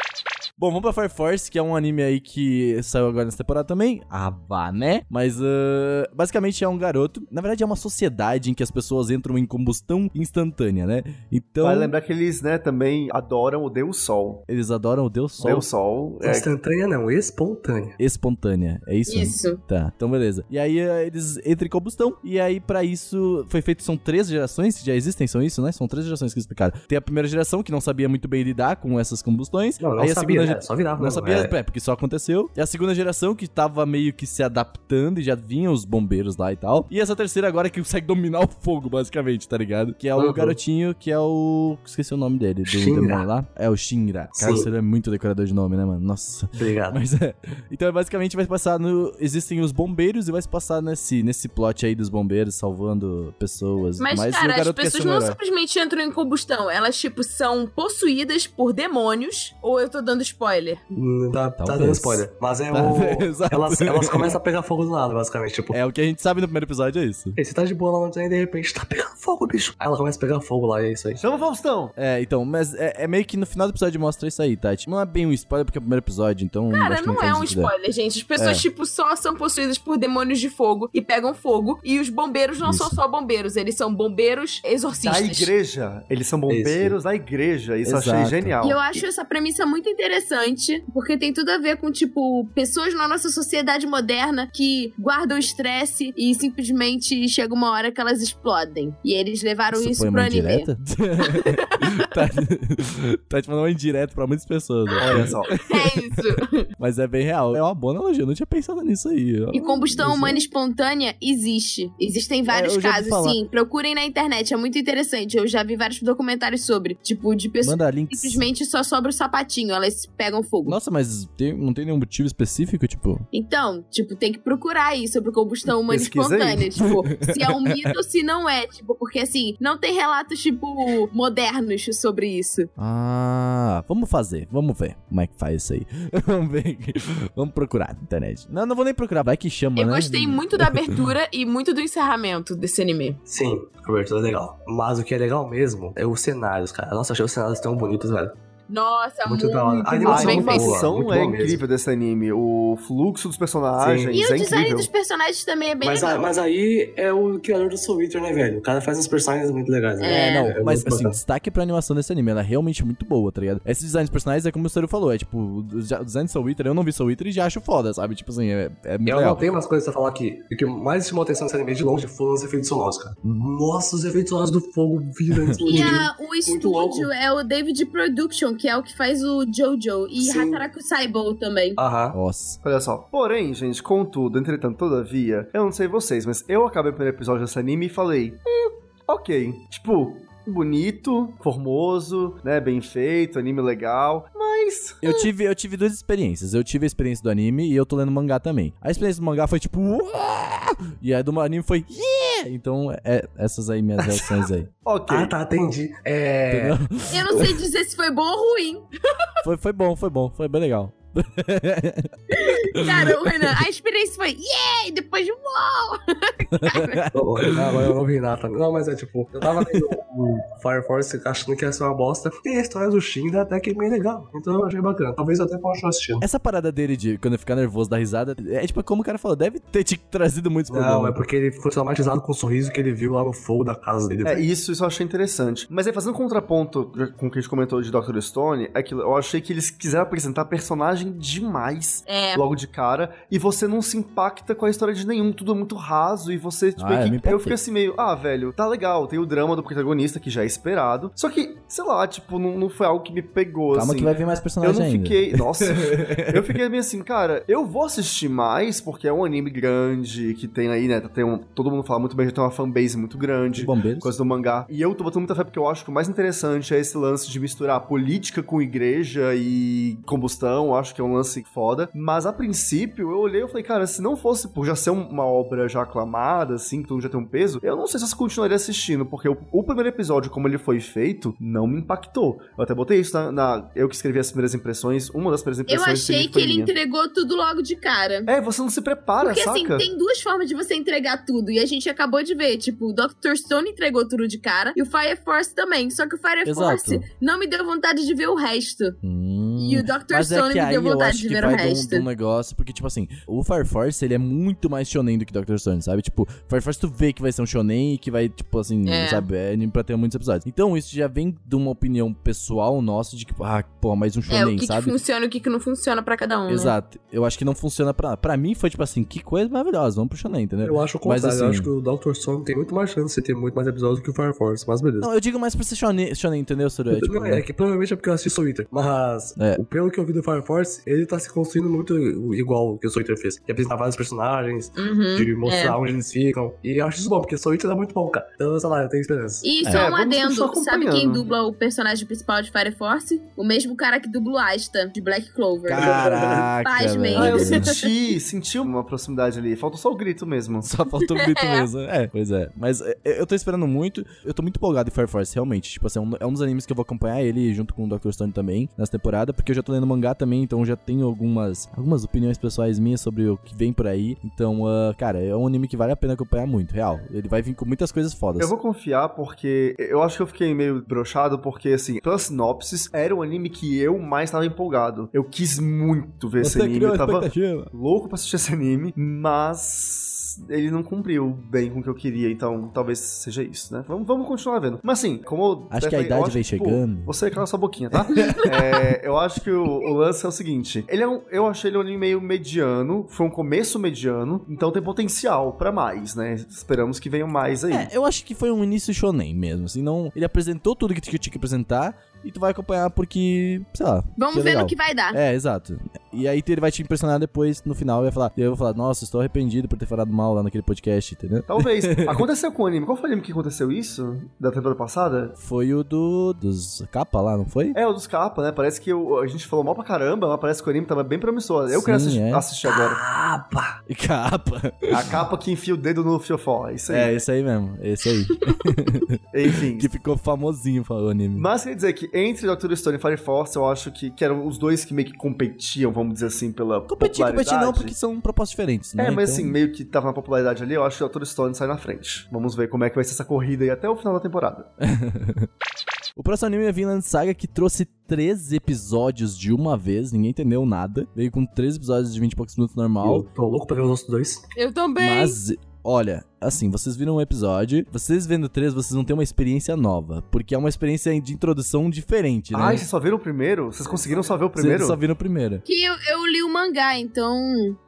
Speaker 4: Bom, vamos pra Fire Force, que é um anime aí que saiu agora nessa temporada também. Ah, vá, né? Mas ah, basicamente é um garoto. Na verdade, é uma sociedade em que as pessoas entram em combustão instantânea, né? Então.
Speaker 3: Vai lembrar que eles, né, também adoram o Deus Sol.
Speaker 4: Eles adoram o Deus Sol.
Speaker 3: Deus Sol é
Speaker 5: Instantânea não, espontânea.
Speaker 4: Espontânea, é isso?
Speaker 6: Isso.
Speaker 4: Tá, então beleza. E aí eh, eles entram em combustão. E aí, pra isso, foi feito. São três gerações que já existem, são isso, né? São três gerações que explicaram. Tem a primeira geração que não sabia muito bem lidar com essas combustões.
Speaker 5: Não, não
Speaker 4: aí a
Speaker 5: sabia,
Speaker 4: segunda
Speaker 5: né? só virava.
Speaker 4: não
Speaker 5: mesmo,
Speaker 4: sabia,
Speaker 5: é.
Speaker 4: é, porque só aconteceu. E a segunda geração que tava meio que se adaptando e já vinham os bombeiros lá e tal. E essa terceira agora que consegue dominar o fogo, basicamente, tá ligado? Que é o
Speaker 5: Uhum.
Speaker 4: garotinho que é o. Esqueci o nome dele, do
Speaker 5: Shinra.
Speaker 4: demônio lá. É o Shinra. Cara,
Speaker 5: Sim.
Speaker 4: você é muito decorador de nome, né, mano? Nossa.
Speaker 5: Obrigado.
Speaker 4: Mas é. Então, é basicamente, vai se passar no. Existem os bombeiros e vai se passar nesse, nesse plot aí dos bombeiros salvando pessoas.
Speaker 6: Mas,
Speaker 4: e
Speaker 6: cara,
Speaker 4: o
Speaker 6: as
Speaker 4: garoto quer ser
Speaker 6: pessoas
Speaker 4: um
Speaker 6: não
Speaker 4: herói.
Speaker 6: simplesmente entram em combustão. Elas, tipo, são possuídas por demônios. Ou eu tô dando spoiler?
Speaker 5: Hum, Tá, tá
Speaker 4: Talvez.
Speaker 5: dando spoiler. Mas é
Speaker 4: Tá,
Speaker 5: o.
Speaker 4: exato.
Speaker 5: Elas, elas começam a pegar fogo do nada, basicamente. Tipo,
Speaker 4: É o que a gente sabe no primeiro episódio, é isso.
Speaker 5: "Ei, você tá de boa lá no desenho e de repente tá pegando fogo, bicho. Aí ela começa a pegar fogo lá e é isso aí.
Speaker 3: Chama o Faustão!
Speaker 4: É, então, mas é, é meio que no final do episódio mostra isso aí, Tati. Não é bem um spoiler, porque é o primeiro episódio, então.
Speaker 6: Cara,
Speaker 4: acho que
Speaker 6: não
Speaker 4: faz
Speaker 6: é um
Speaker 4: sentido. É.
Speaker 6: spoiler, gente. As pessoas, tipo, só são possuídas por demônios de fogo e pegam fogo. E os bombeiros não são
Speaker 4: Isso.
Speaker 6: só bombeiros, eles são bombeiros
Speaker 3: Da
Speaker 6: exorcistas.
Speaker 3: igreja. Eles são bombeiros da igreja. Isso eu achei
Speaker 4: Exato.
Speaker 3: genial.
Speaker 6: E eu acho essa premissa muito interessante, porque tem tudo a ver com, tipo, pessoas na nossa sociedade moderna que guardam estresse e simplesmente chega uma hora que elas explodem. E eles levaram isso,
Speaker 4: foi
Speaker 6: pro
Speaker 4: uma
Speaker 6: anime.
Speaker 4: indireta? Tati, Tati mandou uma indireta pra muitas pessoas. né?
Speaker 3: Olha só.
Speaker 6: É isso.
Speaker 4: Mas é bem real. É uma boa analogia, eu não tinha pensado nisso aí.
Speaker 6: E combustão
Speaker 4: Exato.
Speaker 6: humana espontânea existe. Existem vários
Speaker 4: É, eu já ouvi
Speaker 6: casos,
Speaker 4: falar.
Speaker 6: sim. Procurem na internet, é muito interessante. Eu já vi vários documentários sobre. Tipo, de pessoas
Speaker 4: Manda
Speaker 6: que
Speaker 4: links.
Speaker 6: simplesmente só sobra o sapatinho, elas pegam fogo.
Speaker 4: Nossa, mas tem- não tem nenhum motivo específico, tipo.
Speaker 6: Então, tipo, tem que procurar aí sobre combustão humana
Speaker 3: Pesquisa aí.
Speaker 6: espontânea. Tipo, se é um mito ou se não é. Tipo, porque assim, não tem relatos, tipo, modernos sobre isso.
Speaker 4: Ah, vamos fazer, vamos ver como é que faz isso aí. vamos ver, vamos procurar na internet. Não, não vou nem procurar, vai que chama,
Speaker 6: Eu
Speaker 4: né?
Speaker 6: gostei muito da abertura e muito do encerramento desse anime.
Speaker 5: Sim, a cobertura é legal. Mas o que é legal mesmo é os cenários, cara. Nossa, achei os cenários tão bonitos, velho.
Speaker 6: Nossa,
Speaker 5: Muito
Speaker 6: muito,
Speaker 5: da hora. A
Speaker 6: muito
Speaker 3: A
Speaker 5: animação
Speaker 6: bem
Speaker 5: muito
Speaker 6: feito.
Speaker 5: boa.
Speaker 3: animação
Speaker 5: muito
Speaker 3: é
Speaker 5: boa mesmo.
Speaker 3: incrível desse anime. O fluxo dos personagens
Speaker 6: E o
Speaker 3: é
Speaker 6: design
Speaker 3: incrível.
Speaker 6: dos personagens também é bem
Speaker 5: Mas, ah, a-
Speaker 6: legal.
Speaker 5: mas aí é o criador do Soul Eater, né, velho? O cara faz uns personagens muito legais, né?
Speaker 4: É, não,
Speaker 5: muito
Speaker 4: mas assim,
Speaker 5: bacana.
Speaker 4: destaque pra animação desse anime, ela é realmente muito boa, tá ligado? Esse design dos personagens é como o Seru falou, é tipo, o já- o design de Soul Eater, eu não vi Soul Eater e já acho foda, sabe? Tipo assim, é, é muito
Speaker 5: Eu
Speaker 4: legal.
Speaker 5: anotei umas coisas pra falar aqui. E o que mais chamou atenção nesse anime de longe foram os efeitos sonoros, cara.
Speaker 4: Uhum.
Speaker 5: Nossa, os efeitos sonoros do fogo viram
Speaker 6: E
Speaker 5: explodindo.
Speaker 6: a- o estúdio
Speaker 5: louco.
Speaker 6: é o David Production, que é o que faz o Jojo. E
Speaker 5: Sim.
Speaker 6: Hataraku Saibou também.
Speaker 5: Aham.
Speaker 4: Nossa.
Speaker 3: Olha só. Porém, gente, contudo, entretanto, todavia, eu não sei vocês, mas eu acabei o primeiro episódio desse anime e falei, "Hum, ok. Tipo, bonito, formoso, né, bem feito, anime legal, mas...
Speaker 4: Eu tive, eu tive duas experiências. Eu tive a experiência do anime e eu tô lendo mangá também. A experiência do mangá foi tipo. "Uá!" E a do anime foi. "Yeah!" Então, é, essas aí minhas reações aí.
Speaker 3: Ok.
Speaker 5: Ah, tá, entendi. É.
Speaker 6: Eu não sei dizer se foi bom ou ruim.
Speaker 4: Foi, foi bom, foi bom, foi bem legal.
Speaker 6: Cara, o Renan, a experiência foi yeah! E depois de um uau!
Speaker 5: Ô, ô, Renato, Agora eu ouvi Renata. Não, mas é tipo, eu tava vendo o Fire Force achando que ia ser uma bosta. E a história do Shinra até que é bem legal. Então eu achei bacana. Talvez eu até continue assistindo.
Speaker 4: Essa parada dele de quando eu ficar nervoso, dar risada, é tipo como o cara falou, deve ter te trazido muitos problemas.
Speaker 5: Não, é porque ele ficou traumatizado com o sorriso que ele viu lá no fogo da casa dele.
Speaker 3: É, isso, isso eu achei interessante. Mas aí, fazendo um contraponto com o que a gente comentou de Dr. Stone, é que eu achei que eles quiseram apresentar personagem demais
Speaker 6: É.
Speaker 3: logo de cara, e você não se impacta com a história de nenhum, tudo é muito raso, e você, tipo, é
Speaker 4: Ah, eu
Speaker 3: que-
Speaker 4: me
Speaker 3: eu,
Speaker 4: impactei.
Speaker 3: fico assim meio, ah, velho, tá legal, tem o drama do protagonista, que já é esperado, só que, sei lá, tipo, não, não foi algo que me pegou,
Speaker 4: Calma
Speaker 3: assim.
Speaker 4: que vai vir mais
Speaker 3: Eu
Speaker 4: personagem
Speaker 3: não
Speaker 4: ainda.
Speaker 3: fiquei. Nossa. eu fiquei meio assim, cara, eu vou assistir mais, porque é um anime grande, que tem aí, né? Tem um, todo mundo fala muito bem, já tem uma fanbase muito grande.
Speaker 4: De bombeiros.
Speaker 3: Coisa do mangá. E eu tô botando muita fé porque eu acho que o mais interessante é esse lance de misturar política com igreja e combustão. Eu acho que é um lance foda. Mas a princípio, eu olhei e falei, cara, se não fosse por já ser um, uma obra já aclamada, assim, que todo mundo já tem um peso, eu não sei se eu continuaria assistindo, porque o, o primeiro episódio, como ele foi feito, não me impactou. Eu até botei isso na. na- eu que escrevi as primeiras impressões, uma das primeiras
Speaker 6: Eu
Speaker 3: impressões.
Speaker 6: achei
Speaker 3: inclusive,
Speaker 6: que
Speaker 3: foi
Speaker 6: ele
Speaker 3: minha.
Speaker 6: entregou tudo logo de cara.
Speaker 3: É, você não se prepara,
Speaker 6: Porque
Speaker 3: saca?
Speaker 6: assim, tem duas formas de você entregar tudo. E a gente acabou de ver, tipo, o Dr. Stone entregou tudo de cara e o Fire Force também. Só que o Fire
Speaker 4: Exato.
Speaker 6: Force não me deu vontade de ver o resto.
Speaker 4: Hum,
Speaker 6: E o Dr.
Speaker 4: Mas é
Speaker 6: Stone
Speaker 4: que
Speaker 6: me
Speaker 4: aí
Speaker 6: deu
Speaker 4: eu
Speaker 6: vontade
Speaker 4: acho
Speaker 6: de
Speaker 4: que
Speaker 6: ver o
Speaker 4: vai de um,
Speaker 6: resto.
Speaker 4: de um negócio, porque, tipo assim, o Fire Force, ele é muito mais shonen do que Dr. Stone, sabe? Tipo, Fire Force tu vê que vai ser um shonen e que vai, tipo assim,
Speaker 6: É.
Speaker 4: sabe, é anime pra ter muitos episódios. Então isso já vem de uma opinião pessoal nossa de que, ah, pô, mais um shonen,
Speaker 6: É, o que, que
Speaker 4: sabe?
Speaker 6: funciona e o que, que não funciona pra cada um. né?
Speaker 4: Exato. Eu acho que não funciona pra... Pra mim foi, tipo assim, que coisa maravilhosa, vamos pro shonen, entendeu?
Speaker 5: Eu acho o
Speaker 4: Mas,
Speaker 5: contrário, eu
Speaker 4: assim-
Speaker 5: acho que o Dr. Stone tem muito mais chance de ter muito mais episódios que o Fire Force, mas beleza.
Speaker 4: Não, eu digo mais pra ser shonen, shonen entendeu, Soro? É, tipo,
Speaker 5: Não, é que provavelmente é porque eu assisto o Twitter. Mas,
Speaker 4: É.
Speaker 5: o- pelo que eu vi do Fire Force, ele tá se construindo muito igual o que o Twitter fez. De apresentar vários personagens,
Speaker 6: Uhum.
Speaker 5: de mostrar onde eles ficam. E eu acho isso bom, porque o Twitter é muito bom, cara. Então, sei lá, eu tenho esperança.
Speaker 6: E
Speaker 3: É,
Speaker 6: só um
Speaker 3: vamos
Speaker 6: adendo,
Speaker 3: continuar
Speaker 6: sabe quem
Speaker 3: acompanhando.
Speaker 6: dubla o personagem principal de Fire Force? O mesmo cara que dubla o Asta, de Black Clover.
Speaker 4: Caraca,
Speaker 6: Faz
Speaker 4: velho.
Speaker 6: mesmo.
Speaker 3: Ah, eu senti, senti uma proximidade ali. Faltou só o grito mesmo.
Speaker 4: Só faltou o grito mesmo. É, pois é. Mas é, eu tô esperando muito. Eu tô muito empolgado em Fire Force, realmente. Tipo assim, é um, é um dos animes que eu vou acompanhar ele junto com o Dr. Stone também nessa temporada. Porque eu já tô lendo mangá também, então eu já tenho algumas, algumas opiniões pessoais minhas sobre o que vem por aí. Então, ah, cara, é um anime que vale a pena acompanhar muito, real. Ele vai vir com muitas coisas fodas.
Speaker 3: Eu vou confiar porque eu acho que eu fiquei meio brochado porque, assim, pela sinopsis, era o anime que eu mais tava empolgado. Eu quis muito ver esse
Speaker 4: Você
Speaker 3: anime.
Speaker 4: criou
Speaker 3: Eu
Speaker 4: a
Speaker 3: tava
Speaker 4: expectativa.
Speaker 3: louco pra assistir esse anime, mas ele não cumpriu bem com o que eu queria, então talvez seja isso, né? Vamos, vamos continuar vendo. Mas assim, como eu
Speaker 4: Acho que a
Speaker 3: eu
Speaker 4: idade
Speaker 3: acho
Speaker 4: vem
Speaker 3: que, pô,
Speaker 4: chegando.
Speaker 3: Você cala sua boquinha, tá? É, eu acho que o, o lance é o seguinte: ele é um, eu achei ele um anime meio mediano, foi um começo mediano, então tem potencial pra mais, né? Esperamos que venham mais aí.
Speaker 4: É, eu acho que foi um início shonen mesmo, assim, não... Ele apresentou tudo que, que tinha que apresentar e tu vai acompanhar porque, sei lá,
Speaker 6: Vamos
Speaker 4: Que
Speaker 6: ver
Speaker 4: legal.
Speaker 6: no que vai dar.
Speaker 4: É, exato. E aí ele vai te impressionar depois, no final, e vai falar, eu vou falar, nossa, estou arrependido por ter falado mal lá naquele podcast, entendeu?
Speaker 3: Talvez. aconteceu com o anime. Qual foi o anime que aconteceu isso? Da temporada passada?
Speaker 4: Foi o do. dos capa lá, não foi?
Speaker 3: É, o dos capas, né? Parece que o- a gente falou mal pra caramba, mas parece que o anime tava bem promissor. Eu quero
Speaker 4: Sim,
Speaker 3: assistir,
Speaker 4: é.
Speaker 3: assistir agora.
Speaker 6: ah,
Speaker 5: Capa!
Speaker 4: Capa.
Speaker 3: A capa que enfia o dedo no fiofó, é isso aí.
Speaker 4: É, esse aí mesmo, esse aí.
Speaker 3: Enfim.
Speaker 4: É. que ficou famosinho falou o anime.
Speaker 3: Mas queria dizer que entre Dr. Stone e Fire Force, eu acho que, que eram os dois que meio que competiam, vamos dizer assim, pela
Speaker 4: Competir,
Speaker 3: popularidade.
Speaker 4: competir não, porque são propostas diferentes, né?
Speaker 3: É, mas
Speaker 4: Então,
Speaker 3: assim, meio que tava na popularidade ali, eu acho que o Dr. Stone sai na frente. Vamos ver como é que vai ser essa corrida aí até o final da temporada.
Speaker 4: O próximo anime é Vinland Saga, que trouxe três episódios de uma vez, ninguém entendeu nada. Veio com três episódios de 20 e poucos minutos normal.
Speaker 5: Eu tô louco pra ver os outros dois.
Speaker 6: Eu também.
Speaker 4: Mas, olha, assim, vocês viram um episódio, vocês vendo três, vocês vão ter uma experiência nova. Porque é uma experiência de introdução diferente, né?
Speaker 3: Ai, vocês só viram o primeiro? Vocês conseguiram só ver o primeiro?
Speaker 4: Vocês só viram o primeiro.
Speaker 6: Que eu, eu li o mangá, então.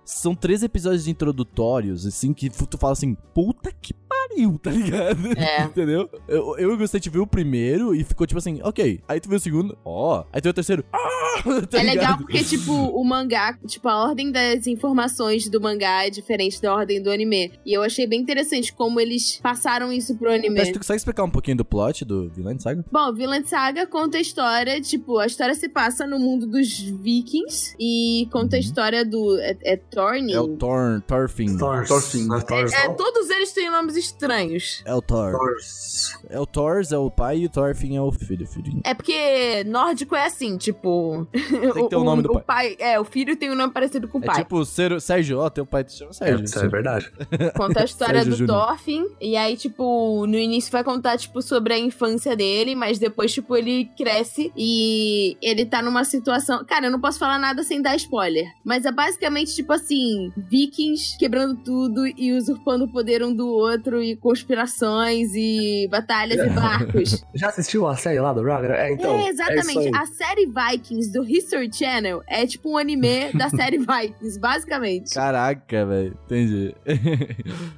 Speaker 4: São três episódios de introdutórios, assim, que tu fala assim, puta que pariu, tá ligado?
Speaker 6: É.
Speaker 4: Entendeu? Eu, eu e o Gustavo viu o primeiro e ficou tipo assim, ok. Aí tu viu o segundo, ó. Aí tu viu o terceiro, ah! tá
Speaker 6: é legal
Speaker 4: ligado?
Speaker 6: porque, tipo, o mangá, tipo, a ordem das informações do mangá é diferente da ordem do anime. E eu achei bem interessante como eles passaram isso pro anime.
Speaker 4: Mas tu consegue explicar um pouquinho do plot do Vinland Saga?
Speaker 6: Bom, Vinland Saga conta a história, tipo, a história se passa no mundo dos vikings e conta a
Speaker 4: Uhum.
Speaker 6: história do. É, é Thorning?
Speaker 4: É o Thorn, Thorfinn.
Speaker 5: Thors.
Speaker 3: Thorfinn.
Speaker 5: Não é Thors,
Speaker 6: É,
Speaker 5: não?
Speaker 6: todos eles têm nomes estranhos.
Speaker 4: É o Thor.
Speaker 5: Thors.
Speaker 4: É o Thors, é o pai e o Thorfinn é o filho, filhinho.
Speaker 6: É porque nórdico é assim, tipo.
Speaker 4: que ter o nome do
Speaker 6: É, o filho tem um nome parecido com o
Speaker 4: É
Speaker 6: pai.
Speaker 4: tipo, ser, Sérgio, ó, teu pai te chama
Speaker 5: É,
Speaker 4: Sérgio.
Speaker 5: isso é verdade.
Speaker 6: Conta a história
Speaker 4: Sérgio
Speaker 6: do
Speaker 4: Júnior.
Speaker 6: Thorfinn. E aí, tipo, no início vai contar, tipo, sobre a infância dele, mas depois, tipo, ele cresce e ele tá numa situação. Cara, eu não posso falar nada sem dar spoiler. Mas é basicamente, tipo assim, vikings quebrando tudo e usurpando o poder um do outro, e conspirações e batalhas e barcos.
Speaker 5: Já assistiu a série lá do Ragnarok? É, então.
Speaker 6: é, exatamente.
Speaker 5: isso aí.
Speaker 6: a série Vikings do History Channel é tipo um anime da série Vikings, basicamente.
Speaker 4: Caraca, velho. Entendi.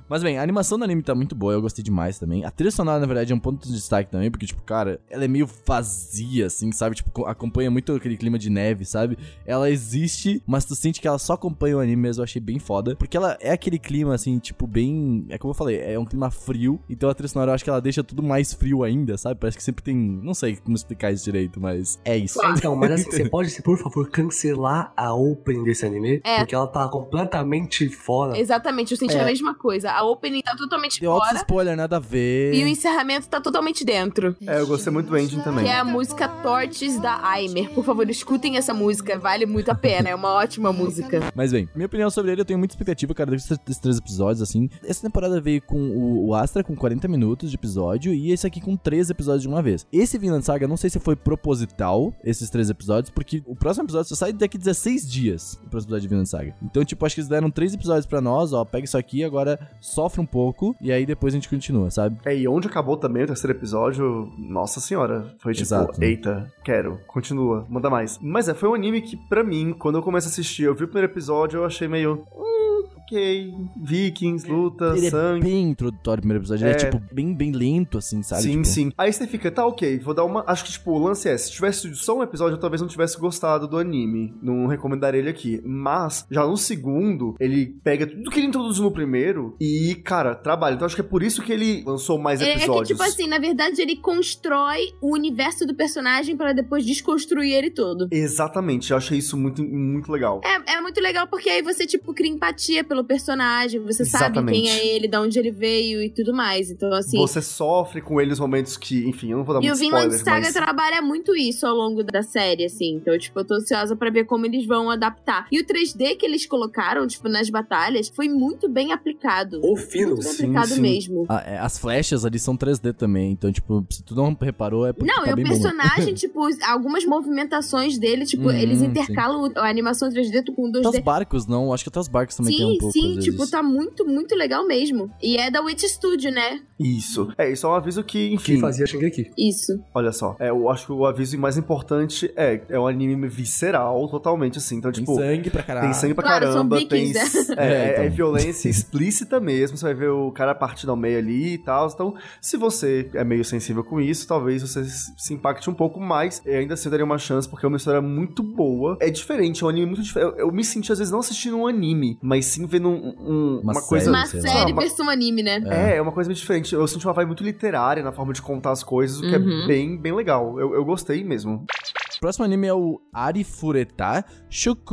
Speaker 4: Mas bem, a animação do anime tá muito boa, eu gostei demais também. A trilha sonora, na verdade, é um ponto de destaque também, porque, tipo, cara, ela é meio vazia, assim, sabe? Tipo, co- acompanha muito aquele clima de neve, sabe? Ela existe, mas tu sente que ela só acompanha o anime mesmo, eu achei bem foda. Porque ela é aquele clima, assim, tipo, bem. É como eu falei, é um clima frio. Então a trilha sonora eu acho que ela deixa tudo mais frio ainda, sabe? Parece que sempre tem. Não sei como explicar isso direito, mas é isso.
Speaker 5: É, Então, mas assim, você pode, por favor, cancelar a opening desse anime?
Speaker 6: É.
Speaker 5: Porque ela tá completamente fora.
Speaker 6: Exatamente, eu senti
Speaker 4: É.
Speaker 6: a mesma coisa. A opening tá totalmente
Speaker 4: Deu
Speaker 6: fora.
Speaker 4: alto spoiler, nada a ver.
Speaker 6: E o encerramento tá totalmente dentro.
Speaker 3: É, eu gostei muito do Engine também.
Speaker 6: Que é a música Torches da Aimer. Por favor, escutem essa música, vale muito a pena. É uma ótima música.
Speaker 4: Mas bem, minha opinião sobre ele, eu tenho muita expectativa, cara, desses três episódios, assim. Essa temporada veio com o o, o Astra com 40 minutos de episódio e esse aqui com 3 episódios de uma vez. Esse Vinland Saga, eu não sei se foi proposital, esses três episódios, porque o próximo episódio só sai daqui 16 dias, o próximo episódio de Vinland Saga. Então, tipo, acho que eles deram três episódios pra nós, ó, pega isso aqui, agora sofre um pouco e aí depois a gente continua, sabe?
Speaker 3: É, e onde acabou também o terceiro episódio, nossa senhora, foi tipo,
Speaker 4: Exato.
Speaker 3: eita, quero, continua, manda mais. Mas é, foi um anime que pra mim, quando eu começo a assistir, eu vi o primeiro episódio, eu achei meio, "Hum, ok, vikings, luta,
Speaker 4: Ele é
Speaker 3: sangue.
Speaker 4: bem introdutório o primeiro episódio, ele é
Speaker 3: É.
Speaker 4: tipo bem, bem lento, assim, sabe?
Speaker 3: Sim,
Speaker 4: Tipo,
Speaker 3: sim. Aí você fica, tá ok, vou dar uma. Acho que, tipo, o lance é: se tivesse só um episódio, eu talvez não tivesse gostado do anime. Não recomendaria ele aqui. Mas, já no segundo, ele pega tudo que ele introduziu no primeiro e, cara, trabalha. Então acho que é por isso que ele lançou mais
Speaker 6: É
Speaker 3: episódios.
Speaker 6: que, tipo assim, na verdade, ele constrói o universo do personagem pra depois desconstruir ele todo.
Speaker 3: Exatamente, eu achei isso muito, muito legal.
Speaker 6: É, é muito legal porque aí você, tipo, cria empatia pelo personagem, você sabe
Speaker 3: Exatamente.
Speaker 6: quem é ele, de onde ele veio e tudo mais. Então, assim.
Speaker 3: Você sofre com ele nos momentos que, enfim, eu não vou dar
Speaker 6: E
Speaker 3: muito
Speaker 6: o Vinland
Speaker 3: spoiler,
Speaker 6: Saga
Speaker 3: mas...
Speaker 6: trabalha muito isso ao longo da série, assim. Então, tipo, eu tô ansiosa pra ver como eles vão adaptar. E o 3D que eles colocaram, tipo, nas batalhas, foi muito bem aplicado.
Speaker 5: O fino.
Speaker 6: Muito bem
Speaker 3: sim,
Speaker 6: aplicado
Speaker 3: sim.
Speaker 6: mesmo.
Speaker 4: a- é, as flechas ali são 3D também, então, tipo, se tu não reparou, é porque
Speaker 6: Não,
Speaker 4: tá
Speaker 6: e o
Speaker 4: bem bom.
Speaker 6: personagem, tipo, os- algumas movimentações dele, tipo,
Speaker 4: Uhum,
Speaker 6: eles intercalam o- a animação 3D com
Speaker 4: Até os
Speaker 6: 2D.
Speaker 4: barcos, não, acho que até os barcos também tem um
Speaker 6: Sim,
Speaker 4: pouco, às
Speaker 6: sim,
Speaker 4: vezes.
Speaker 6: tipo, tá muito, muito legal mesmo. E é da Witch Studio, né?
Speaker 3: Isso. É, isso é um aviso que, enfim,
Speaker 5: Quem fazia Shingeki.
Speaker 6: Isso.
Speaker 3: olha só. É, eu acho que o aviso mais importante é, é um anime visceral, totalmente, assim. Então,
Speaker 4: Tem
Speaker 3: tipo,
Speaker 4: sangue pra caralho.
Speaker 3: Tem sangue pra
Speaker 6: Claro, são
Speaker 3: caramba, tem.
Speaker 6: vikings, né?
Speaker 3: É,
Speaker 4: Tá. É,
Speaker 3: é-
Speaker 4: então.
Speaker 3: é violência explícita mesmo. Você vai ver o cara partindo ao meio ali e tal. Então, se você é meio sensível com isso, talvez você s- se impacte um pouco mais. Eu ainda assim eu daria uma chance, porque é uma história muito boa. É diferente, é um anime muito diferente. Eu, eu me senti, às vezes, não assistindo um anime, mas sim vendo um- um- uma,
Speaker 4: Uma série.
Speaker 3: coisa.
Speaker 6: Uma
Speaker 4: É, sei lá.
Speaker 6: série
Speaker 3: Uma-
Speaker 6: versão anime, né?
Speaker 3: É, é uma coisa muito diferente. Eu senti uma vibe muito literária na forma de contar as coisas, o que
Speaker 6: Uhum.
Speaker 3: é bem, bem legal. Eu, eu gostei mesmo.
Speaker 4: O próximo anime é o Arifureta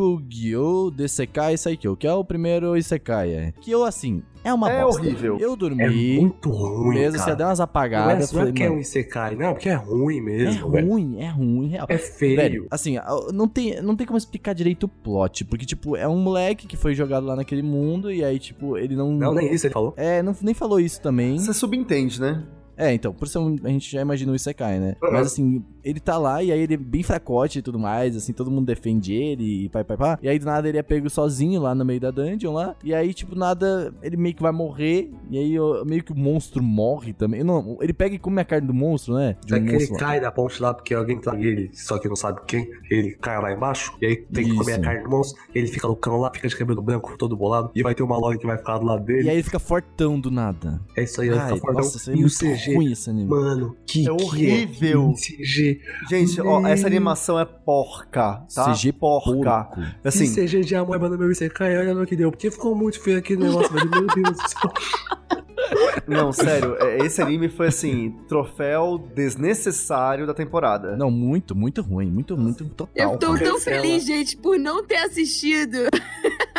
Speaker 4: Shokugyo Desekai Saikyo, que é o primeiro Isekai, é. Que eu, assim, é uma
Speaker 3: é
Speaker 4: bosta.
Speaker 3: horrível.
Speaker 4: Eu dormi,
Speaker 5: É muito ruim,
Speaker 4: beleza, você
Speaker 5: cara.
Speaker 4: deu umas
Speaker 5: Não é,
Speaker 4: apagadas,
Speaker 5: não é
Speaker 4: falei,
Speaker 5: que é
Speaker 4: mano,
Speaker 5: um Isekai, não, porque é ruim
Speaker 4: é
Speaker 5: mesmo, velho.
Speaker 4: ruim, é ruim, real.
Speaker 5: É
Speaker 4: Velho,
Speaker 5: feio.
Speaker 4: assim, a- não tem, não tem como explicar direito o plot, porque, tipo, é um moleque que foi jogado lá naquele mundo e aí, tipo, ele não...
Speaker 5: Não, nem isso ele falou.
Speaker 4: É, não, nem falou isso também.
Speaker 3: Você subentende, né?
Speaker 4: É, então, por isso a gente já imagina o Isekai, né?
Speaker 5: Uhum.
Speaker 4: Mas assim, ele tá lá e aí ele é bem fracote e tudo mais, assim, todo mundo defende ele e pai, pai, pá. E aí do nada ele é pego sozinho lá no meio da dungeon lá. E aí, tipo, nada, ele meio que vai morrer. E aí ó, meio que o monstro morre também. Não, ele pega e come a carne do monstro, né? De
Speaker 5: É
Speaker 4: um
Speaker 5: que ele
Speaker 4: monstro. lá.
Speaker 5: cai da ponte lá porque alguém traga ele, só que não sabe quem. Ele cai lá embaixo, e aí tem que comer
Speaker 4: Isso.
Speaker 5: a carne do monstro. Ele fica loucão lá, fica de cabelo branco, todo bolado. E vai ter uma log que vai ficar do lado
Speaker 4: E
Speaker 5: dele.
Speaker 4: aí ele fica fortão do nada.
Speaker 5: É isso aí, ele
Speaker 4: Ai,
Speaker 5: fica fora
Speaker 3: um
Speaker 4: nossa, isso aí é
Speaker 5: E o
Speaker 4: muito
Speaker 5: CG,
Speaker 4: ruim esse anime.
Speaker 5: mano, que
Speaker 3: É
Speaker 5: que
Speaker 3: horrível.
Speaker 5: Que CG.
Speaker 3: Gente, ó, essa
Speaker 5: Meu.
Speaker 3: animação é porca, tá?
Speaker 4: CG
Speaker 3: porca.
Speaker 4: porco.
Speaker 5: Assim,
Speaker 3: Assim,
Speaker 5: CG de amor, mano, meu Isekai, olha no que deu. Porque ficou muito feio aquele negócio, velho. Meu Deus do céu.
Speaker 3: não, sério, é, esse anime foi assim, troféu desnecessário da temporada.
Speaker 4: Não, muito, muito ruim. Muito, muito, total.
Speaker 6: Eu tô
Speaker 4: cara.
Speaker 6: tão
Speaker 5: Cancela.
Speaker 6: feliz, gente, por não ter assistido.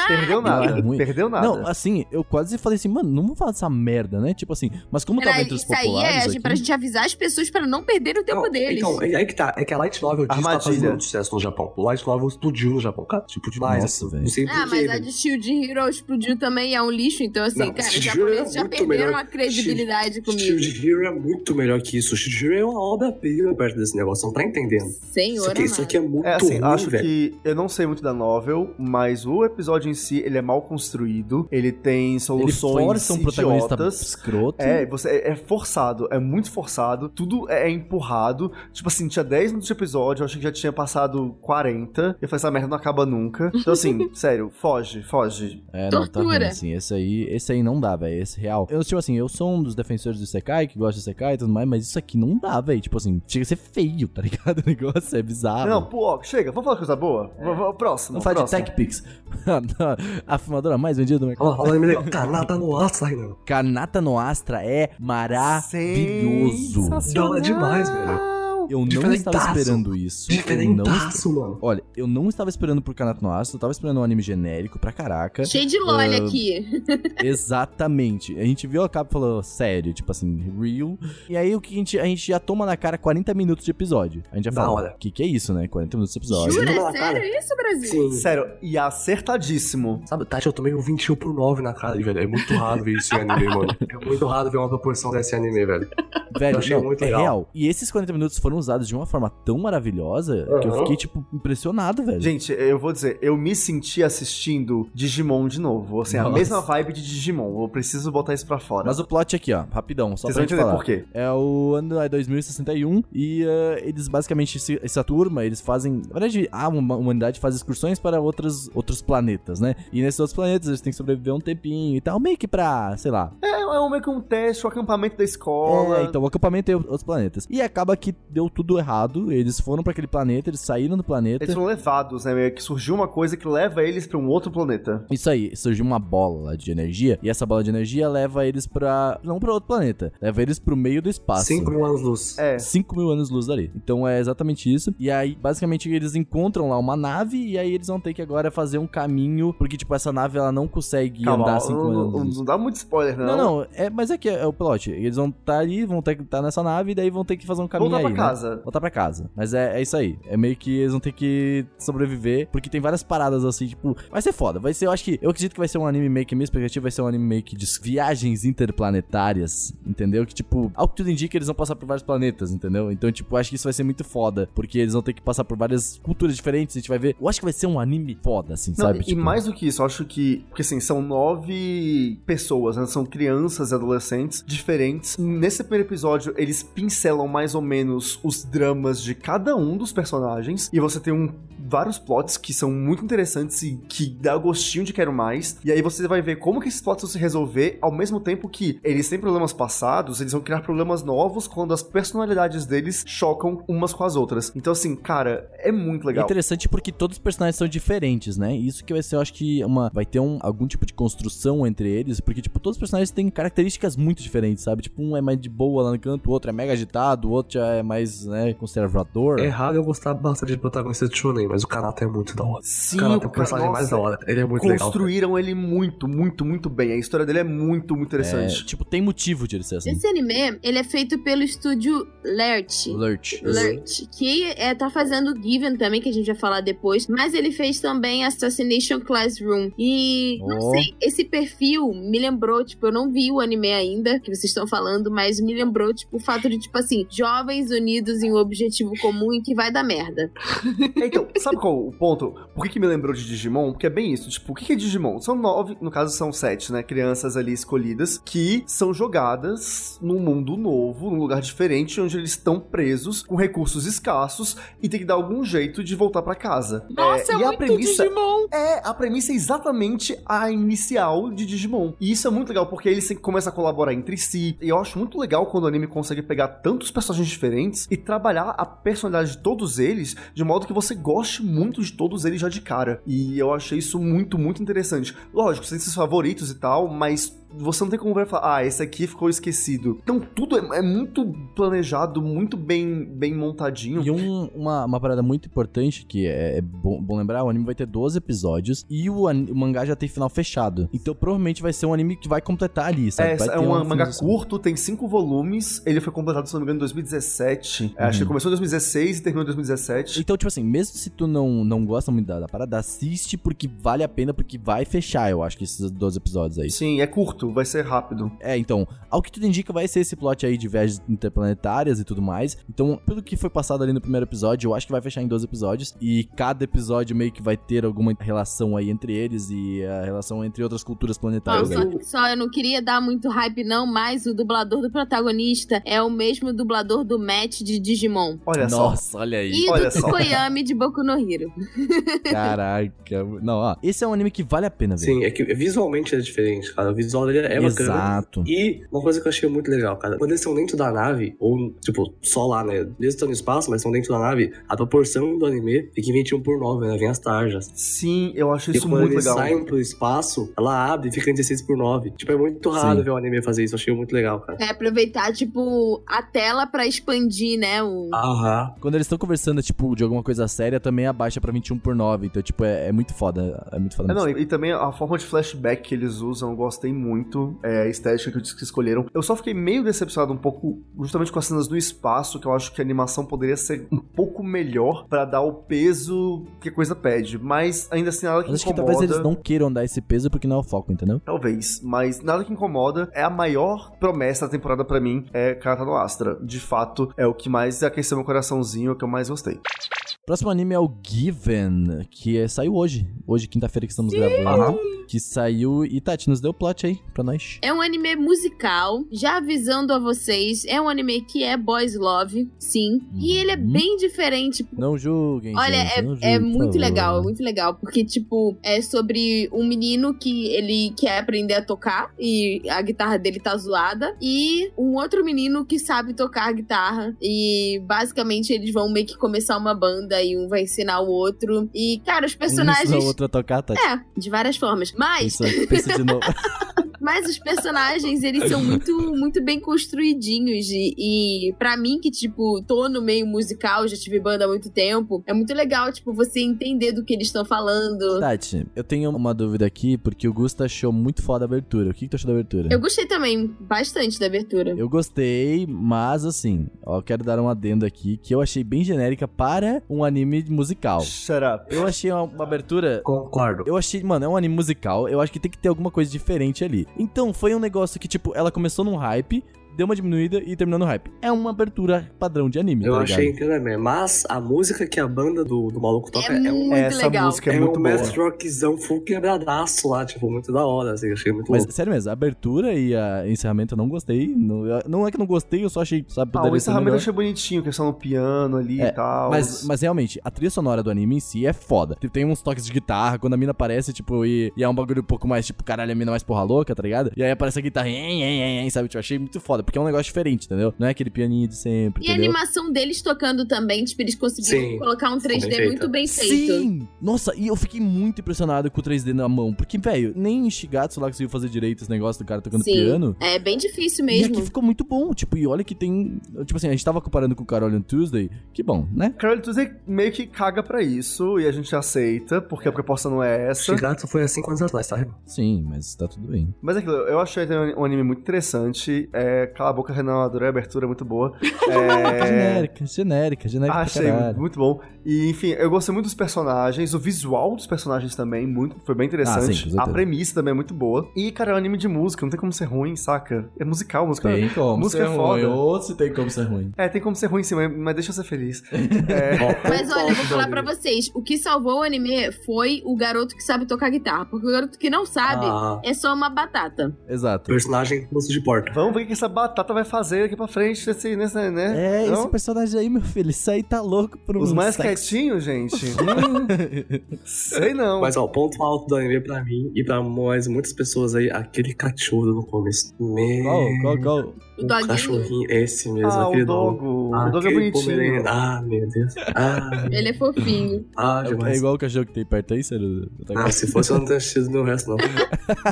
Speaker 3: Perdeu nada,
Speaker 4: é ruim.
Speaker 3: perdeu nada.
Speaker 4: Não, assim, eu quase falei assim, mano, não vou falar dessa merda, né? Tipo assim, mas como tava
Speaker 6: Era-
Speaker 4: entre os
Speaker 6: isso aí é
Speaker 4: populares
Speaker 6: gente,
Speaker 4: aqui,
Speaker 6: pra gente avisar as pessoas pra não perderem o tempo
Speaker 5: Não,
Speaker 6: deles.
Speaker 5: Então, é aí que tá. É que a Light Novel diz que tá fazendo
Speaker 3: Armadilha.
Speaker 5: muito sucesso no Japão. O Light Novel explodiu no Japão, cara. Tipo, demais,
Speaker 4: Nossa,
Speaker 5: assim.
Speaker 4: velho.
Speaker 5: Não sei
Speaker 6: ah,
Speaker 5: porquê,
Speaker 6: mas a
Speaker 5: velho.
Speaker 6: de Shield Hero explodiu também, é um lixo. Então, assim,
Speaker 5: Não,
Speaker 6: cara, os
Speaker 5: Shield Hero
Speaker 6: japoneses
Speaker 5: é
Speaker 6: já
Speaker 5: muito
Speaker 6: perderam
Speaker 5: melhor.
Speaker 6: a credibilidade comigo.
Speaker 5: Shield Hero é muito melhor que isso. Shield Hero é uma obra-prima perto desse negócio. Não tá entendendo.
Speaker 6: Senhor,
Speaker 5: Isso aqui, isso
Speaker 6: amado.
Speaker 5: aqui é muito
Speaker 3: É assim,
Speaker 5: ruim,
Speaker 3: acho
Speaker 5: velho.
Speaker 3: que eu não sei muito da novel, mas o episódio em si, ele é mal construído, ele tem
Speaker 4: Ele
Speaker 3: soluções
Speaker 4: força um protagonista
Speaker 3: idiotas.
Speaker 4: escroto.
Speaker 3: É, você é é forçado, é muito forçado, tudo é empurrado. Tipo assim, tinha 10 minutos de episódio, eu achei que já tinha passado 40. Eu falei, essa merda não acaba nunca. Então, assim, sério, foge, foge.
Speaker 4: É, não, tá ruim,
Speaker 6: Tortura.
Speaker 4: assim. Esse aí, esse aí não dá, velho. Esse real. Eu, tipo assim, eu sou um dos defensores do Sekai, que gosta de Sekai e tudo mais, mas isso aqui não dá, velho. Tipo assim, chega a ser feio, tá ligado? O negócio é bizarro.
Speaker 3: não, pô, ó, chega, vamos falar coisa boa? V- v- Próximo.
Speaker 4: não fala É. de
Speaker 3: próximo.
Speaker 4: Tech Pix. a filmadora mais vendida do mercado.
Speaker 5: Ó, falando me legal. Canada tá no aço, Renan.
Speaker 4: Kanata no Astra é maravilhoso.
Speaker 5: Não, é demais, velho.
Speaker 4: Eu não
Speaker 5: Diferentaço.
Speaker 4: estava esperando isso. Eu não est-
Speaker 5: Diferentaço, mano.
Speaker 4: Olha, eu não estava esperando pro Kanato no Aço, eu tava esperando um anime genérico pra caraca.
Speaker 6: Cheio de lolha
Speaker 4: Ah,
Speaker 6: aqui.
Speaker 4: Exatamente. A gente viu a capa e falou, sério, tipo assim, real. E aí o que a gente, a gente já toma na cara 40 minutos de episódio. A gente já
Speaker 5: Da
Speaker 4: fala,
Speaker 5: hora.
Speaker 4: o que, que é isso, né? 40 minutos de episódio.
Speaker 5: Jura?
Speaker 6: Jura? É
Speaker 5: na cara.
Speaker 6: Sério isso, Brasil?
Speaker 5: Sim.
Speaker 3: Sério, e acertadíssimo.
Speaker 5: Sabe, Tati, eu tomei um 21 por 9 na cara, velho. É muito raro ver isso em anime, mano. É muito raro ver uma proporção desse anime, velho.
Speaker 4: Velho,
Speaker 5: Eu achei
Speaker 4: não,
Speaker 5: muito
Speaker 4: é
Speaker 5: legal.
Speaker 4: real. E esses 40 minutos foram usados de uma forma tão maravilhosa que eu
Speaker 5: Aham.
Speaker 4: fiquei, tipo, impressionado, velho.
Speaker 3: Gente, eu vou dizer, eu me senti assistindo Digimon de novo. Assim, a
Speaker 4: Nossa.
Speaker 3: mesma vibe de Digimon. Eu preciso botar isso pra fora.
Speaker 4: Mas o plot aqui, ó, rapidão, só
Speaker 3: Vocês
Speaker 4: pra
Speaker 3: vão
Speaker 4: gente
Speaker 3: entender
Speaker 4: falar.
Speaker 3: por quê.
Speaker 4: É o ano é 2061 e eh, eles basicamente, esse- essa turma, eles fazem. Na verdade, a huma- humanidade faz excursões para outras, outros planetas, né? E nesses outros planetas eles têm que sobreviver um tempinho e tal, meio que pra, sei lá.
Speaker 3: É, é um meio que um teste, o acampamento da escola.
Speaker 4: É, então o acampamento é outros planetas. E acaba que deu tudo errado, eles foram pra aquele planeta, eles saíram do planeta.
Speaker 3: Eles foram levados, né? Meio que surgiu uma coisa que leva eles pra um outro planeta.
Speaker 4: Isso aí, surgiu uma bola de energia e essa bola de energia leva eles pra. não pra outro planeta, leva eles pro meio do espaço.
Speaker 5: 5 mil anos luz.
Speaker 3: É.
Speaker 4: 5 mil anos luz dali. Então é exatamente isso. E aí, basicamente, eles encontram lá uma nave e aí eles vão ter que agora fazer um caminho, porque, tipo, essa nave ela não consegue andar 5 mil
Speaker 3: não,
Speaker 4: anos
Speaker 3: não,
Speaker 4: luz.
Speaker 3: não dá muito spoiler, não.
Speaker 4: Não, não, é, mas é que é, o plot. Eles vão estar ali, vão ter que estar nessa nave e daí vão ter que fazer um caminho
Speaker 3: Voltar
Speaker 4: aí,
Speaker 3: pra
Speaker 4: né?
Speaker 3: casa.
Speaker 4: Voltar pra casa. Mas é, é isso aí. É meio que eles vão ter que sobreviver. Porque tem várias paradas assim, tipo. Vai ser foda. Vai ser, eu acho que. Eu acredito que vai ser um anime meio que. Minha expectativa vai ser um anime meio que de viagens interplanetárias. Entendeu? Que, tipo, ao que tudo indica, eles vão passar por vários planetas, entendeu? Então, tipo, eu acho que isso vai ser muito foda. Porque eles vão ter que passar por várias culturas diferentes. A gente vai ver. Eu acho que vai ser um anime foda, assim,
Speaker 3: Não,
Speaker 4: sabe?
Speaker 3: e- e
Speaker 4: Tipo,
Speaker 3: mais do que isso, eu acho que. Porque assim, são nove pessoas, né? São crianças e adolescentes diferentes. Nesse primeiro episódio, eles pincelam mais ou menos os dramas de cada um dos personagens. E você tem um, vários plots que são muito interessantes e que dá gostinho de quero mais. E aí você vai ver como que esses plots vão se resolver, ao mesmo tempo que eles têm problemas passados, eles vão criar problemas novos quando as personalidades deles chocam umas com as outras. Então, assim, cara, é muito
Speaker 4: É
Speaker 3: legal.
Speaker 4: interessante porque todos os personagens são diferentes, né? E Isso que vai ser, eu acho que uma vai ter um, algum tipo de construção entre eles, porque tipo todos os personagens têm características muito diferentes, sabe? Tipo um é mais de boa lá no canto, o outro é mega agitado, o outro já é mais né, conservador.
Speaker 5: É raro eu gostar bastante de protagonista de Shonen, mas o Kanata é muito da hora.
Speaker 3: Sim,
Speaker 5: O Kanata é
Speaker 3: o
Speaker 5: o personagem
Speaker 3: cara-
Speaker 5: mais
Speaker 3: nossa,
Speaker 5: da hora. Ele é muito legal.
Speaker 3: construíram ele muito, muito, muito bem. A história dele é muito, muito
Speaker 4: É,
Speaker 3: interessante.
Speaker 4: tipo tem motivo de ele ser assim.
Speaker 6: Esse anime, ele é feito pelo estúdio Lert.
Speaker 4: Lurch.
Speaker 3: Uhum.
Speaker 6: Lurch, que é, tá fazendo o Given também, que a gente vai falar depois, mas ele fez também Assassination Classroom. E não
Speaker 4: Oh.
Speaker 6: sei, esse perfil me lembrou, tipo, eu não vi o anime ainda que vocês estão falando, mas me lembrou, tipo, o fato de, tipo assim, jovens unidos em um objetivo comum e que vai dar merda.
Speaker 3: Então, sabe qual o ponto? Por que, que me lembrou de Digimon? Porque é bem isso. Tipo, o que, que é Digimon? São nove, no caso são sete, né? Crianças ali escolhidas que são jogadas num mundo novo, num lugar diferente, onde eles estão presos, com recursos escassos e tem que dar algum jeito de voltar pra casa.
Speaker 7: Nossa, é,
Speaker 3: e a
Speaker 7: muito
Speaker 3: premissa-
Speaker 7: Digimon.
Speaker 3: É, a premissa é exatamente a inicial de Digimon. E isso é muito legal, porque eles sempre começam a colaborar entre si. E eu acho muito legal quando o anime consegue pegar tantos personagens diferentes e trabalhar a personalidade de todos eles de modo que você goste muito de todos eles já de cara. E eu achei isso muito, muito interessante. Lógico, você tem seus favoritos e tal, mas. Você não tem como ver e falar, ah, esse aqui ficou esquecido. Então tudo é, é muito planejado, muito bem, bem montadinho.
Speaker 4: E um- uma, uma parada muito importante que é, é bom, bom lembrar, o anime vai ter 12 episódios e o, an- o mangá já tem final fechado. Então provavelmente vai ser um anime que vai completar ali, sabe?
Speaker 3: É,
Speaker 4: Vai
Speaker 3: é
Speaker 4: ter
Speaker 3: um
Speaker 4: uma
Speaker 3: mangá
Speaker 4: finalização.
Speaker 3: curto, tem cinco volumes. Ele foi completado, se não me engano, em 2017. É, Acho que
Speaker 4: Uhum.
Speaker 3: começou em 2016 e terminou em 2017.
Speaker 4: Então, tipo assim, mesmo se tu não, não gosta muito da, da parada, assiste porque vale a pena, porque vai fechar, eu acho, que esses 12 episódios aí.
Speaker 3: Sim, é curto, vai ser rápido.
Speaker 4: É, então, ao que tudo indica, vai ser esse plot aí de viagens interplanetárias e tudo mais. Então, pelo que foi passado ali no primeiro episódio, eu acho que vai fechar em 12 episódios. E cada episódio meio que vai ter alguma relação aí entre eles e a relação entre outras culturas
Speaker 6: Ó,
Speaker 4: planetárias.
Speaker 6: só,
Speaker 4: né?
Speaker 6: só eu não queria dar muito hype, não, mas o dublador do protagonista é o mesmo dublador do match de Digimon.
Speaker 3: Olha só.
Speaker 4: Nossa, olha aí.
Speaker 6: E
Speaker 3: Olha
Speaker 6: do
Speaker 3: só.
Speaker 6: Tsukoyami de Boku no no Hero.
Speaker 4: Caraca. Não, ó. Esse é um anime que vale a pena ver.
Speaker 5: Sim, é que visualmente é diferente, cara. O visual dele é bacana.
Speaker 4: Exato.
Speaker 5: E uma coisa que eu achei muito legal, cara, quando eles estão dentro da nave, ou, tipo, só lá, né? Eles estão no espaço, mas estão dentro da nave, a proporção do anime fica em 21 por 9, né? Vem as tarjas.
Speaker 3: Sim, eu acho
Speaker 5: E
Speaker 3: isso é
Speaker 5: quando
Speaker 3: muito
Speaker 5: eles
Speaker 3: legal.
Speaker 5: saem pro espaço, ela abre e fica em 16 por 9. Tipo, é muito raro
Speaker 4: Sim.
Speaker 5: ver um anime fazer isso. Eu achei muito legal, cara.
Speaker 6: É aproveitar, tipo, a tela pra expandir, né? O...
Speaker 5: Aham.
Speaker 4: Quando eles estão conversando, tipo, de alguma coisa séria, também abaixa pra 21 por 9. Então, tipo, é, é muito foda. É muito foda
Speaker 3: É, não,
Speaker 4: mesmo.
Speaker 3: e, e também a forma de flashback que eles usam, eu gostei muito. É, a estética que eu disse que escolheram. Eu só fiquei meio decepcionado um pouco, justamente com as cenas do espaço, que eu acho que a animação poderia ser um pouco melhor pra dar o peso que a coisa pede. Mas ainda assim, nada que
Speaker 4: Mas acho que
Speaker 3: incomoda.
Speaker 4: talvez eles não queiram dar esse peso porque não é o foco, entendeu?
Speaker 3: Talvez, mas nada que incomoda. É a maior promessa da temporada pra mim, é Carta no Astra. De fato, é o que mais aqueceu meu coraçãozinho, é o que eu mais gostei.
Speaker 4: Próximo anime é o Given, que é- saiu hoje. Hoje, quinta-feira que estamos gravando. Que saiu. E Tati, nos deu o plot aí pra nós.
Speaker 6: É um anime musical, já avisando a vocês, é um anime que é boys love, sim. E ele é
Speaker 4: Uhum.
Speaker 6: bem diferente
Speaker 4: Não julguem.
Speaker 6: Olha,
Speaker 4: gente, não julguem,
Speaker 6: é, é
Speaker 4: por
Speaker 6: muito
Speaker 4: favor. Um
Speaker 6: legal, é muito legal. Porque, tipo, é sobre um menino que ele quer aprender a tocar e a guitarra dele tá zoada. E um outro menino que sabe tocar a guitarra. E basicamente eles vão meio que começar uma banda e um vai ensinar o outro. E, cara, os
Speaker 4: Um
Speaker 6: personagens.
Speaker 4: ensinou o outro a tocar, Tati.
Speaker 6: É, de várias formas. Mas
Speaker 4: Pensa, pensa de novo.
Speaker 6: mas os personagens, eles são muito, muito bem construidinhos. E, e para mim, que, tipo, tô no meio musical, já tive banda há muito tempo, é muito legal, tipo, você entender do que eles estão falando.
Speaker 4: Tati, eu tenho uma dúvida aqui, porque o Gusta achou muito foda a abertura. O que, que tu achou da abertura?
Speaker 6: Eu gostei também bastante da abertura.
Speaker 4: Eu gostei, mas assim, ó, eu quero dar um adendo aqui que eu achei bem genérica para um anime musical.
Speaker 3: Shut up.
Speaker 4: Eu achei uma, uma abertura.
Speaker 5: Concordo.
Speaker 4: Eu achei, mano, é um anime musical. Eu acho que tem que ter alguma coisa diferente ali. Então, foi um negócio que, tipo, ela começou num hype, deu uma diminuída e terminou no hype. É uma abertura padrão de anime,
Speaker 5: Eu
Speaker 4: tá
Speaker 5: achei
Speaker 4: ligado?
Speaker 5: inteira mesmo. Mas a música que a banda do, do maluco toca
Speaker 6: É
Speaker 5: é, um.
Speaker 6: muito
Speaker 3: Essa
Speaker 6: legal.
Speaker 3: música é,
Speaker 5: é
Speaker 3: muito
Speaker 5: um
Speaker 3: boa.
Speaker 5: math rockzão full quebradaço lá, tipo, muito da hora, assim, achei muito
Speaker 4: Mas,
Speaker 5: louco.
Speaker 4: sério mesmo, a abertura e a encerramento eu não gostei. Não, eu- não é que eu não gostei, eu só achei, sabe,
Speaker 3: Ah, o
Speaker 4: poderia ser
Speaker 3: encerramento eu
Speaker 4: melhor.
Speaker 3: achei bonitinho, questão no piano ali
Speaker 4: É,
Speaker 3: e tal.
Speaker 4: Mas, mas realmente, a trilha sonora do anime em si é foda. Tipo, Tem uns toques de guitarra, quando a mina aparece, tipo, e, e é um bagulho um pouco mais, tipo, caralho, a mina é mais porra louca, tá ligado? E aí aparece a guitarra, hein, hein, hein, hein, sabe? Tipo, eu achei muito foda, porque é um negócio diferente, entendeu? Não é aquele pianinho de sempre,
Speaker 6: E a
Speaker 4: entendeu?
Speaker 6: animação deles tocando também, tipo, eles conseguiram
Speaker 5: Sim,
Speaker 6: colocar um 3D
Speaker 5: bem feita.
Speaker 6: muito bem feito.
Speaker 4: Sim! Nossa, e eu fiquei muito impressionado com o 3D na mão. Porque, velho, nem Shigatsu lá conseguiu fazer direito esse negócio do cara tocando
Speaker 6: Sim.
Speaker 4: piano.
Speaker 6: É bem difícil
Speaker 4: E aqui
Speaker 6: mesmo.
Speaker 4: ficou muito bom. Tipo, e olha que tem. Tipo assim, a gente tava comparando com o Carol on Tuesday. Que bom, né?
Speaker 3: Carol Tuesday meio que caga pra isso e a gente aceita, porque a proposta não é essa.
Speaker 5: Shigatsu foi há 5 anos atrás, tá?
Speaker 4: Sim, mas tá tudo bem.
Speaker 3: Mas é aquilo, eu achei também um anime muito interessante. É, Cala a boca, Renan, eu adorei a abertura, é muito boa.
Speaker 4: Tá
Speaker 3: É,
Speaker 4: Genérica, genérica, genérica. pra
Speaker 3: achei
Speaker 4: caralho.
Speaker 3: muito bom. E, enfim, eu gostei muito dos personagens, o visual dos personagens também, muito, foi bem
Speaker 4: Ah,
Speaker 3: interessante.
Speaker 4: sim, com certeza.
Speaker 3: a premissa também é muito boa. E, cara, é um anime de música, não tem como ser ruim, saca? É musical, música.
Speaker 4: Tem como
Speaker 3: Música
Speaker 4: ser
Speaker 3: é
Speaker 4: ruim.
Speaker 3: foda.
Speaker 4: Ou se tem como ser ruim.
Speaker 3: É, tem como ser ruim sim, mas, mas deixa eu ser feliz. É,
Speaker 6: Mas olha, eu vou
Speaker 5: Concordo,
Speaker 6: falar pra
Speaker 5: Danilo.
Speaker 6: vocês, o que salvou o anime foi o garoto que sabe tocar guitarra. Porque o garoto que não sabe
Speaker 5: Ah,
Speaker 6: é só uma batata.
Speaker 4: Exato.
Speaker 5: personagem moço de porta.
Speaker 3: Vamos ver o que essa batata vai fazer daqui pra frente, nesse, nesse, né?
Speaker 4: É, esse
Speaker 3: Não?
Speaker 4: personagem aí, meu filho, isso aí tá louco pro
Speaker 3: Os mais
Speaker 4: sexo.
Speaker 3: quietinhos, gente. Hum, sei não.
Speaker 5: Mas ó, o ponto alto do anime pra mim e pra mais muitas pessoas aí, aquele cachorro no começo. Meu,
Speaker 4: Qual, qual, qual?
Speaker 6: O
Speaker 5: o
Speaker 6: doguinho.
Speaker 5: cachorrinho é esse mesmo,
Speaker 3: ah,
Speaker 5: aquele
Speaker 3: o
Speaker 5: dogo.
Speaker 3: Dogo.
Speaker 5: Ah,
Speaker 3: o Dogo é
Speaker 5: aquele
Speaker 3: bonitinho.
Speaker 5: Pomeranian. Ah, meu Deus. Ah,
Speaker 6: Ele é fofinho.
Speaker 5: ah
Speaker 4: É,
Speaker 5: demais.
Speaker 4: igual o cachorro que tem perto aí, Tá sério?
Speaker 5: Ah, se fosse eu não teria assistido meu resto, não.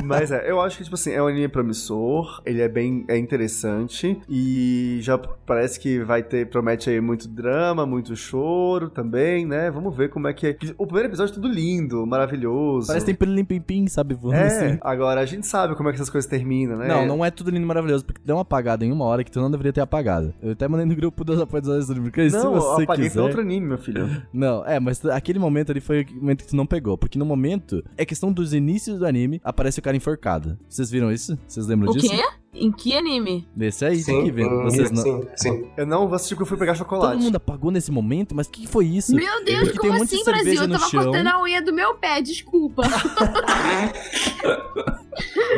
Speaker 3: Mas é, eu acho que, tipo assim, é um anime promissor, ele é bem é interessante e já parece que vai ter, promete aí muito drama, muito choro também, né? Vamos ver como é que é. O primeiro episódio é tudo lindo, maravilhoso.
Speaker 4: Parece que tem pirilim pim pim, sabe? Voando
Speaker 3: É,
Speaker 4: assim.
Speaker 3: agora a gente sabe como é que essas coisas terminam, né?
Speaker 4: Não, não é tudo lindo e maravilhoso, porque deu uma apagada em uma hora que tu não deveria ter apagado. Eu até mandei no grupo dos apoiadores do livro, se
Speaker 3: Não, eu
Speaker 4: você
Speaker 3: apaguei
Speaker 4: quiser...
Speaker 3: foi outro anime, meu filho.
Speaker 4: Não, é, mas aquele momento ali foi o momento que tu não pegou, porque no momento, é questão dos inícios do anime, aparece o cara enforcado. Vocês viram isso? Vocês lembram
Speaker 6: O
Speaker 4: disso?
Speaker 6: quê? Em que anime?
Speaker 4: Desse aí, tem que né? ver.
Speaker 5: hum,
Speaker 4: Vocês não...
Speaker 5: sim, sim.
Speaker 3: Eu não vou assistir porque eu fui pegar chocolate.
Speaker 4: Todo mundo apagou nesse momento, mas o que, que foi isso?
Speaker 6: Meu Deus,
Speaker 4: Porque tem
Speaker 6: como
Speaker 4: um monte de
Speaker 6: assim, Brasil?
Speaker 4: cerveja
Speaker 6: Eu
Speaker 4: no
Speaker 6: tava
Speaker 4: chão.
Speaker 6: cortando a unha do meu pé, desculpa.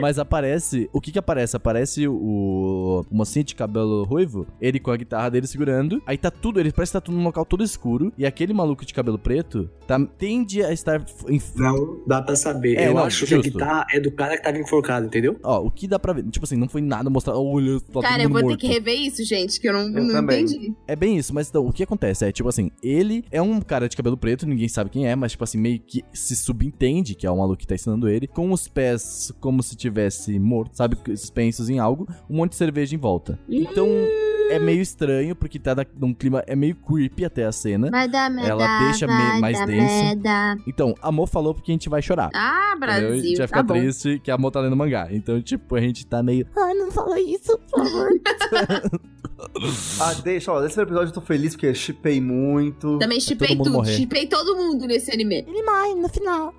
Speaker 4: Mas aparece. O que que aparece? Aparece o, o mocinho de cabelo ruivo, ele com a guitarra dele segurando. Aí tá tudo, ele parece que tá tudo num local todo escuro. E aquele maluco de cabelo preto tá, tende a estar f- em
Speaker 5: Não dá pra saber.
Speaker 4: É,
Speaker 5: eu
Speaker 4: não,
Speaker 5: acho que
Speaker 4: justo.
Speaker 5: a guitarra é do cara que tava enforcado, entendeu?
Speaker 4: Ó, o que dá pra ver? Tipo assim, não foi nada mostrado. Olha, tá todo
Speaker 6: Cara, eu
Speaker 4: mundo
Speaker 6: vou
Speaker 4: morto.
Speaker 6: ter que rever isso, gente, que eu não,
Speaker 3: Eu
Speaker 6: não
Speaker 3: também.
Speaker 6: entendi.
Speaker 4: É bem isso, mas então, o que acontece é, tipo assim, ele é um cara de cabelo preto, ninguém sabe quem é, mas, tipo assim, meio que se subentende, que é o maluco que tá ensinando ele, com os pés como se tivesse morto, sabe, suspensos em algo, um monte de cerveja em volta. Então, é meio estranho, porque tá na- num clima, é meio creepy até a cena.
Speaker 1: Vai dar merda.
Speaker 4: Ela deixa me-
Speaker 1: vai
Speaker 4: mais
Speaker 1: dar
Speaker 4: denso.
Speaker 1: merda.
Speaker 4: Então, amor falou porque a gente vai chorar.
Speaker 6: Ah,
Speaker 4: entendeu?
Speaker 6: Brasil,
Speaker 4: a gente vai
Speaker 6: tá
Speaker 4: ficar
Speaker 6: bom.
Speaker 4: triste que a amor tá lendo mangá. Então, tipo, a gente tá meio...
Speaker 1: Ai, não fala isso, por favor.
Speaker 3: Ah, deixa, ó, nesse episódio eu tô feliz porque chipei muito.
Speaker 6: Também chipei
Speaker 4: tá mundo
Speaker 6: tudo,
Speaker 4: morrer.
Speaker 6: chipei todo mundo nesse anime.
Speaker 1: Ele morre no final.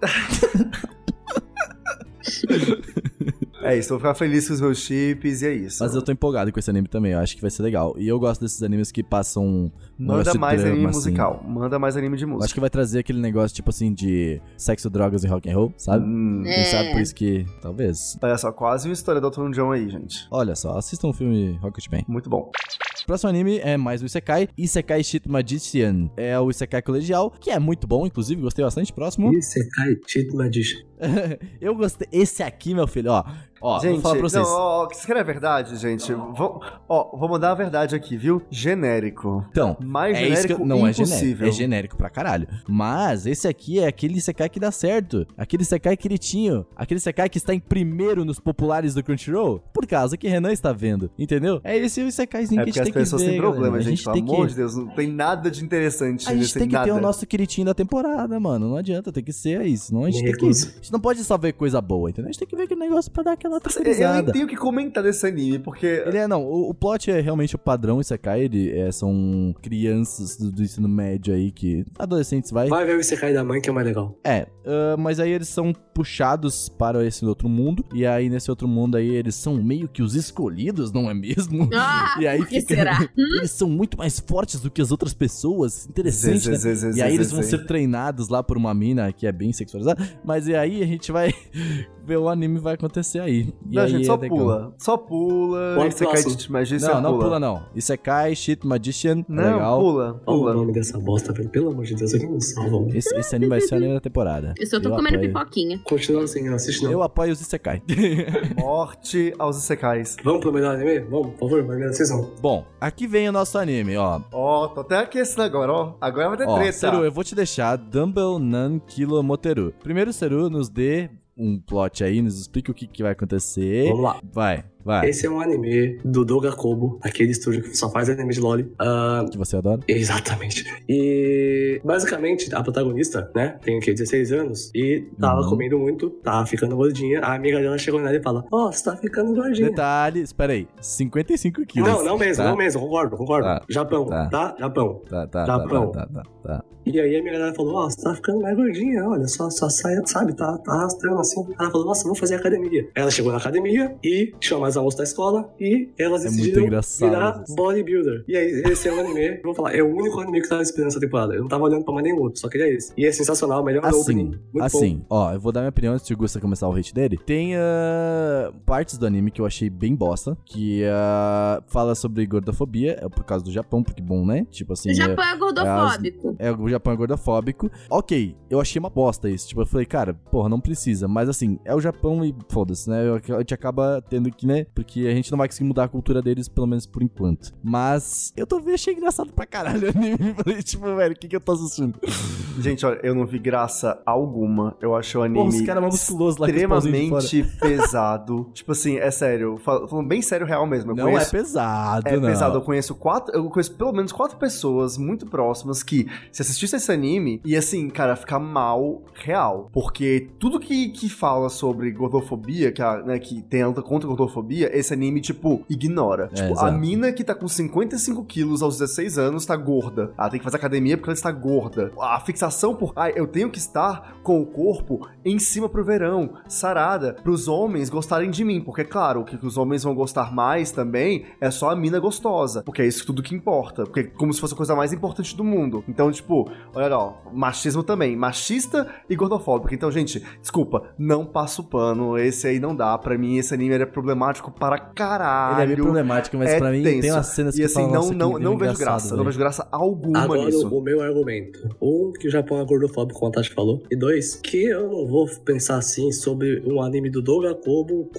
Speaker 3: É isso, vou ficar feliz com os meus chips e é isso.
Speaker 4: Mas eu tô empolgado com esse anime também, eu acho que vai ser legal. E eu gosto desses animes que passam... um
Speaker 3: Manda
Speaker 4: lance
Speaker 3: mais
Speaker 4: drama,
Speaker 3: anime
Speaker 4: assim.
Speaker 3: musical. Manda mais anime de
Speaker 4: Eu
Speaker 3: música.
Speaker 4: Acho que vai trazer aquele negócio, tipo assim, de sexo, drogas e rock and roll, sabe?
Speaker 3: Hum,
Speaker 6: É.
Speaker 4: Quem sabe por isso que. Talvez.
Speaker 3: Olha Tá, é só, quase uma história do Elton John aí, gente.
Speaker 4: Olha só, assistam o filme Rocketman.
Speaker 3: Muito bom.
Speaker 4: O próximo anime é mais o Isekai, Isekai Shitmajichian. É o Isekai colegial, que é muito bom, inclusive, gostei bastante. Próximo.
Speaker 5: Isso é Kaitido Magician.
Speaker 4: Eu gostei. Esse aqui, meu filho, ó. Ó,
Speaker 3: gente,
Speaker 4: vou falar pra vocês.
Speaker 3: não, ó, ó, que isso que era verdade, gente. Vou, ó, vou mandar a verdade aqui, viu? Genérico.
Speaker 4: Então.
Speaker 3: Mais
Speaker 4: É isso
Speaker 3: genérico
Speaker 4: que eu, não é genérico,
Speaker 3: impossível.
Speaker 4: é genérico pra caralho. Mas esse aqui é aquele Isekai que dá certo. Aquele Isekai queritinho. Aquele Isekai que está em primeiro nos populares do Crunchyroll. Por causa que Renan está vendo, entendeu? É esse o Isekaizinho
Speaker 3: É
Speaker 4: que a
Speaker 3: porque
Speaker 4: gente
Speaker 3: as
Speaker 4: tem que ver.
Speaker 3: pessoas têm
Speaker 4: galera.
Speaker 3: problema,
Speaker 4: A
Speaker 3: gente. Pelo
Speaker 4: tem que-
Speaker 3: amor de Deus, não tem nada de interessante
Speaker 4: A gente
Speaker 3: nesse
Speaker 4: tem que
Speaker 3: nada.
Speaker 4: ter o nosso queritinho da temporada, mano. Não adianta, tem que ser isso. Não, a, gente
Speaker 5: Me
Speaker 4: tem que,
Speaker 5: recuso.
Speaker 4: a gente não pode só ver coisa boa, entendeu? A gente tem que ver aquele negócio pra dar aquela
Speaker 3: Eu eu nem
Speaker 4: tranquilizada.
Speaker 3: tenho o que comentar desse anime, porque
Speaker 4: Ele é, não, o, o plot é realmente o padrão Isekai, ele é, são crianças do, do ensino médio aí que. Adolescentes, vai.
Speaker 5: Vai ver o Isekai da mãe que é mais legal.
Speaker 4: É, ah, mas aí eles são puxados para esse outro mundo, e aí nesse outro mundo aí eles são meio que os escolhidos, não é mesmo?
Speaker 6: Ah,
Speaker 4: E aí
Speaker 6: por que
Speaker 4: fica-
Speaker 6: será?
Speaker 4: Eles são muito mais fortes do que as outras pessoas, interessante,
Speaker 3: Zê,
Speaker 4: né?
Speaker 3: zê, zê, zê,
Speaker 4: E aí
Speaker 3: zê,
Speaker 4: eles vão
Speaker 3: zê.
Speaker 4: ser treinados lá por uma mina que é bem sexualizada, mas e aí a gente vai ver o anime vai acontecer aí. E
Speaker 3: Não,
Speaker 4: aí
Speaker 3: gente,
Speaker 4: é
Speaker 3: só
Speaker 4: legal.
Speaker 3: pula. Só pula.
Speaker 5: Pula,
Speaker 3: Isso é
Speaker 5: pula.
Speaker 3: kite de magia, isso
Speaker 4: Não,
Speaker 3: é
Speaker 4: não pula
Speaker 3: pula.
Speaker 4: não. Isso é Kai, Shit Magician, é
Speaker 3: Não,
Speaker 4: legal.
Speaker 3: pula,
Speaker 5: Olha o
Speaker 3: pula.
Speaker 5: nome dessa bosta, velho. Pelo amor de Deus, aqui não salva, mano.
Speaker 4: Esse, esse anime vai ser o anime da temporada.
Speaker 6: Eu só tô comendo pipoquinha.
Speaker 5: Continua assim, não assiste não.
Speaker 4: Eu apoio os Isekai.
Speaker 3: Morte aos isekais.
Speaker 5: Vamos pro melhor anime? Vamos, por favor, vai melhor sessão.
Speaker 4: Bom, aqui vem o nosso anime, ó.
Speaker 3: Ó, tô até aquecendo agora, ó. Agora vai ter
Speaker 4: Ó,
Speaker 3: treta.
Speaker 4: Seru, eu vou te deixar Dumble Nan Kilomoteru. Primeiro, Seru, nos dê um plot aí, nos explica o que, que vai acontecer.
Speaker 5: Vamos lá.
Speaker 4: Vai, vai.
Speaker 5: Esse é um anime do Doga Kobo, aquele estúdio que só faz anime de LOL. Ah,
Speaker 4: Que você adora.
Speaker 5: exatamente. E basicamente, a protagonista, né, tem o quê? 16 anos e tava
Speaker 4: Uhum.
Speaker 5: comendo muito, tava ficando gordinha. A amiga dela chegou nela e fala: Ó, você tá ficando gordinha.
Speaker 4: Detalhe, espera aí, 55 quilos.
Speaker 5: Não, não mesmo,
Speaker 4: tá?
Speaker 5: não mesmo, concordo, concordo.
Speaker 4: Tá.
Speaker 5: Japão,
Speaker 4: Tá.
Speaker 5: tá. Japão.
Speaker 4: Tá, tá, tá,
Speaker 5: Tá
Speaker 4: tá,
Speaker 5: bom.
Speaker 4: tá, tá, tá.
Speaker 5: E aí a minha galera falou, ó, você tá ficando mais gordinha, olha, só, só saia, sabe, tá, tá arrastando assim. Ela falou, nossa, vou fazer academia. Ela chegou na academia e chamou as alunas da escola e elas
Speaker 4: É muito
Speaker 5: decidiram
Speaker 4: engraçado.
Speaker 5: virar
Speaker 4: isso.
Speaker 5: bodybuilder. E aí, esse é um anime, vou falar, é o único anime que eu tava esperando essa temporada. Eu não tava olhando pra mais nenhum outro, só queria esse. E é sensacional, melhor
Speaker 4: Assim,
Speaker 5: opening. Muito
Speaker 4: assim, ó, eu vou dar minha opinião antes de o Gusta começar o hate dele. Tem ah, partes do anime que eu achei bem bosta, que ah, fala sobre gordofobia, é por causa do Japão, porque bom, né? Tipo assim,
Speaker 6: o
Speaker 4: é-
Speaker 6: Japão é gordofóbico.
Speaker 4: É, o Japão é gordofóbico. Ok, eu achei uma bosta isso. Tipo, eu falei, cara, porra, não precisa. Mas assim, é o Japão e foda-se, né? A gente acaba tendo que, né? Porque a gente não vai conseguir mudar a cultura deles, pelo menos por enquanto. Mas eu tô vendo, achei engraçado pra caralho o anime. Falei, tipo, velho, o que que eu tô assistindo?
Speaker 3: Gente, olha, eu não vi graça alguma. Eu achei o
Speaker 4: Porra,
Speaker 3: anime
Speaker 4: os caras mais musculosos lá com os pauzinhos de fora.
Speaker 3: extremamente pesado. Tipo assim, é sério. fal- Falando bem sério, real mesmo. Eu
Speaker 4: Não
Speaker 3: conheço
Speaker 4: é pesado,
Speaker 3: É
Speaker 4: não.
Speaker 3: pesado, eu conheço quatro. Eu conheço pelo menos quatro pessoas muito próximas que, se assistisse esse anime, ia assim, cara, ficar mal real. Porque tudo que, que fala sobre gordofobia, que, a- né, que tem a luta contra a gordofobia, esse anime, tipo, ignora.
Speaker 4: É,
Speaker 3: tipo, a
Speaker 4: exato.
Speaker 3: mina que tá com 55 quilos aos 16 anos tá gorda. Ela tem que fazer academia porque ela está gorda. A fixação por. Ai, eu tenho que estar com o corpo em cima pro verão, sarada, pros homens gostarem de mim. Porque, claro, o que os homens vão gostar mais também é só a mina gostosa. Porque é isso tudo que importa. Porque é como se fosse a coisa mais importante do mundo. Então, tipo, olha lá, ó, machismo também. Machista e gordofóbico. Então, gente, desculpa, não passo pano. Esse aí não dá. Pra mim, esse anime ele é problemático para caralho.
Speaker 4: Ele é bem problemático, mas
Speaker 3: é
Speaker 4: pra mim tem
Speaker 3: tenso.
Speaker 4: umas cenas
Speaker 3: E
Speaker 4: que
Speaker 3: assim,
Speaker 4: falam,
Speaker 3: não,
Speaker 4: nossa,
Speaker 3: não,
Speaker 4: que
Speaker 3: não vejo
Speaker 4: engraçado, né?"
Speaker 3: graça. Não
Speaker 4: velho.
Speaker 3: vejo graça alguma
Speaker 5: Agora,
Speaker 3: nisso.
Speaker 5: o meu argumento. Um, que o Japão é gordofóbico, como a Tati falou. E dois, que eu não vou pensar assim sobre um anime do Doga Kobo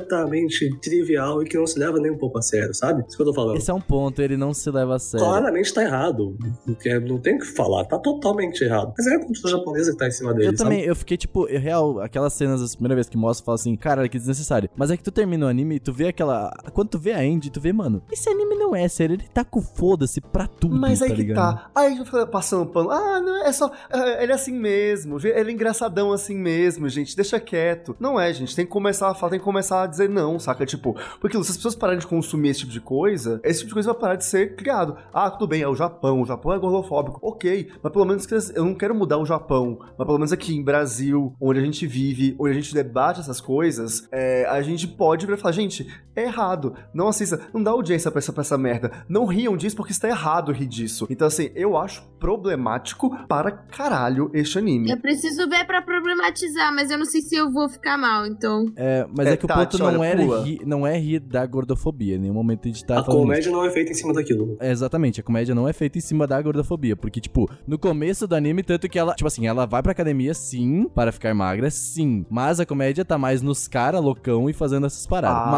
Speaker 5: completamente trivial e que não se leva nem um pouco a sério, sabe? Isso que eu tô falando.
Speaker 4: Esse é um ponto, ele não se leva a é sério.
Speaker 5: Claramente tá errado. Porque Não tem o que falar, tá totalmente errado. Mas é a cultura japonesa que tá em cima dele,
Speaker 4: Eu
Speaker 5: sabe?
Speaker 4: também, eu fiquei tipo, eu, real, aquelas cenas, a primeira vez que mostra, fala assim, cara, que desnecessário. Mas é que tu termina o anime e tu vê aquela. Quando tu vê a Andy, tu vê, mano, esse anime não é sério, ele tá com foda-se pra tudo.
Speaker 3: Mas aí
Speaker 4: tá
Speaker 3: que
Speaker 4: ligado?
Speaker 3: tá. Aí a gente fica passando pano. Ah, não, é só. é, Ele é assim mesmo. gente, Ele é engraçadão assim mesmo, gente. Deixa quieto. Não é, gente. Tem que começar a falar, tem que começar a dizer não, saca? Tipo, porque se as pessoas pararem de consumir esse tipo de coisa, esse tipo de coisa vai parar de ser criado. Ah, tudo bem, é o Japão. O Japão é gordofóbico. Ok, mas pelo menos que eu não quero mudar o Japão. Mas pelo menos aqui em Brasil, onde a gente vive, onde a gente debate essas coisas, é, a gente pode virar e falar, gente, é errado. Não assista, não dá audiência pra essa, pra essa merda. Não riam disso porque está errado rir disso. Então, assim, eu acho problemático para caralho este anime.
Speaker 6: Eu preciso ver pra problematizar, mas eu não sei se eu vou ficar mal, então.
Speaker 4: É, mas é,
Speaker 3: É,
Speaker 4: que o
Speaker 3: Tati,
Speaker 4: ponto não,
Speaker 3: olha,
Speaker 4: era
Speaker 3: pula.
Speaker 4: rir, não é rir da gordofobia. Em nenhum momento a gente tá
Speaker 5: A
Speaker 4: falando.
Speaker 5: comédia não é feita em cima daquilo.
Speaker 4: É, exatamente, a comédia não é feita em cima da gordofobia, porque, tipo, no começo do anime, tanto que ela, tipo assim, ela vai pra academia, sim, para ficar magra, sim, mas a comédia tá mais nos cara loucão e fazendo essas paradas. Tá,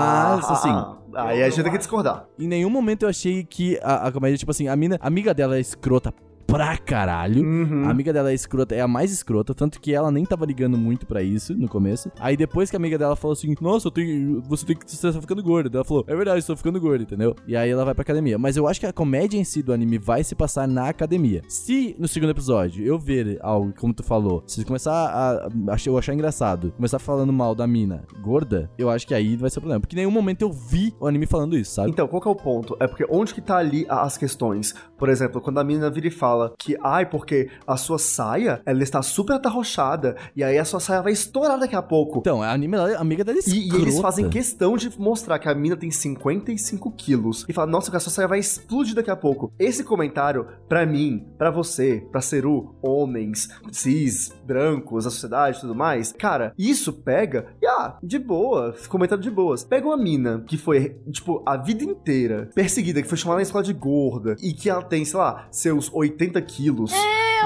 Speaker 4: mas, assim,
Speaker 3: ah, ah, aí a gente tem que discordar.
Speaker 4: em nenhum momento eu achei que a, a comédia, tipo assim, a mina, a amiga dela é escrota pra caralho.
Speaker 3: Uhum.
Speaker 4: A amiga dela é escrota, é a mais escrota, tanto que ela nem tava ligando muito pra isso no começo. Aí depois que a amiga dela falou assim: Nossa, eu tenho, você tem que você tá ficando gorda. Ela falou: É verdade, estou ficando gorda, entendeu? E aí ela vai pra academia. Mas eu acho que a comédia em si do anime vai se passar na academia. Se no segundo episódio eu ver algo, como tu falou, se começar a, a eu achar engraçado, começar falando mal da mina gorda, eu acho que aí vai ser problema. Porque em nenhum momento eu vi o anime falando isso, sabe?
Speaker 3: Então, qual que é o ponto? É porque onde que tá ali a- as questões? Por exemplo, quando a menina vira e fala que, ai, porque a sua saia, ela está super atarrochada, e aí a sua saia vai estourar daqui a pouco.
Speaker 4: Então, a anime ela é amiga dela é
Speaker 3: E, e eles
Speaker 4: escrota.
Speaker 3: fazem questão de mostrar que a mina tem 55 quilos e fala, nossa, que a sua saia vai explodir daqui a pouco. Esse comentário, pra mim, pra você, pra Seru, homens, cis, brancos, a sociedade e tudo mais, cara, isso pega e, ah, de boa, comentário de boas. Pega uma mina que foi, tipo, a vida inteira perseguida, que foi chamada na escola de gorda e que ela tem, sei lá, seus 80 quilos.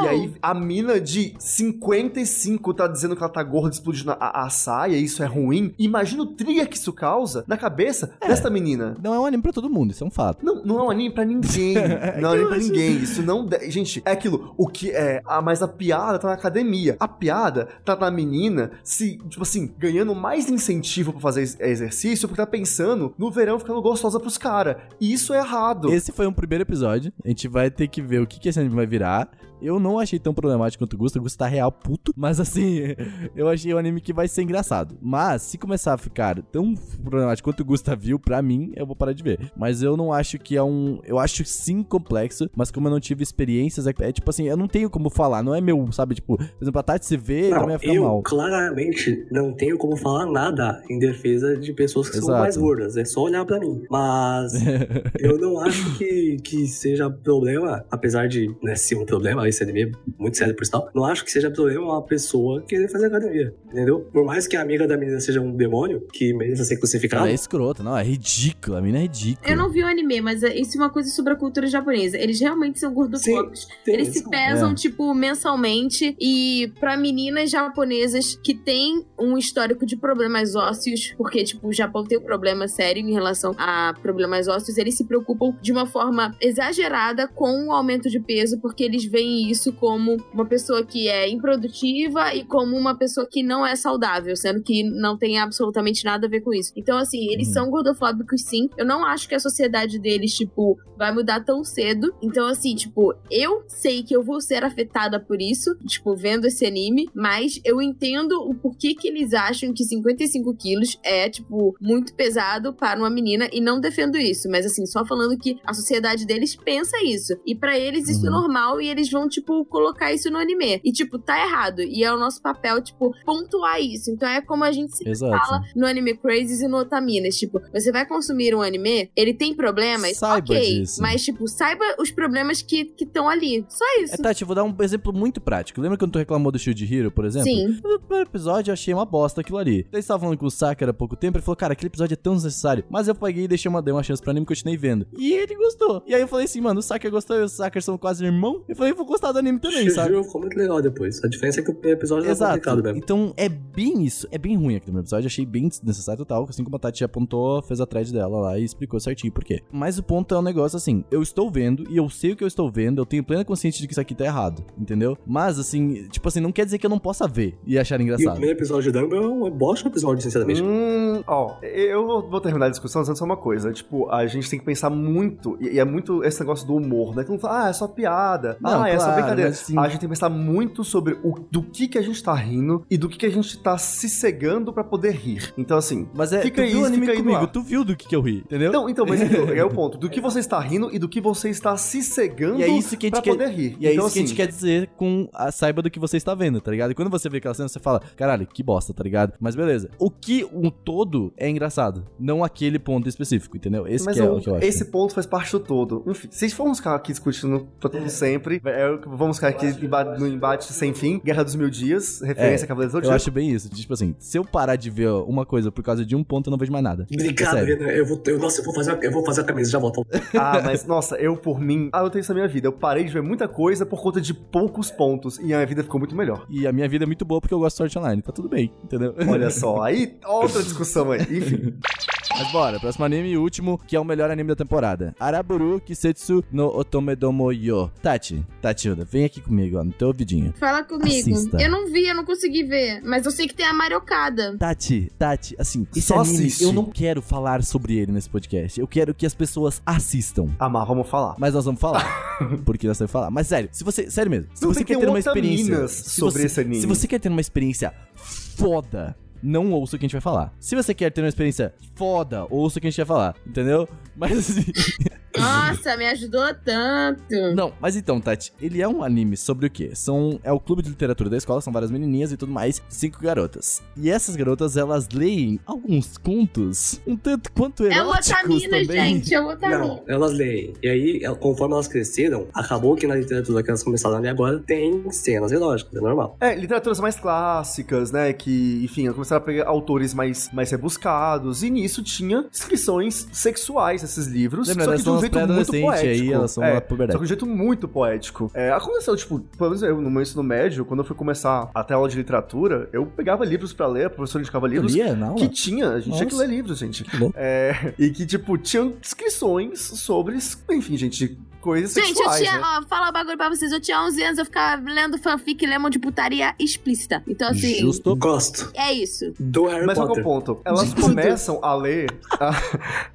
Speaker 3: E aí, a mina de 55 tá dizendo que ela tá gorda explodindo a, a saia, isso é ruim. Imagina o trigger que isso causa na cabeça dessa menina.
Speaker 4: Não é um anime pra todo mundo, isso é um fato.
Speaker 3: Não, não é um anime pra ninguém. Não é um anime pra ninguém. Isso não. de- Gente, é aquilo. O que é. Ah, mas a piada tá na academia. A piada tá na menina se, tipo assim, ganhando mais incentivo pra fazer ex- exercício porque tá pensando no verão ficando gostosa pros caras. E isso é errado.
Speaker 4: Esse foi um primeiro episódio. A gente vai ter que ver o que, que esse anime vai virar. Eu não achei tão problemático quanto o Gusta. O Gusta tá real puto. Mas assim, eu achei um anime que vai ser engraçado. Mas se começar a ficar tão problemático quanto o Gusta viu, pra mim, eu vou parar de ver. Mas eu não acho que é um. Eu acho sim complexo. Mas como eu não tive experiências, é, é tipo assim, eu não tenho como falar. Não é meu, sabe? Tipo, por exemplo, a Tati se vê, também vai
Speaker 5: Não,
Speaker 4: ficar
Speaker 5: eu
Speaker 4: mal.
Speaker 5: claramente não tenho como falar nada em defesa de pessoas que são
Speaker 4: Exato.
Speaker 5: mais gordas. É só olhar pra mim. Mas eu não acho que, que seja problema, apesar de né, ser um problema, esse anime é muito sério por sinal, não acho que seja problema uma pessoa querer fazer academia, entendeu? Por mais que a amiga da menina seja um demônio, que mereça ser crucificado,
Speaker 4: Ela é escrota, não, é ridícula, a mina é ridícula.
Speaker 6: Eu não vi o anime, mas é- isso é uma coisa sobre a cultura japonesa. Eles realmente são gordofóbicos.
Speaker 5: tem
Speaker 6: Eles
Speaker 5: isso.
Speaker 6: se pesam,
Speaker 4: É.
Speaker 6: tipo, mensalmente. E pra meninas japonesas que têm um histórico de problemas ósseos, porque, tipo, o Japão tem um problema sério em relação a problemas ósseos, eles se preocupam de uma forma exagerada com o aumento de peso, porque eles veem isso como uma pessoa que é improdutiva e como uma pessoa que não é saudável, sendo que não tem absolutamente nada a ver com isso. Então, assim, eles
Speaker 4: Uhum.
Speaker 6: são gordofóbicos, sim. Eu não acho que a sociedade deles, tipo, vai mudar tão cedo. Então, assim, tipo, eu sei que eu vou ser afetada por isso, tipo, vendo esse anime, mas eu entendo o porquê que eles acham que 55 quilos é, tipo, muito pesado para uma menina e não defendo isso, mas assim, só falando que a sociedade deles pensa isso. E pra eles isso é
Speaker 4: Uhum.
Speaker 6: normal e eles vão, tipo, tipo, colocar isso no anime. E, tipo, tá errado. E é o nosso papel, tipo, pontuar isso. Então é como a gente se fala
Speaker 4: Exato.
Speaker 6: no Anime Crazes e no Otaminas. Tipo, você vai consumir um anime, ele tem problemas,
Speaker 4: Saiba
Speaker 6: ok.
Speaker 4: disso.
Speaker 6: Mas, tipo, saiba os problemas que estão ali. Só isso.
Speaker 4: É, Tati, eu vou dar um exemplo muito prático. Lembra quando tu reclamou do Shield Hero, por exemplo?
Speaker 6: Sim.
Speaker 4: No primeiro episódio eu achei uma bosta aquilo ali. Daí estava falando com o Sakura há pouco tempo, ele falou, cara, aquele episódio é tão desnecessário. Mas eu paguei e deixei uma, dei uma chance pro anime e continuei vendo. E ele gostou. E aí eu falei assim, mano, o Sakura gostou e o Sakura são quase irmão. Eu falei, vou gostar do anime também, sabe?
Speaker 5: Shujuro ficou muito legal depois. A diferença é que o primeiro episódio tá complicado
Speaker 4: Exato.
Speaker 5: mesmo.
Speaker 4: Então é bem isso. É bem ruim aquele primeiro episódio. Achei bem desnecessário total. Assim como a Tati já apontou, fez a thread dela lá e explicou certinho por quê. Mas o ponto é um negócio assim: eu estou vendo e eu sei o que eu estou vendo. Eu tenho plena consciência de que isso aqui tá errado. Entendeu? Mas assim, tipo assim, não quer dizer que eu não possa ver e achar
Speaker 5: E o
Speaker 4: engraçado.
Speaker 5: primeiro episódio de Dumbo é um bosta episódio,
Speaker 4: Tá
Speaker 5: sinceramente.
Speaker 3: Hum, ó, eu vou- vou terminar a discussão dizendo só uma coisa. Tipo, a gente tem que pensar muito, e e é muito esse negócio do humor, né? Que não fala, ah, é só piada, ah,
Speaker 4: Não,
Speaker 3: é só
Speaker 4: claro,
Speaker 3: brincadeira.
Speaker 4: mas assim-
Speaker 3: A gente tem que pensar muito sobre o, do que que a gente tá rindo e do que que a gente tá se cegando pra poder rir. Então, assim.
Speaker 4: Mas é,
Speaker 3: Fica
Speaker 4: tu viu
Speaker 3: aí,
Speaker 4: o anime
Speaker 3: fica aí no
Speaker 4: comigo,
Speaker 3: ar.
Speaker 4: tu viu do que, que eu ri, entendeu?
Speaker 3: Então, então, mas então, é o ponto. Do que você está rindo e do que você está se cegando
Speaker 4: E é isso que a gente
Speaker 3: pra
Speaker 4: quer-
Speaker 3: poder rir.
Speaker 4: E é
Speaker 3: então,
Speaker 4: isso que a gente
Speaker 3: assim,
Speaker 4: quer dizer com a saiba do que você está vendo, tá ligado? E quando você vê aquela cena, você fala, caralho, que bosta, tá ligado? Mas beleza. O que o todo é engraçado, não aquele ponto específico, entendeu? Esse
Speaker 3: Mas
Speaker 4: que é
Speaker 3: o-
Speaker 4: o que eu acho.
Speaker 3: esse ponto faz parte do todo. Enfim, se um formos ficar aqui discutindo pra tudo sempre, é o que- vamos ficar aqui emba- no embate sem fim, Guerra dos Mil Dias, referência
Speaker 4: É,
Speaker 3: a Cavaleiros do
Speaker 4: Eu
Speaker 3: Zodíaco.
Speaker 4: acho bem isso. Tipo assim, se eu parar de ver uma coisa por causa de um ponto, eu não vejo mais nada.
Speaker 5: Obrigado,
Speaker 4: Sério.
Speaker 5: Renan. Eu vou, eu, nossa, eu vou, fazer, a- eu vou fazer a camisa, já volto.
Speaker 3: Ah, mas nossa, eu por mim, ah, eu tenho isso na minha vida. Eu parei de ver muita coisa por conta de poucos pontos e a minha vida ficou muito melhor.
Speaker 4: E a minha vida é muito boa porque eu gosto de sorte online. Tá tudo bem, entendeu?
Speaker 3: Olha só, aí outra discussão aí. Enfim,
Speaker 4: Mas bora, próximo anime e último, que é o melhor anime da temporada. Araburu Kisetsu no Otomedomo Yo. Tati, Tatiuda, vem aqui comigo, ó, no teu ouvidinho.
Speaker 6: Fala comigo.
Speaker 4: Assista.
Speaker 6: Eu não vi, eu não consegui ver. Mas eu sei que tem a mariocada.
Speaker 4: Tati, Tati, assim, esse
Speaker 3: Só
Speaker 4: anime,
Speaker 3: assiste.
Speaker 4: eu não quero falar sobre ele nesse podcast. Eu quero que as pessoas assistam.
Speaker 3: Amar, vamos falar.
Speaker 4: Mas nós vamos falar. porque nós temos que falar. Mas sério, se você. Sério mesmo, se
Speaker 3: Não
Speaker 4: você
Speaker 3: tem que
Speaker 4: quer
Speaker 3: ter
Speaker 4: ter uma
Speaker 3: outra
Speaker 4: experiência.
Speaker 3: Minas
Speaker 4: Se
Speaker 3: sobre
Speaker 4: você,
Speaker 3: esse anime.
Speaker 4: Se você quer ter uma experiência foda. Não ouça o que a gente vai falar. Se você quer ter uma experiência foda, ouça o que a gente vai falar, entendeu? Mas assim.
Speaker 6: Nossa, me ajudou tanto.
Speaker 4: Não, mas então, Tati, ele é um anime sobre o quê? São, é o clube de literatura da escola, são várias menininhas e tudo mais, cinco garotas. E essas garotas, elas leem alguns contos, um tanto quanto
Speaker 6: É o
Speaker 4: eróticos
Speaker 6: Otamina,
Speaker 4: também.
Speaker 6: gente. É o
Speaker 5: Não,
Speaker 6: Otamina.
Speaker 5: elas leem. E aí, el- conforme elas cresceram, acabou que na literatura que elas começaram a ler agora tem cenas ilógicas, é normal.
Speaker 3: É, literaturas mais clássicas, né? Que, enfim, começaram a pegar autores mais, mais rebuscados. E nisso tinha descrições sexuais esses livros.
Speaker 4: Lembra,
Speaker 3: só
Speaker 4: elas
Speaker 3: que de um
Speaker 4: são
Speaker 3: jeito
Speaker 4: as
Speaker 3: muito
Speaker 4: pré-adolescentes
Speaker 3: poético.
Speaker 4: aí, elas são
Speaker 3: é,
Speaker 4: na puberdade.
Speaker 3: Só que de um jeito muito poético. É, aconteceu, tipo, pelo menos eu, no meu ensino médio, quando eu fui começar até aula de literatura, eu pegava livros pra ler, a professora indicava
Speaker 4: Eu
Speaker 3: livros.
Speaker 4: lia na aula?
Speaker 3: Que tinha, a gente tinha que
Speaker 4: Nossa.
Speaker 3: ler livros, gente.
Speaker 4: Que louco.
Speaker 3: É, e que, tipo, tinham descrições sobre, enfim, gente, coisas
Speaker 6: Gente, eu
Speaker 3: sexuais,
Speaker 6: tinha.
Speaker 3: né?
Speaker 6: Ó, falar um bagulho pra vocês. Eu tinha 11 anos, eu ficava lendo fanfic e lemon de putaria explícita. Então, assim.
Speaker 4: Justo.
Speaker 5: Gosto
Speaker 6: É isso.
Speaker 5: do Harry
Speaker 3: Mas qual que é
Speaker 5: Potter.
Speaker 3: o ponto? Elas começam a ler. a-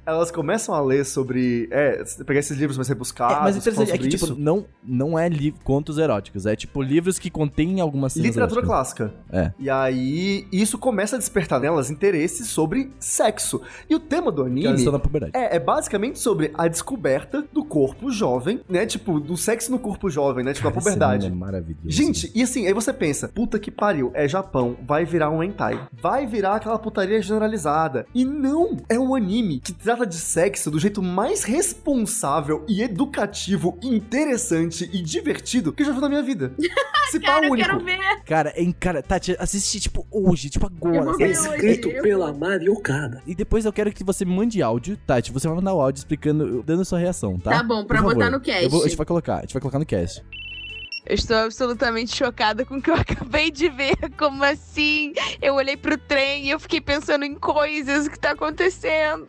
Speaker 3: elas começam a ler sobre. É, pegar esses livros mais rebuscados.
Speaker 4: É, mas interessante, é
Speaker 3: falam
Speaker 4: que,
Speaker 3: sobre
Speaker 4: tipo,
Speaker 3: isso.
Speaker 4: não, não é li- contos eróticos. É, tipo, livros que contêm algumas cenas
Speaker 3: Literatura
Speaker 4: eróticas.
Speaker 3: clássica.
Speaker 4: É.
Speaker 3: E aí, isso começa a despertar nelas interesse sobre sexo. E o tema do
Speaker 4: Que elas
Speaker 3: anime
Speaker 4: estão na puberdade.
Speaker 3: é, é basicamente sobre a descoberta do corpo jovem, né? Tipo, do sexo no corpo jovem, né? Tipo,
Speaker 4: Cara,
Speaker 3: a
Speaker 4: esse
Speaker 3: puberdade.
Speaker 4: anime É maravilhoso.
Speaker 3: Gente, e assim, aí você pensa, puta que pariu, é Japão, vai virar um hentai, vai virar aquela putaria generalizada. E não, é um anime que trata de sexo do jeito mais responsável e educativo, interessante e divertido que eu já vi na minha vida. Se pá
Speaker 6: Cara, eu
Speaker 3: único.
Speaker 6: quero ver.
Speaker 4: Cara, é, cara, Tati, assiste, tipo, hoje, tipo,
Speaker 6: Eu
Speaker 4: agora.
Speaker 6: vou
Speaker 4: sabe?
Speaker 5: É
Speaker 6: ver
Speaker 5: escrito
Speaker 6: hoje.
Speaker 5: pela Mariocada.
Speaker 4: E depois eu quero que você me mande áudio, Tati. Você vai mandar o áudio explicando, dando sua reação, tá?
Speaker 6: Tá bom, pra
Speaker 4: Por favor.
Speaker 6: botar no cast.
Speaker 4: Eu vou- a gente vai colocar, a gente vai colocar no cast.
Speaker 7: Eu estou absolutamente chocada com o que eu acabei de ver. Como assim? Eu olhei pro trem e eu fiquei pensando em coisas que tá acontecendo.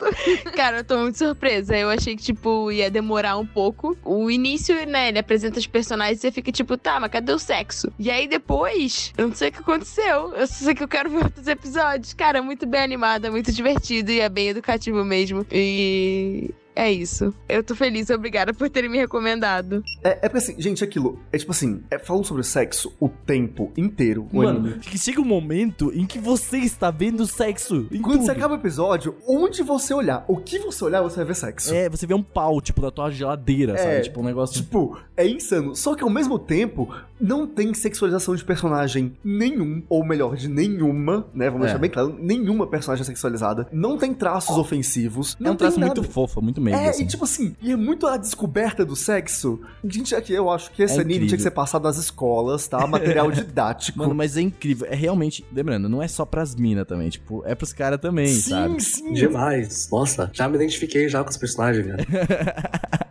Speaker 7: Cara, eu tô muito surpresa. Eu achei que, tipo, ia demorar um pouco. O início, né, ele apresenta os personagens e você fica tipo, tá, mas cadê o sexo? E aí depois, eu não sei o que aconteceu. Eu só sei que eu quero ver outros episódios. Cara, é muito bem animada, muito divertido e é bem educativo mesmo. E É isso. Eu tô feliz, obrigada por terem me recomendado.
Speaker 3: É, é porque assim, gente, é aquilo. É tipo assim, é, falam sobre sexo o tempo inteiro. o
Speaker 4: Mano,
Speaker 3: anime.
Speaker 4: que chega um momento em que você está vendo sexo em
Speaker 3: Quando
Speaker 4: tudo.
Speaker 3: você acaba o episódio, onde você olhar, o que você olhar, você vai ver sexo.
Speaker 4: É, você vê um pau, tipo, da tua geladeira, sabe?
Speaker 3: É.
Speaker 4: Tipo, um negócio...
Speaker 3: Tipo, é insano. Só que ao mesmo tempo, não tem sexualização de personagem nenhum, ou melhor, de nenhuma, né? Vamos
Speaker 4: É.
Speaker 3: deixar bem claro, nenhuma personagem é sexualizada. Não tem traços ofensivos. Não
Speaker 4: é um traço
Speaker 3: tem nada.
Speaker 4: muito fofo, muito meio,
Speaker 3: É,
Speaker 4: assim.
Speaker 3: e tipo assim, e é muito a descoberta do sexo. Gente, aqui eu acho que esse
Speaker 4: É
Speaker 3: anime tinha
Speaker 4: incrível.
Speaker 3: que ser passado nas escolas, tá? Material didático.
Speaker 4: Mano, mas é incrível. É realmente... Lembrando, não é só pras minas também. Tipo, é pros caras também,
Speaker 3: sim,
Speaker 4: sabe?
Speaker 3: sim.
Speaker 5: Demais. Nossa, já me identifiquei já com os personagens, velho.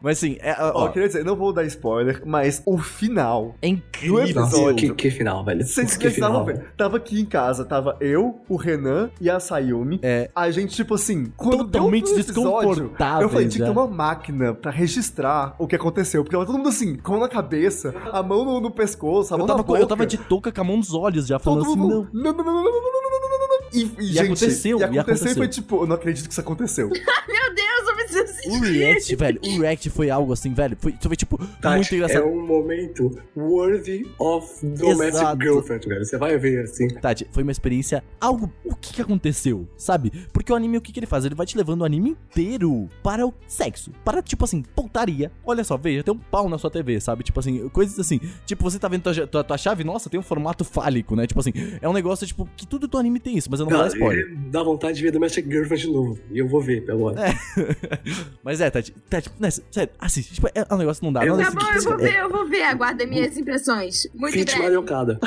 Speaker 4: Mas assim, é,
Speaker 3: Ó,
Speaker 4: ó,
Speaker 3: queria dizer, não vou dar spoiler, mas o final
Speaker 4: é incrível.
Speaker 3: do episódio-
Speaker 5: Nossa, que, que final, velho.
Speaker 3: Vocês
Speaker 5: que
Speaker 3: precisavam ver. Tava aqui em casa, tava eu, o Renan e a Sayumi.
Speaker 4: É.
Speaker 3: A gente, tipo assim, quando
Speaker 4: Totalmente é."
Speaker 3: deu um episódio,
Speaker 4: desconfortável
Speaker 3: eu falei, tinha que
Speaker 4: já.
Speaker 3: ter uma máquina pra registrar o que aconteceu. Porque tava todo mundo assim, com na cabeça, a mão no, no pescoço, a mão
Speaker 4: Eu tava,
Speaker 3: na
Speaker 4: com-
Speaker 3: boca.
Speaker 4: eu tava de touca com a mão nos olhos já, falando
Speaker 3: Todo
Speaker 4: assim,
Speaker 3: mundo...
Speaker 4: não.
Speaker 3: Não, não, não, não, não, não, não, não, não, não, não. E, e,
Speaker 4: E
Speaker 3: gente,
Speaker 4: aconteceu,
Speaker 3: e
Speaker 4: e
Speaker 3: aconteceu, e
Speaker 4: aconteceu.
Speaker 3: foi tipo, eu não acredito que isso aconteceu.
Speaker 6: Meu Deus, eu preciso assistir.
Speaker 4: O React, velho, o React foi algo assim, velho. Foi, foi tipo, muito
Speaker 5: Tati,
Speaker 4: engraçado.
Speaker 5: É um momento worthy of domestic
Speaker 4: Exato.
Speaker 5: girlfriend, velho. Você vai ver assim.
Speaker 4: Tati, foi uma experiência, algo, o que que aconteceu, sabe? Porque o anime, o que que ele faz? Ele vai te levando o anime inteiro para o sexo, para, tipo assim, pontaria. Olha só, veja, tem um pau na sua TV, sabe? Tipo assim, coisas assim, tipo, você tá vendo tua, tua, tua chave, nossa, tem um formato fálico, né? Tipo assim, é um negócio, tipo, que tudo do anime tem isso, mas eu não vou dar spoiler.
Speaker 5: é- dá vontade de ver Domestic Girlfriend de novo. E eu vou ver agora.
Speaker 4: Mas é, Tati, Tati, né, sério, assiste, tipo, é, é um negócio que não dá.
Speaker 5: Eu
Speaker 4: não
Speaker 5: não
Speaker 6: Tá
Speaker 4: assiste,
Speaker 6: bom, eu
Speaker 4: tipo,
Speaker 6: vou
Speaker 4: é-
Speaker 6: ver, eu vou ver. Aguardem minhas impressões. Muito em
Speaker 5: Fit
Speaker 6: breve.
Speaker 5: Mariocada.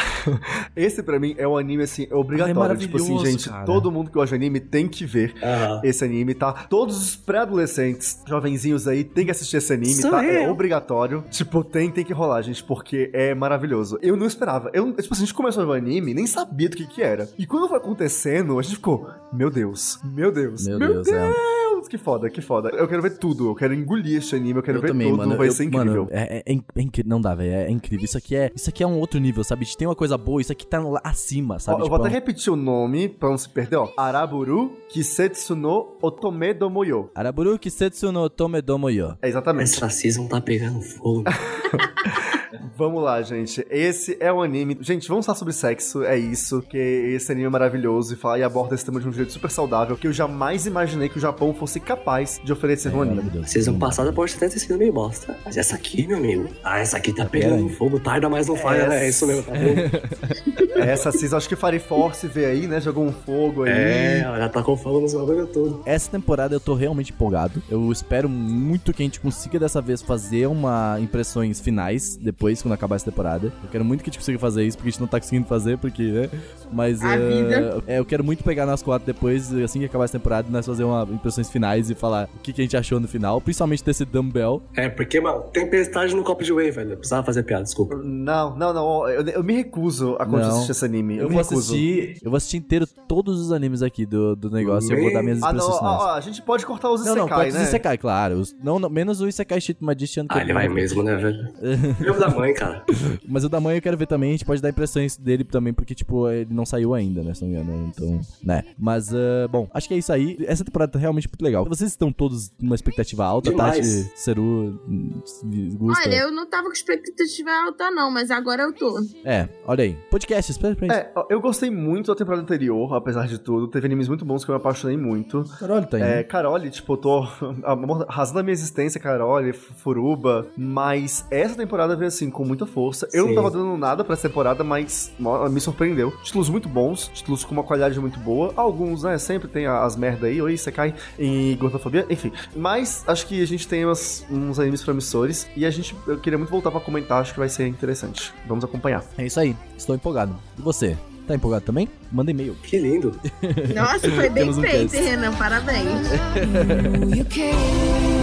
Speaker 3: Esse pra mim é um anime, assim, obrigatório. tipo assim,
Speaker 4: é maravilhoso,
Speaker 3: gente,
Speaker 4: cara.
Speaker 3: todo mundo que gosta de anime tem que ver.
Speaker 5: Ah,
Speaker 3: esse anime, tá? Todos os pré-adolescentes, jovenzinhos aí, tem que assistir esse anime,
Speaker 5: Sou
Speaker 3: tá? É
Speaker 5: eu.
Speaker 3: obrigatório. Tipo, tem, tem que rolar, gente, porque é maravilhoso. Eu não esperava. Eu, tipo, assim, a gente começou a ver o anime, nem sabia do que que era. E quando foi acontecendo, a gente ficou, meu Deus, meu Deus, meu,
Speaker 4: Meu
Speaker 3: Deus.
Speaker 4: Deus, é.
Speaker 3: Que foda, que foda. Eu quero ver tudo, eu quero engolir este anime, eu quero
Speaker 4: Eu
Speaker 3: ver
Speaker 4: também,
Speaker 3: tudo,
Speaker 4: mano.
Speaker 3: vai
Speaker 4: Eu-
Speaker 3: ser
Speaker 4: mano,
Speaker 3: incrível.
Speaker 4: é, é- é inc- é incrível. Não dá, velho. É, é incrível. Isso aqui é, isso aqui é um outro nível, sabe? A gente tem uma coisa boa, isso aqui tá lá acima,
Speaker 3: Ó,
Speaker 4: sabe?
Speaker 3: eu vou até
Speaker 4: é um...
Speaker 3: repetir o nome pra não se perder, ó. Araburu Kisetsu no Otome do Moyo.
Speaker 4: Araburu Kisetsu no um Tome Domoyo.
Speaker 3: É exatamente.
Speaker 5: essa season tá pegando fogo.
Speaker 3: Vamos lá, gente. Esse é o anime. Gente, vamos falar sobre sexo, é isso. Que esse anime é maravilhoso e fala e aborda esse tema de um jeito super saudável. Que eu jamais imaginei que o Japão fosse capaz de oferecer no anime.
Speaker 4: É, Maravilhoso.
Speaker 5: Season passada pode até ter sido meio bosta. Mas essa aqui, meu amigo. Ah, essa aqui tá pegando
Speaker 4: pegando.
Speaker 5: fogo. Tarda mais não falha, né? É isso mesmo, tá bom?
Speaker 4: É.
Speaker 3: Essa season, acho que Fire Force veio aí, né? Jogou um fogo aí.
Speaker 5: É, ela já tá com fogo nos bagulho todo.
Speaker 4: Essa temporada eu tô realmente empolgado. Eu espero muito que a gente consiga dessa vez fazer uma impressões finais depois, quando acabar essa temporada. Eu quero muito que a gente consiga fazer isso, porque a gente não tá conseguindo fazer, porque, né? Mas
Speaker 6: A
Speaker 4: eh,
Speaker 6: vida.
Speaker 4: é, eu quero muito pegar nós quatro depois, assim que acabar essa temporada, nós fazer uma impressões finais e falar o que, que a gente achou no final, principalmente desse dumbbell.
Speaker 5: É, porque, mano, tempestade no copo de whey, velho. Eu precisava fazer piada, desculpa.
Speaker 3: Não, não, não. Eu, eu me recuso a continuar
Speaker 4: Não.
Speaker 3: assistir esse anime. Eu,
Speaker 4: Eu
Speaker 3: me
Speaker 4: vou
Speaker 3: recuso.
Speaker 4: assistir. Eu vou assistir inteiro todos os animes aqui do, do negócio. Eu vou dar minhas
Speaker 3: Ah, não,
Speaker 4: impressões
Speaker 3: ó,
Speaker 4: finais.
Speaker 3: ó, a gente pode cortar os
Speaker 4: Não, não,
Speaker 3: Isekai,
Speaker 4: pode
Speaker 3: né?
Speaker 4: Isekai, claro. Os- não, não, menos o Isekai Shit Magician. que
Speaker 5: Ah,
Speaker 4: eu-
Speaker 5: ele vai mesmo, né, velho? Filho da mãe, cara.
Speaker 4: Mas o da mãe eu quero ver também. A gente pode dar impressões dele também, porque, tipo, ele não saiu ainda, né? Se não me engano. Então, né. Mas, ah, bom, acho que é isso aí. Essa temporada tá realmente muito legal. Vocês estão todos numa expectativa alta, tá?
Speaker 5: Demais.
Speaker 4: Tati, Seru, hum, Gusta.
Speaker 6: Olha, eu não tava com expectativa alta, não, mas agora eu tô.
Speaker 4: É, olha aí. Podcast, espera pra gente.
Speaker 3: É, ó, eu gostei muito da temporada anterior, apesar de tudo. Teve animes muito bons que eu me apaixonei muito.
Speaker 4: Caralho, tá aí.
Speaker 3: É, Carole, tipo, eu tô amor- arrasando a minha existência, Carole, F- Furuba, mas essa temporada veio assim, com muita força. Eu não
Speaker 5: Sim.
Speaker 3: tava dando nada pra essa temporada, mas mo- me surpreendeu. Títulos muito bons, títulos com uma qualidade muito boa. Alguns, né, sempre tem a- as merda aí, oi, você cai em gordofobia, enfim. Mas acho que a gente tem umas- uns animes promissores e a gente, eu queria muito voltar pra comentar, acho que vai ser interessante. Vamos acompanhar.
Speaker 4: É isso aí. Estou empolgado. E você? Tá empolgado também? Manda e-mail.
Speaker 5: Que lindo.
Speaker 6: Nossa, foi bem
Speaker 4: Temos um
Speaker 6: feito,
Speaker 4: teste.
Speaker 6: Renan, parabéns.
Speaker 8: You came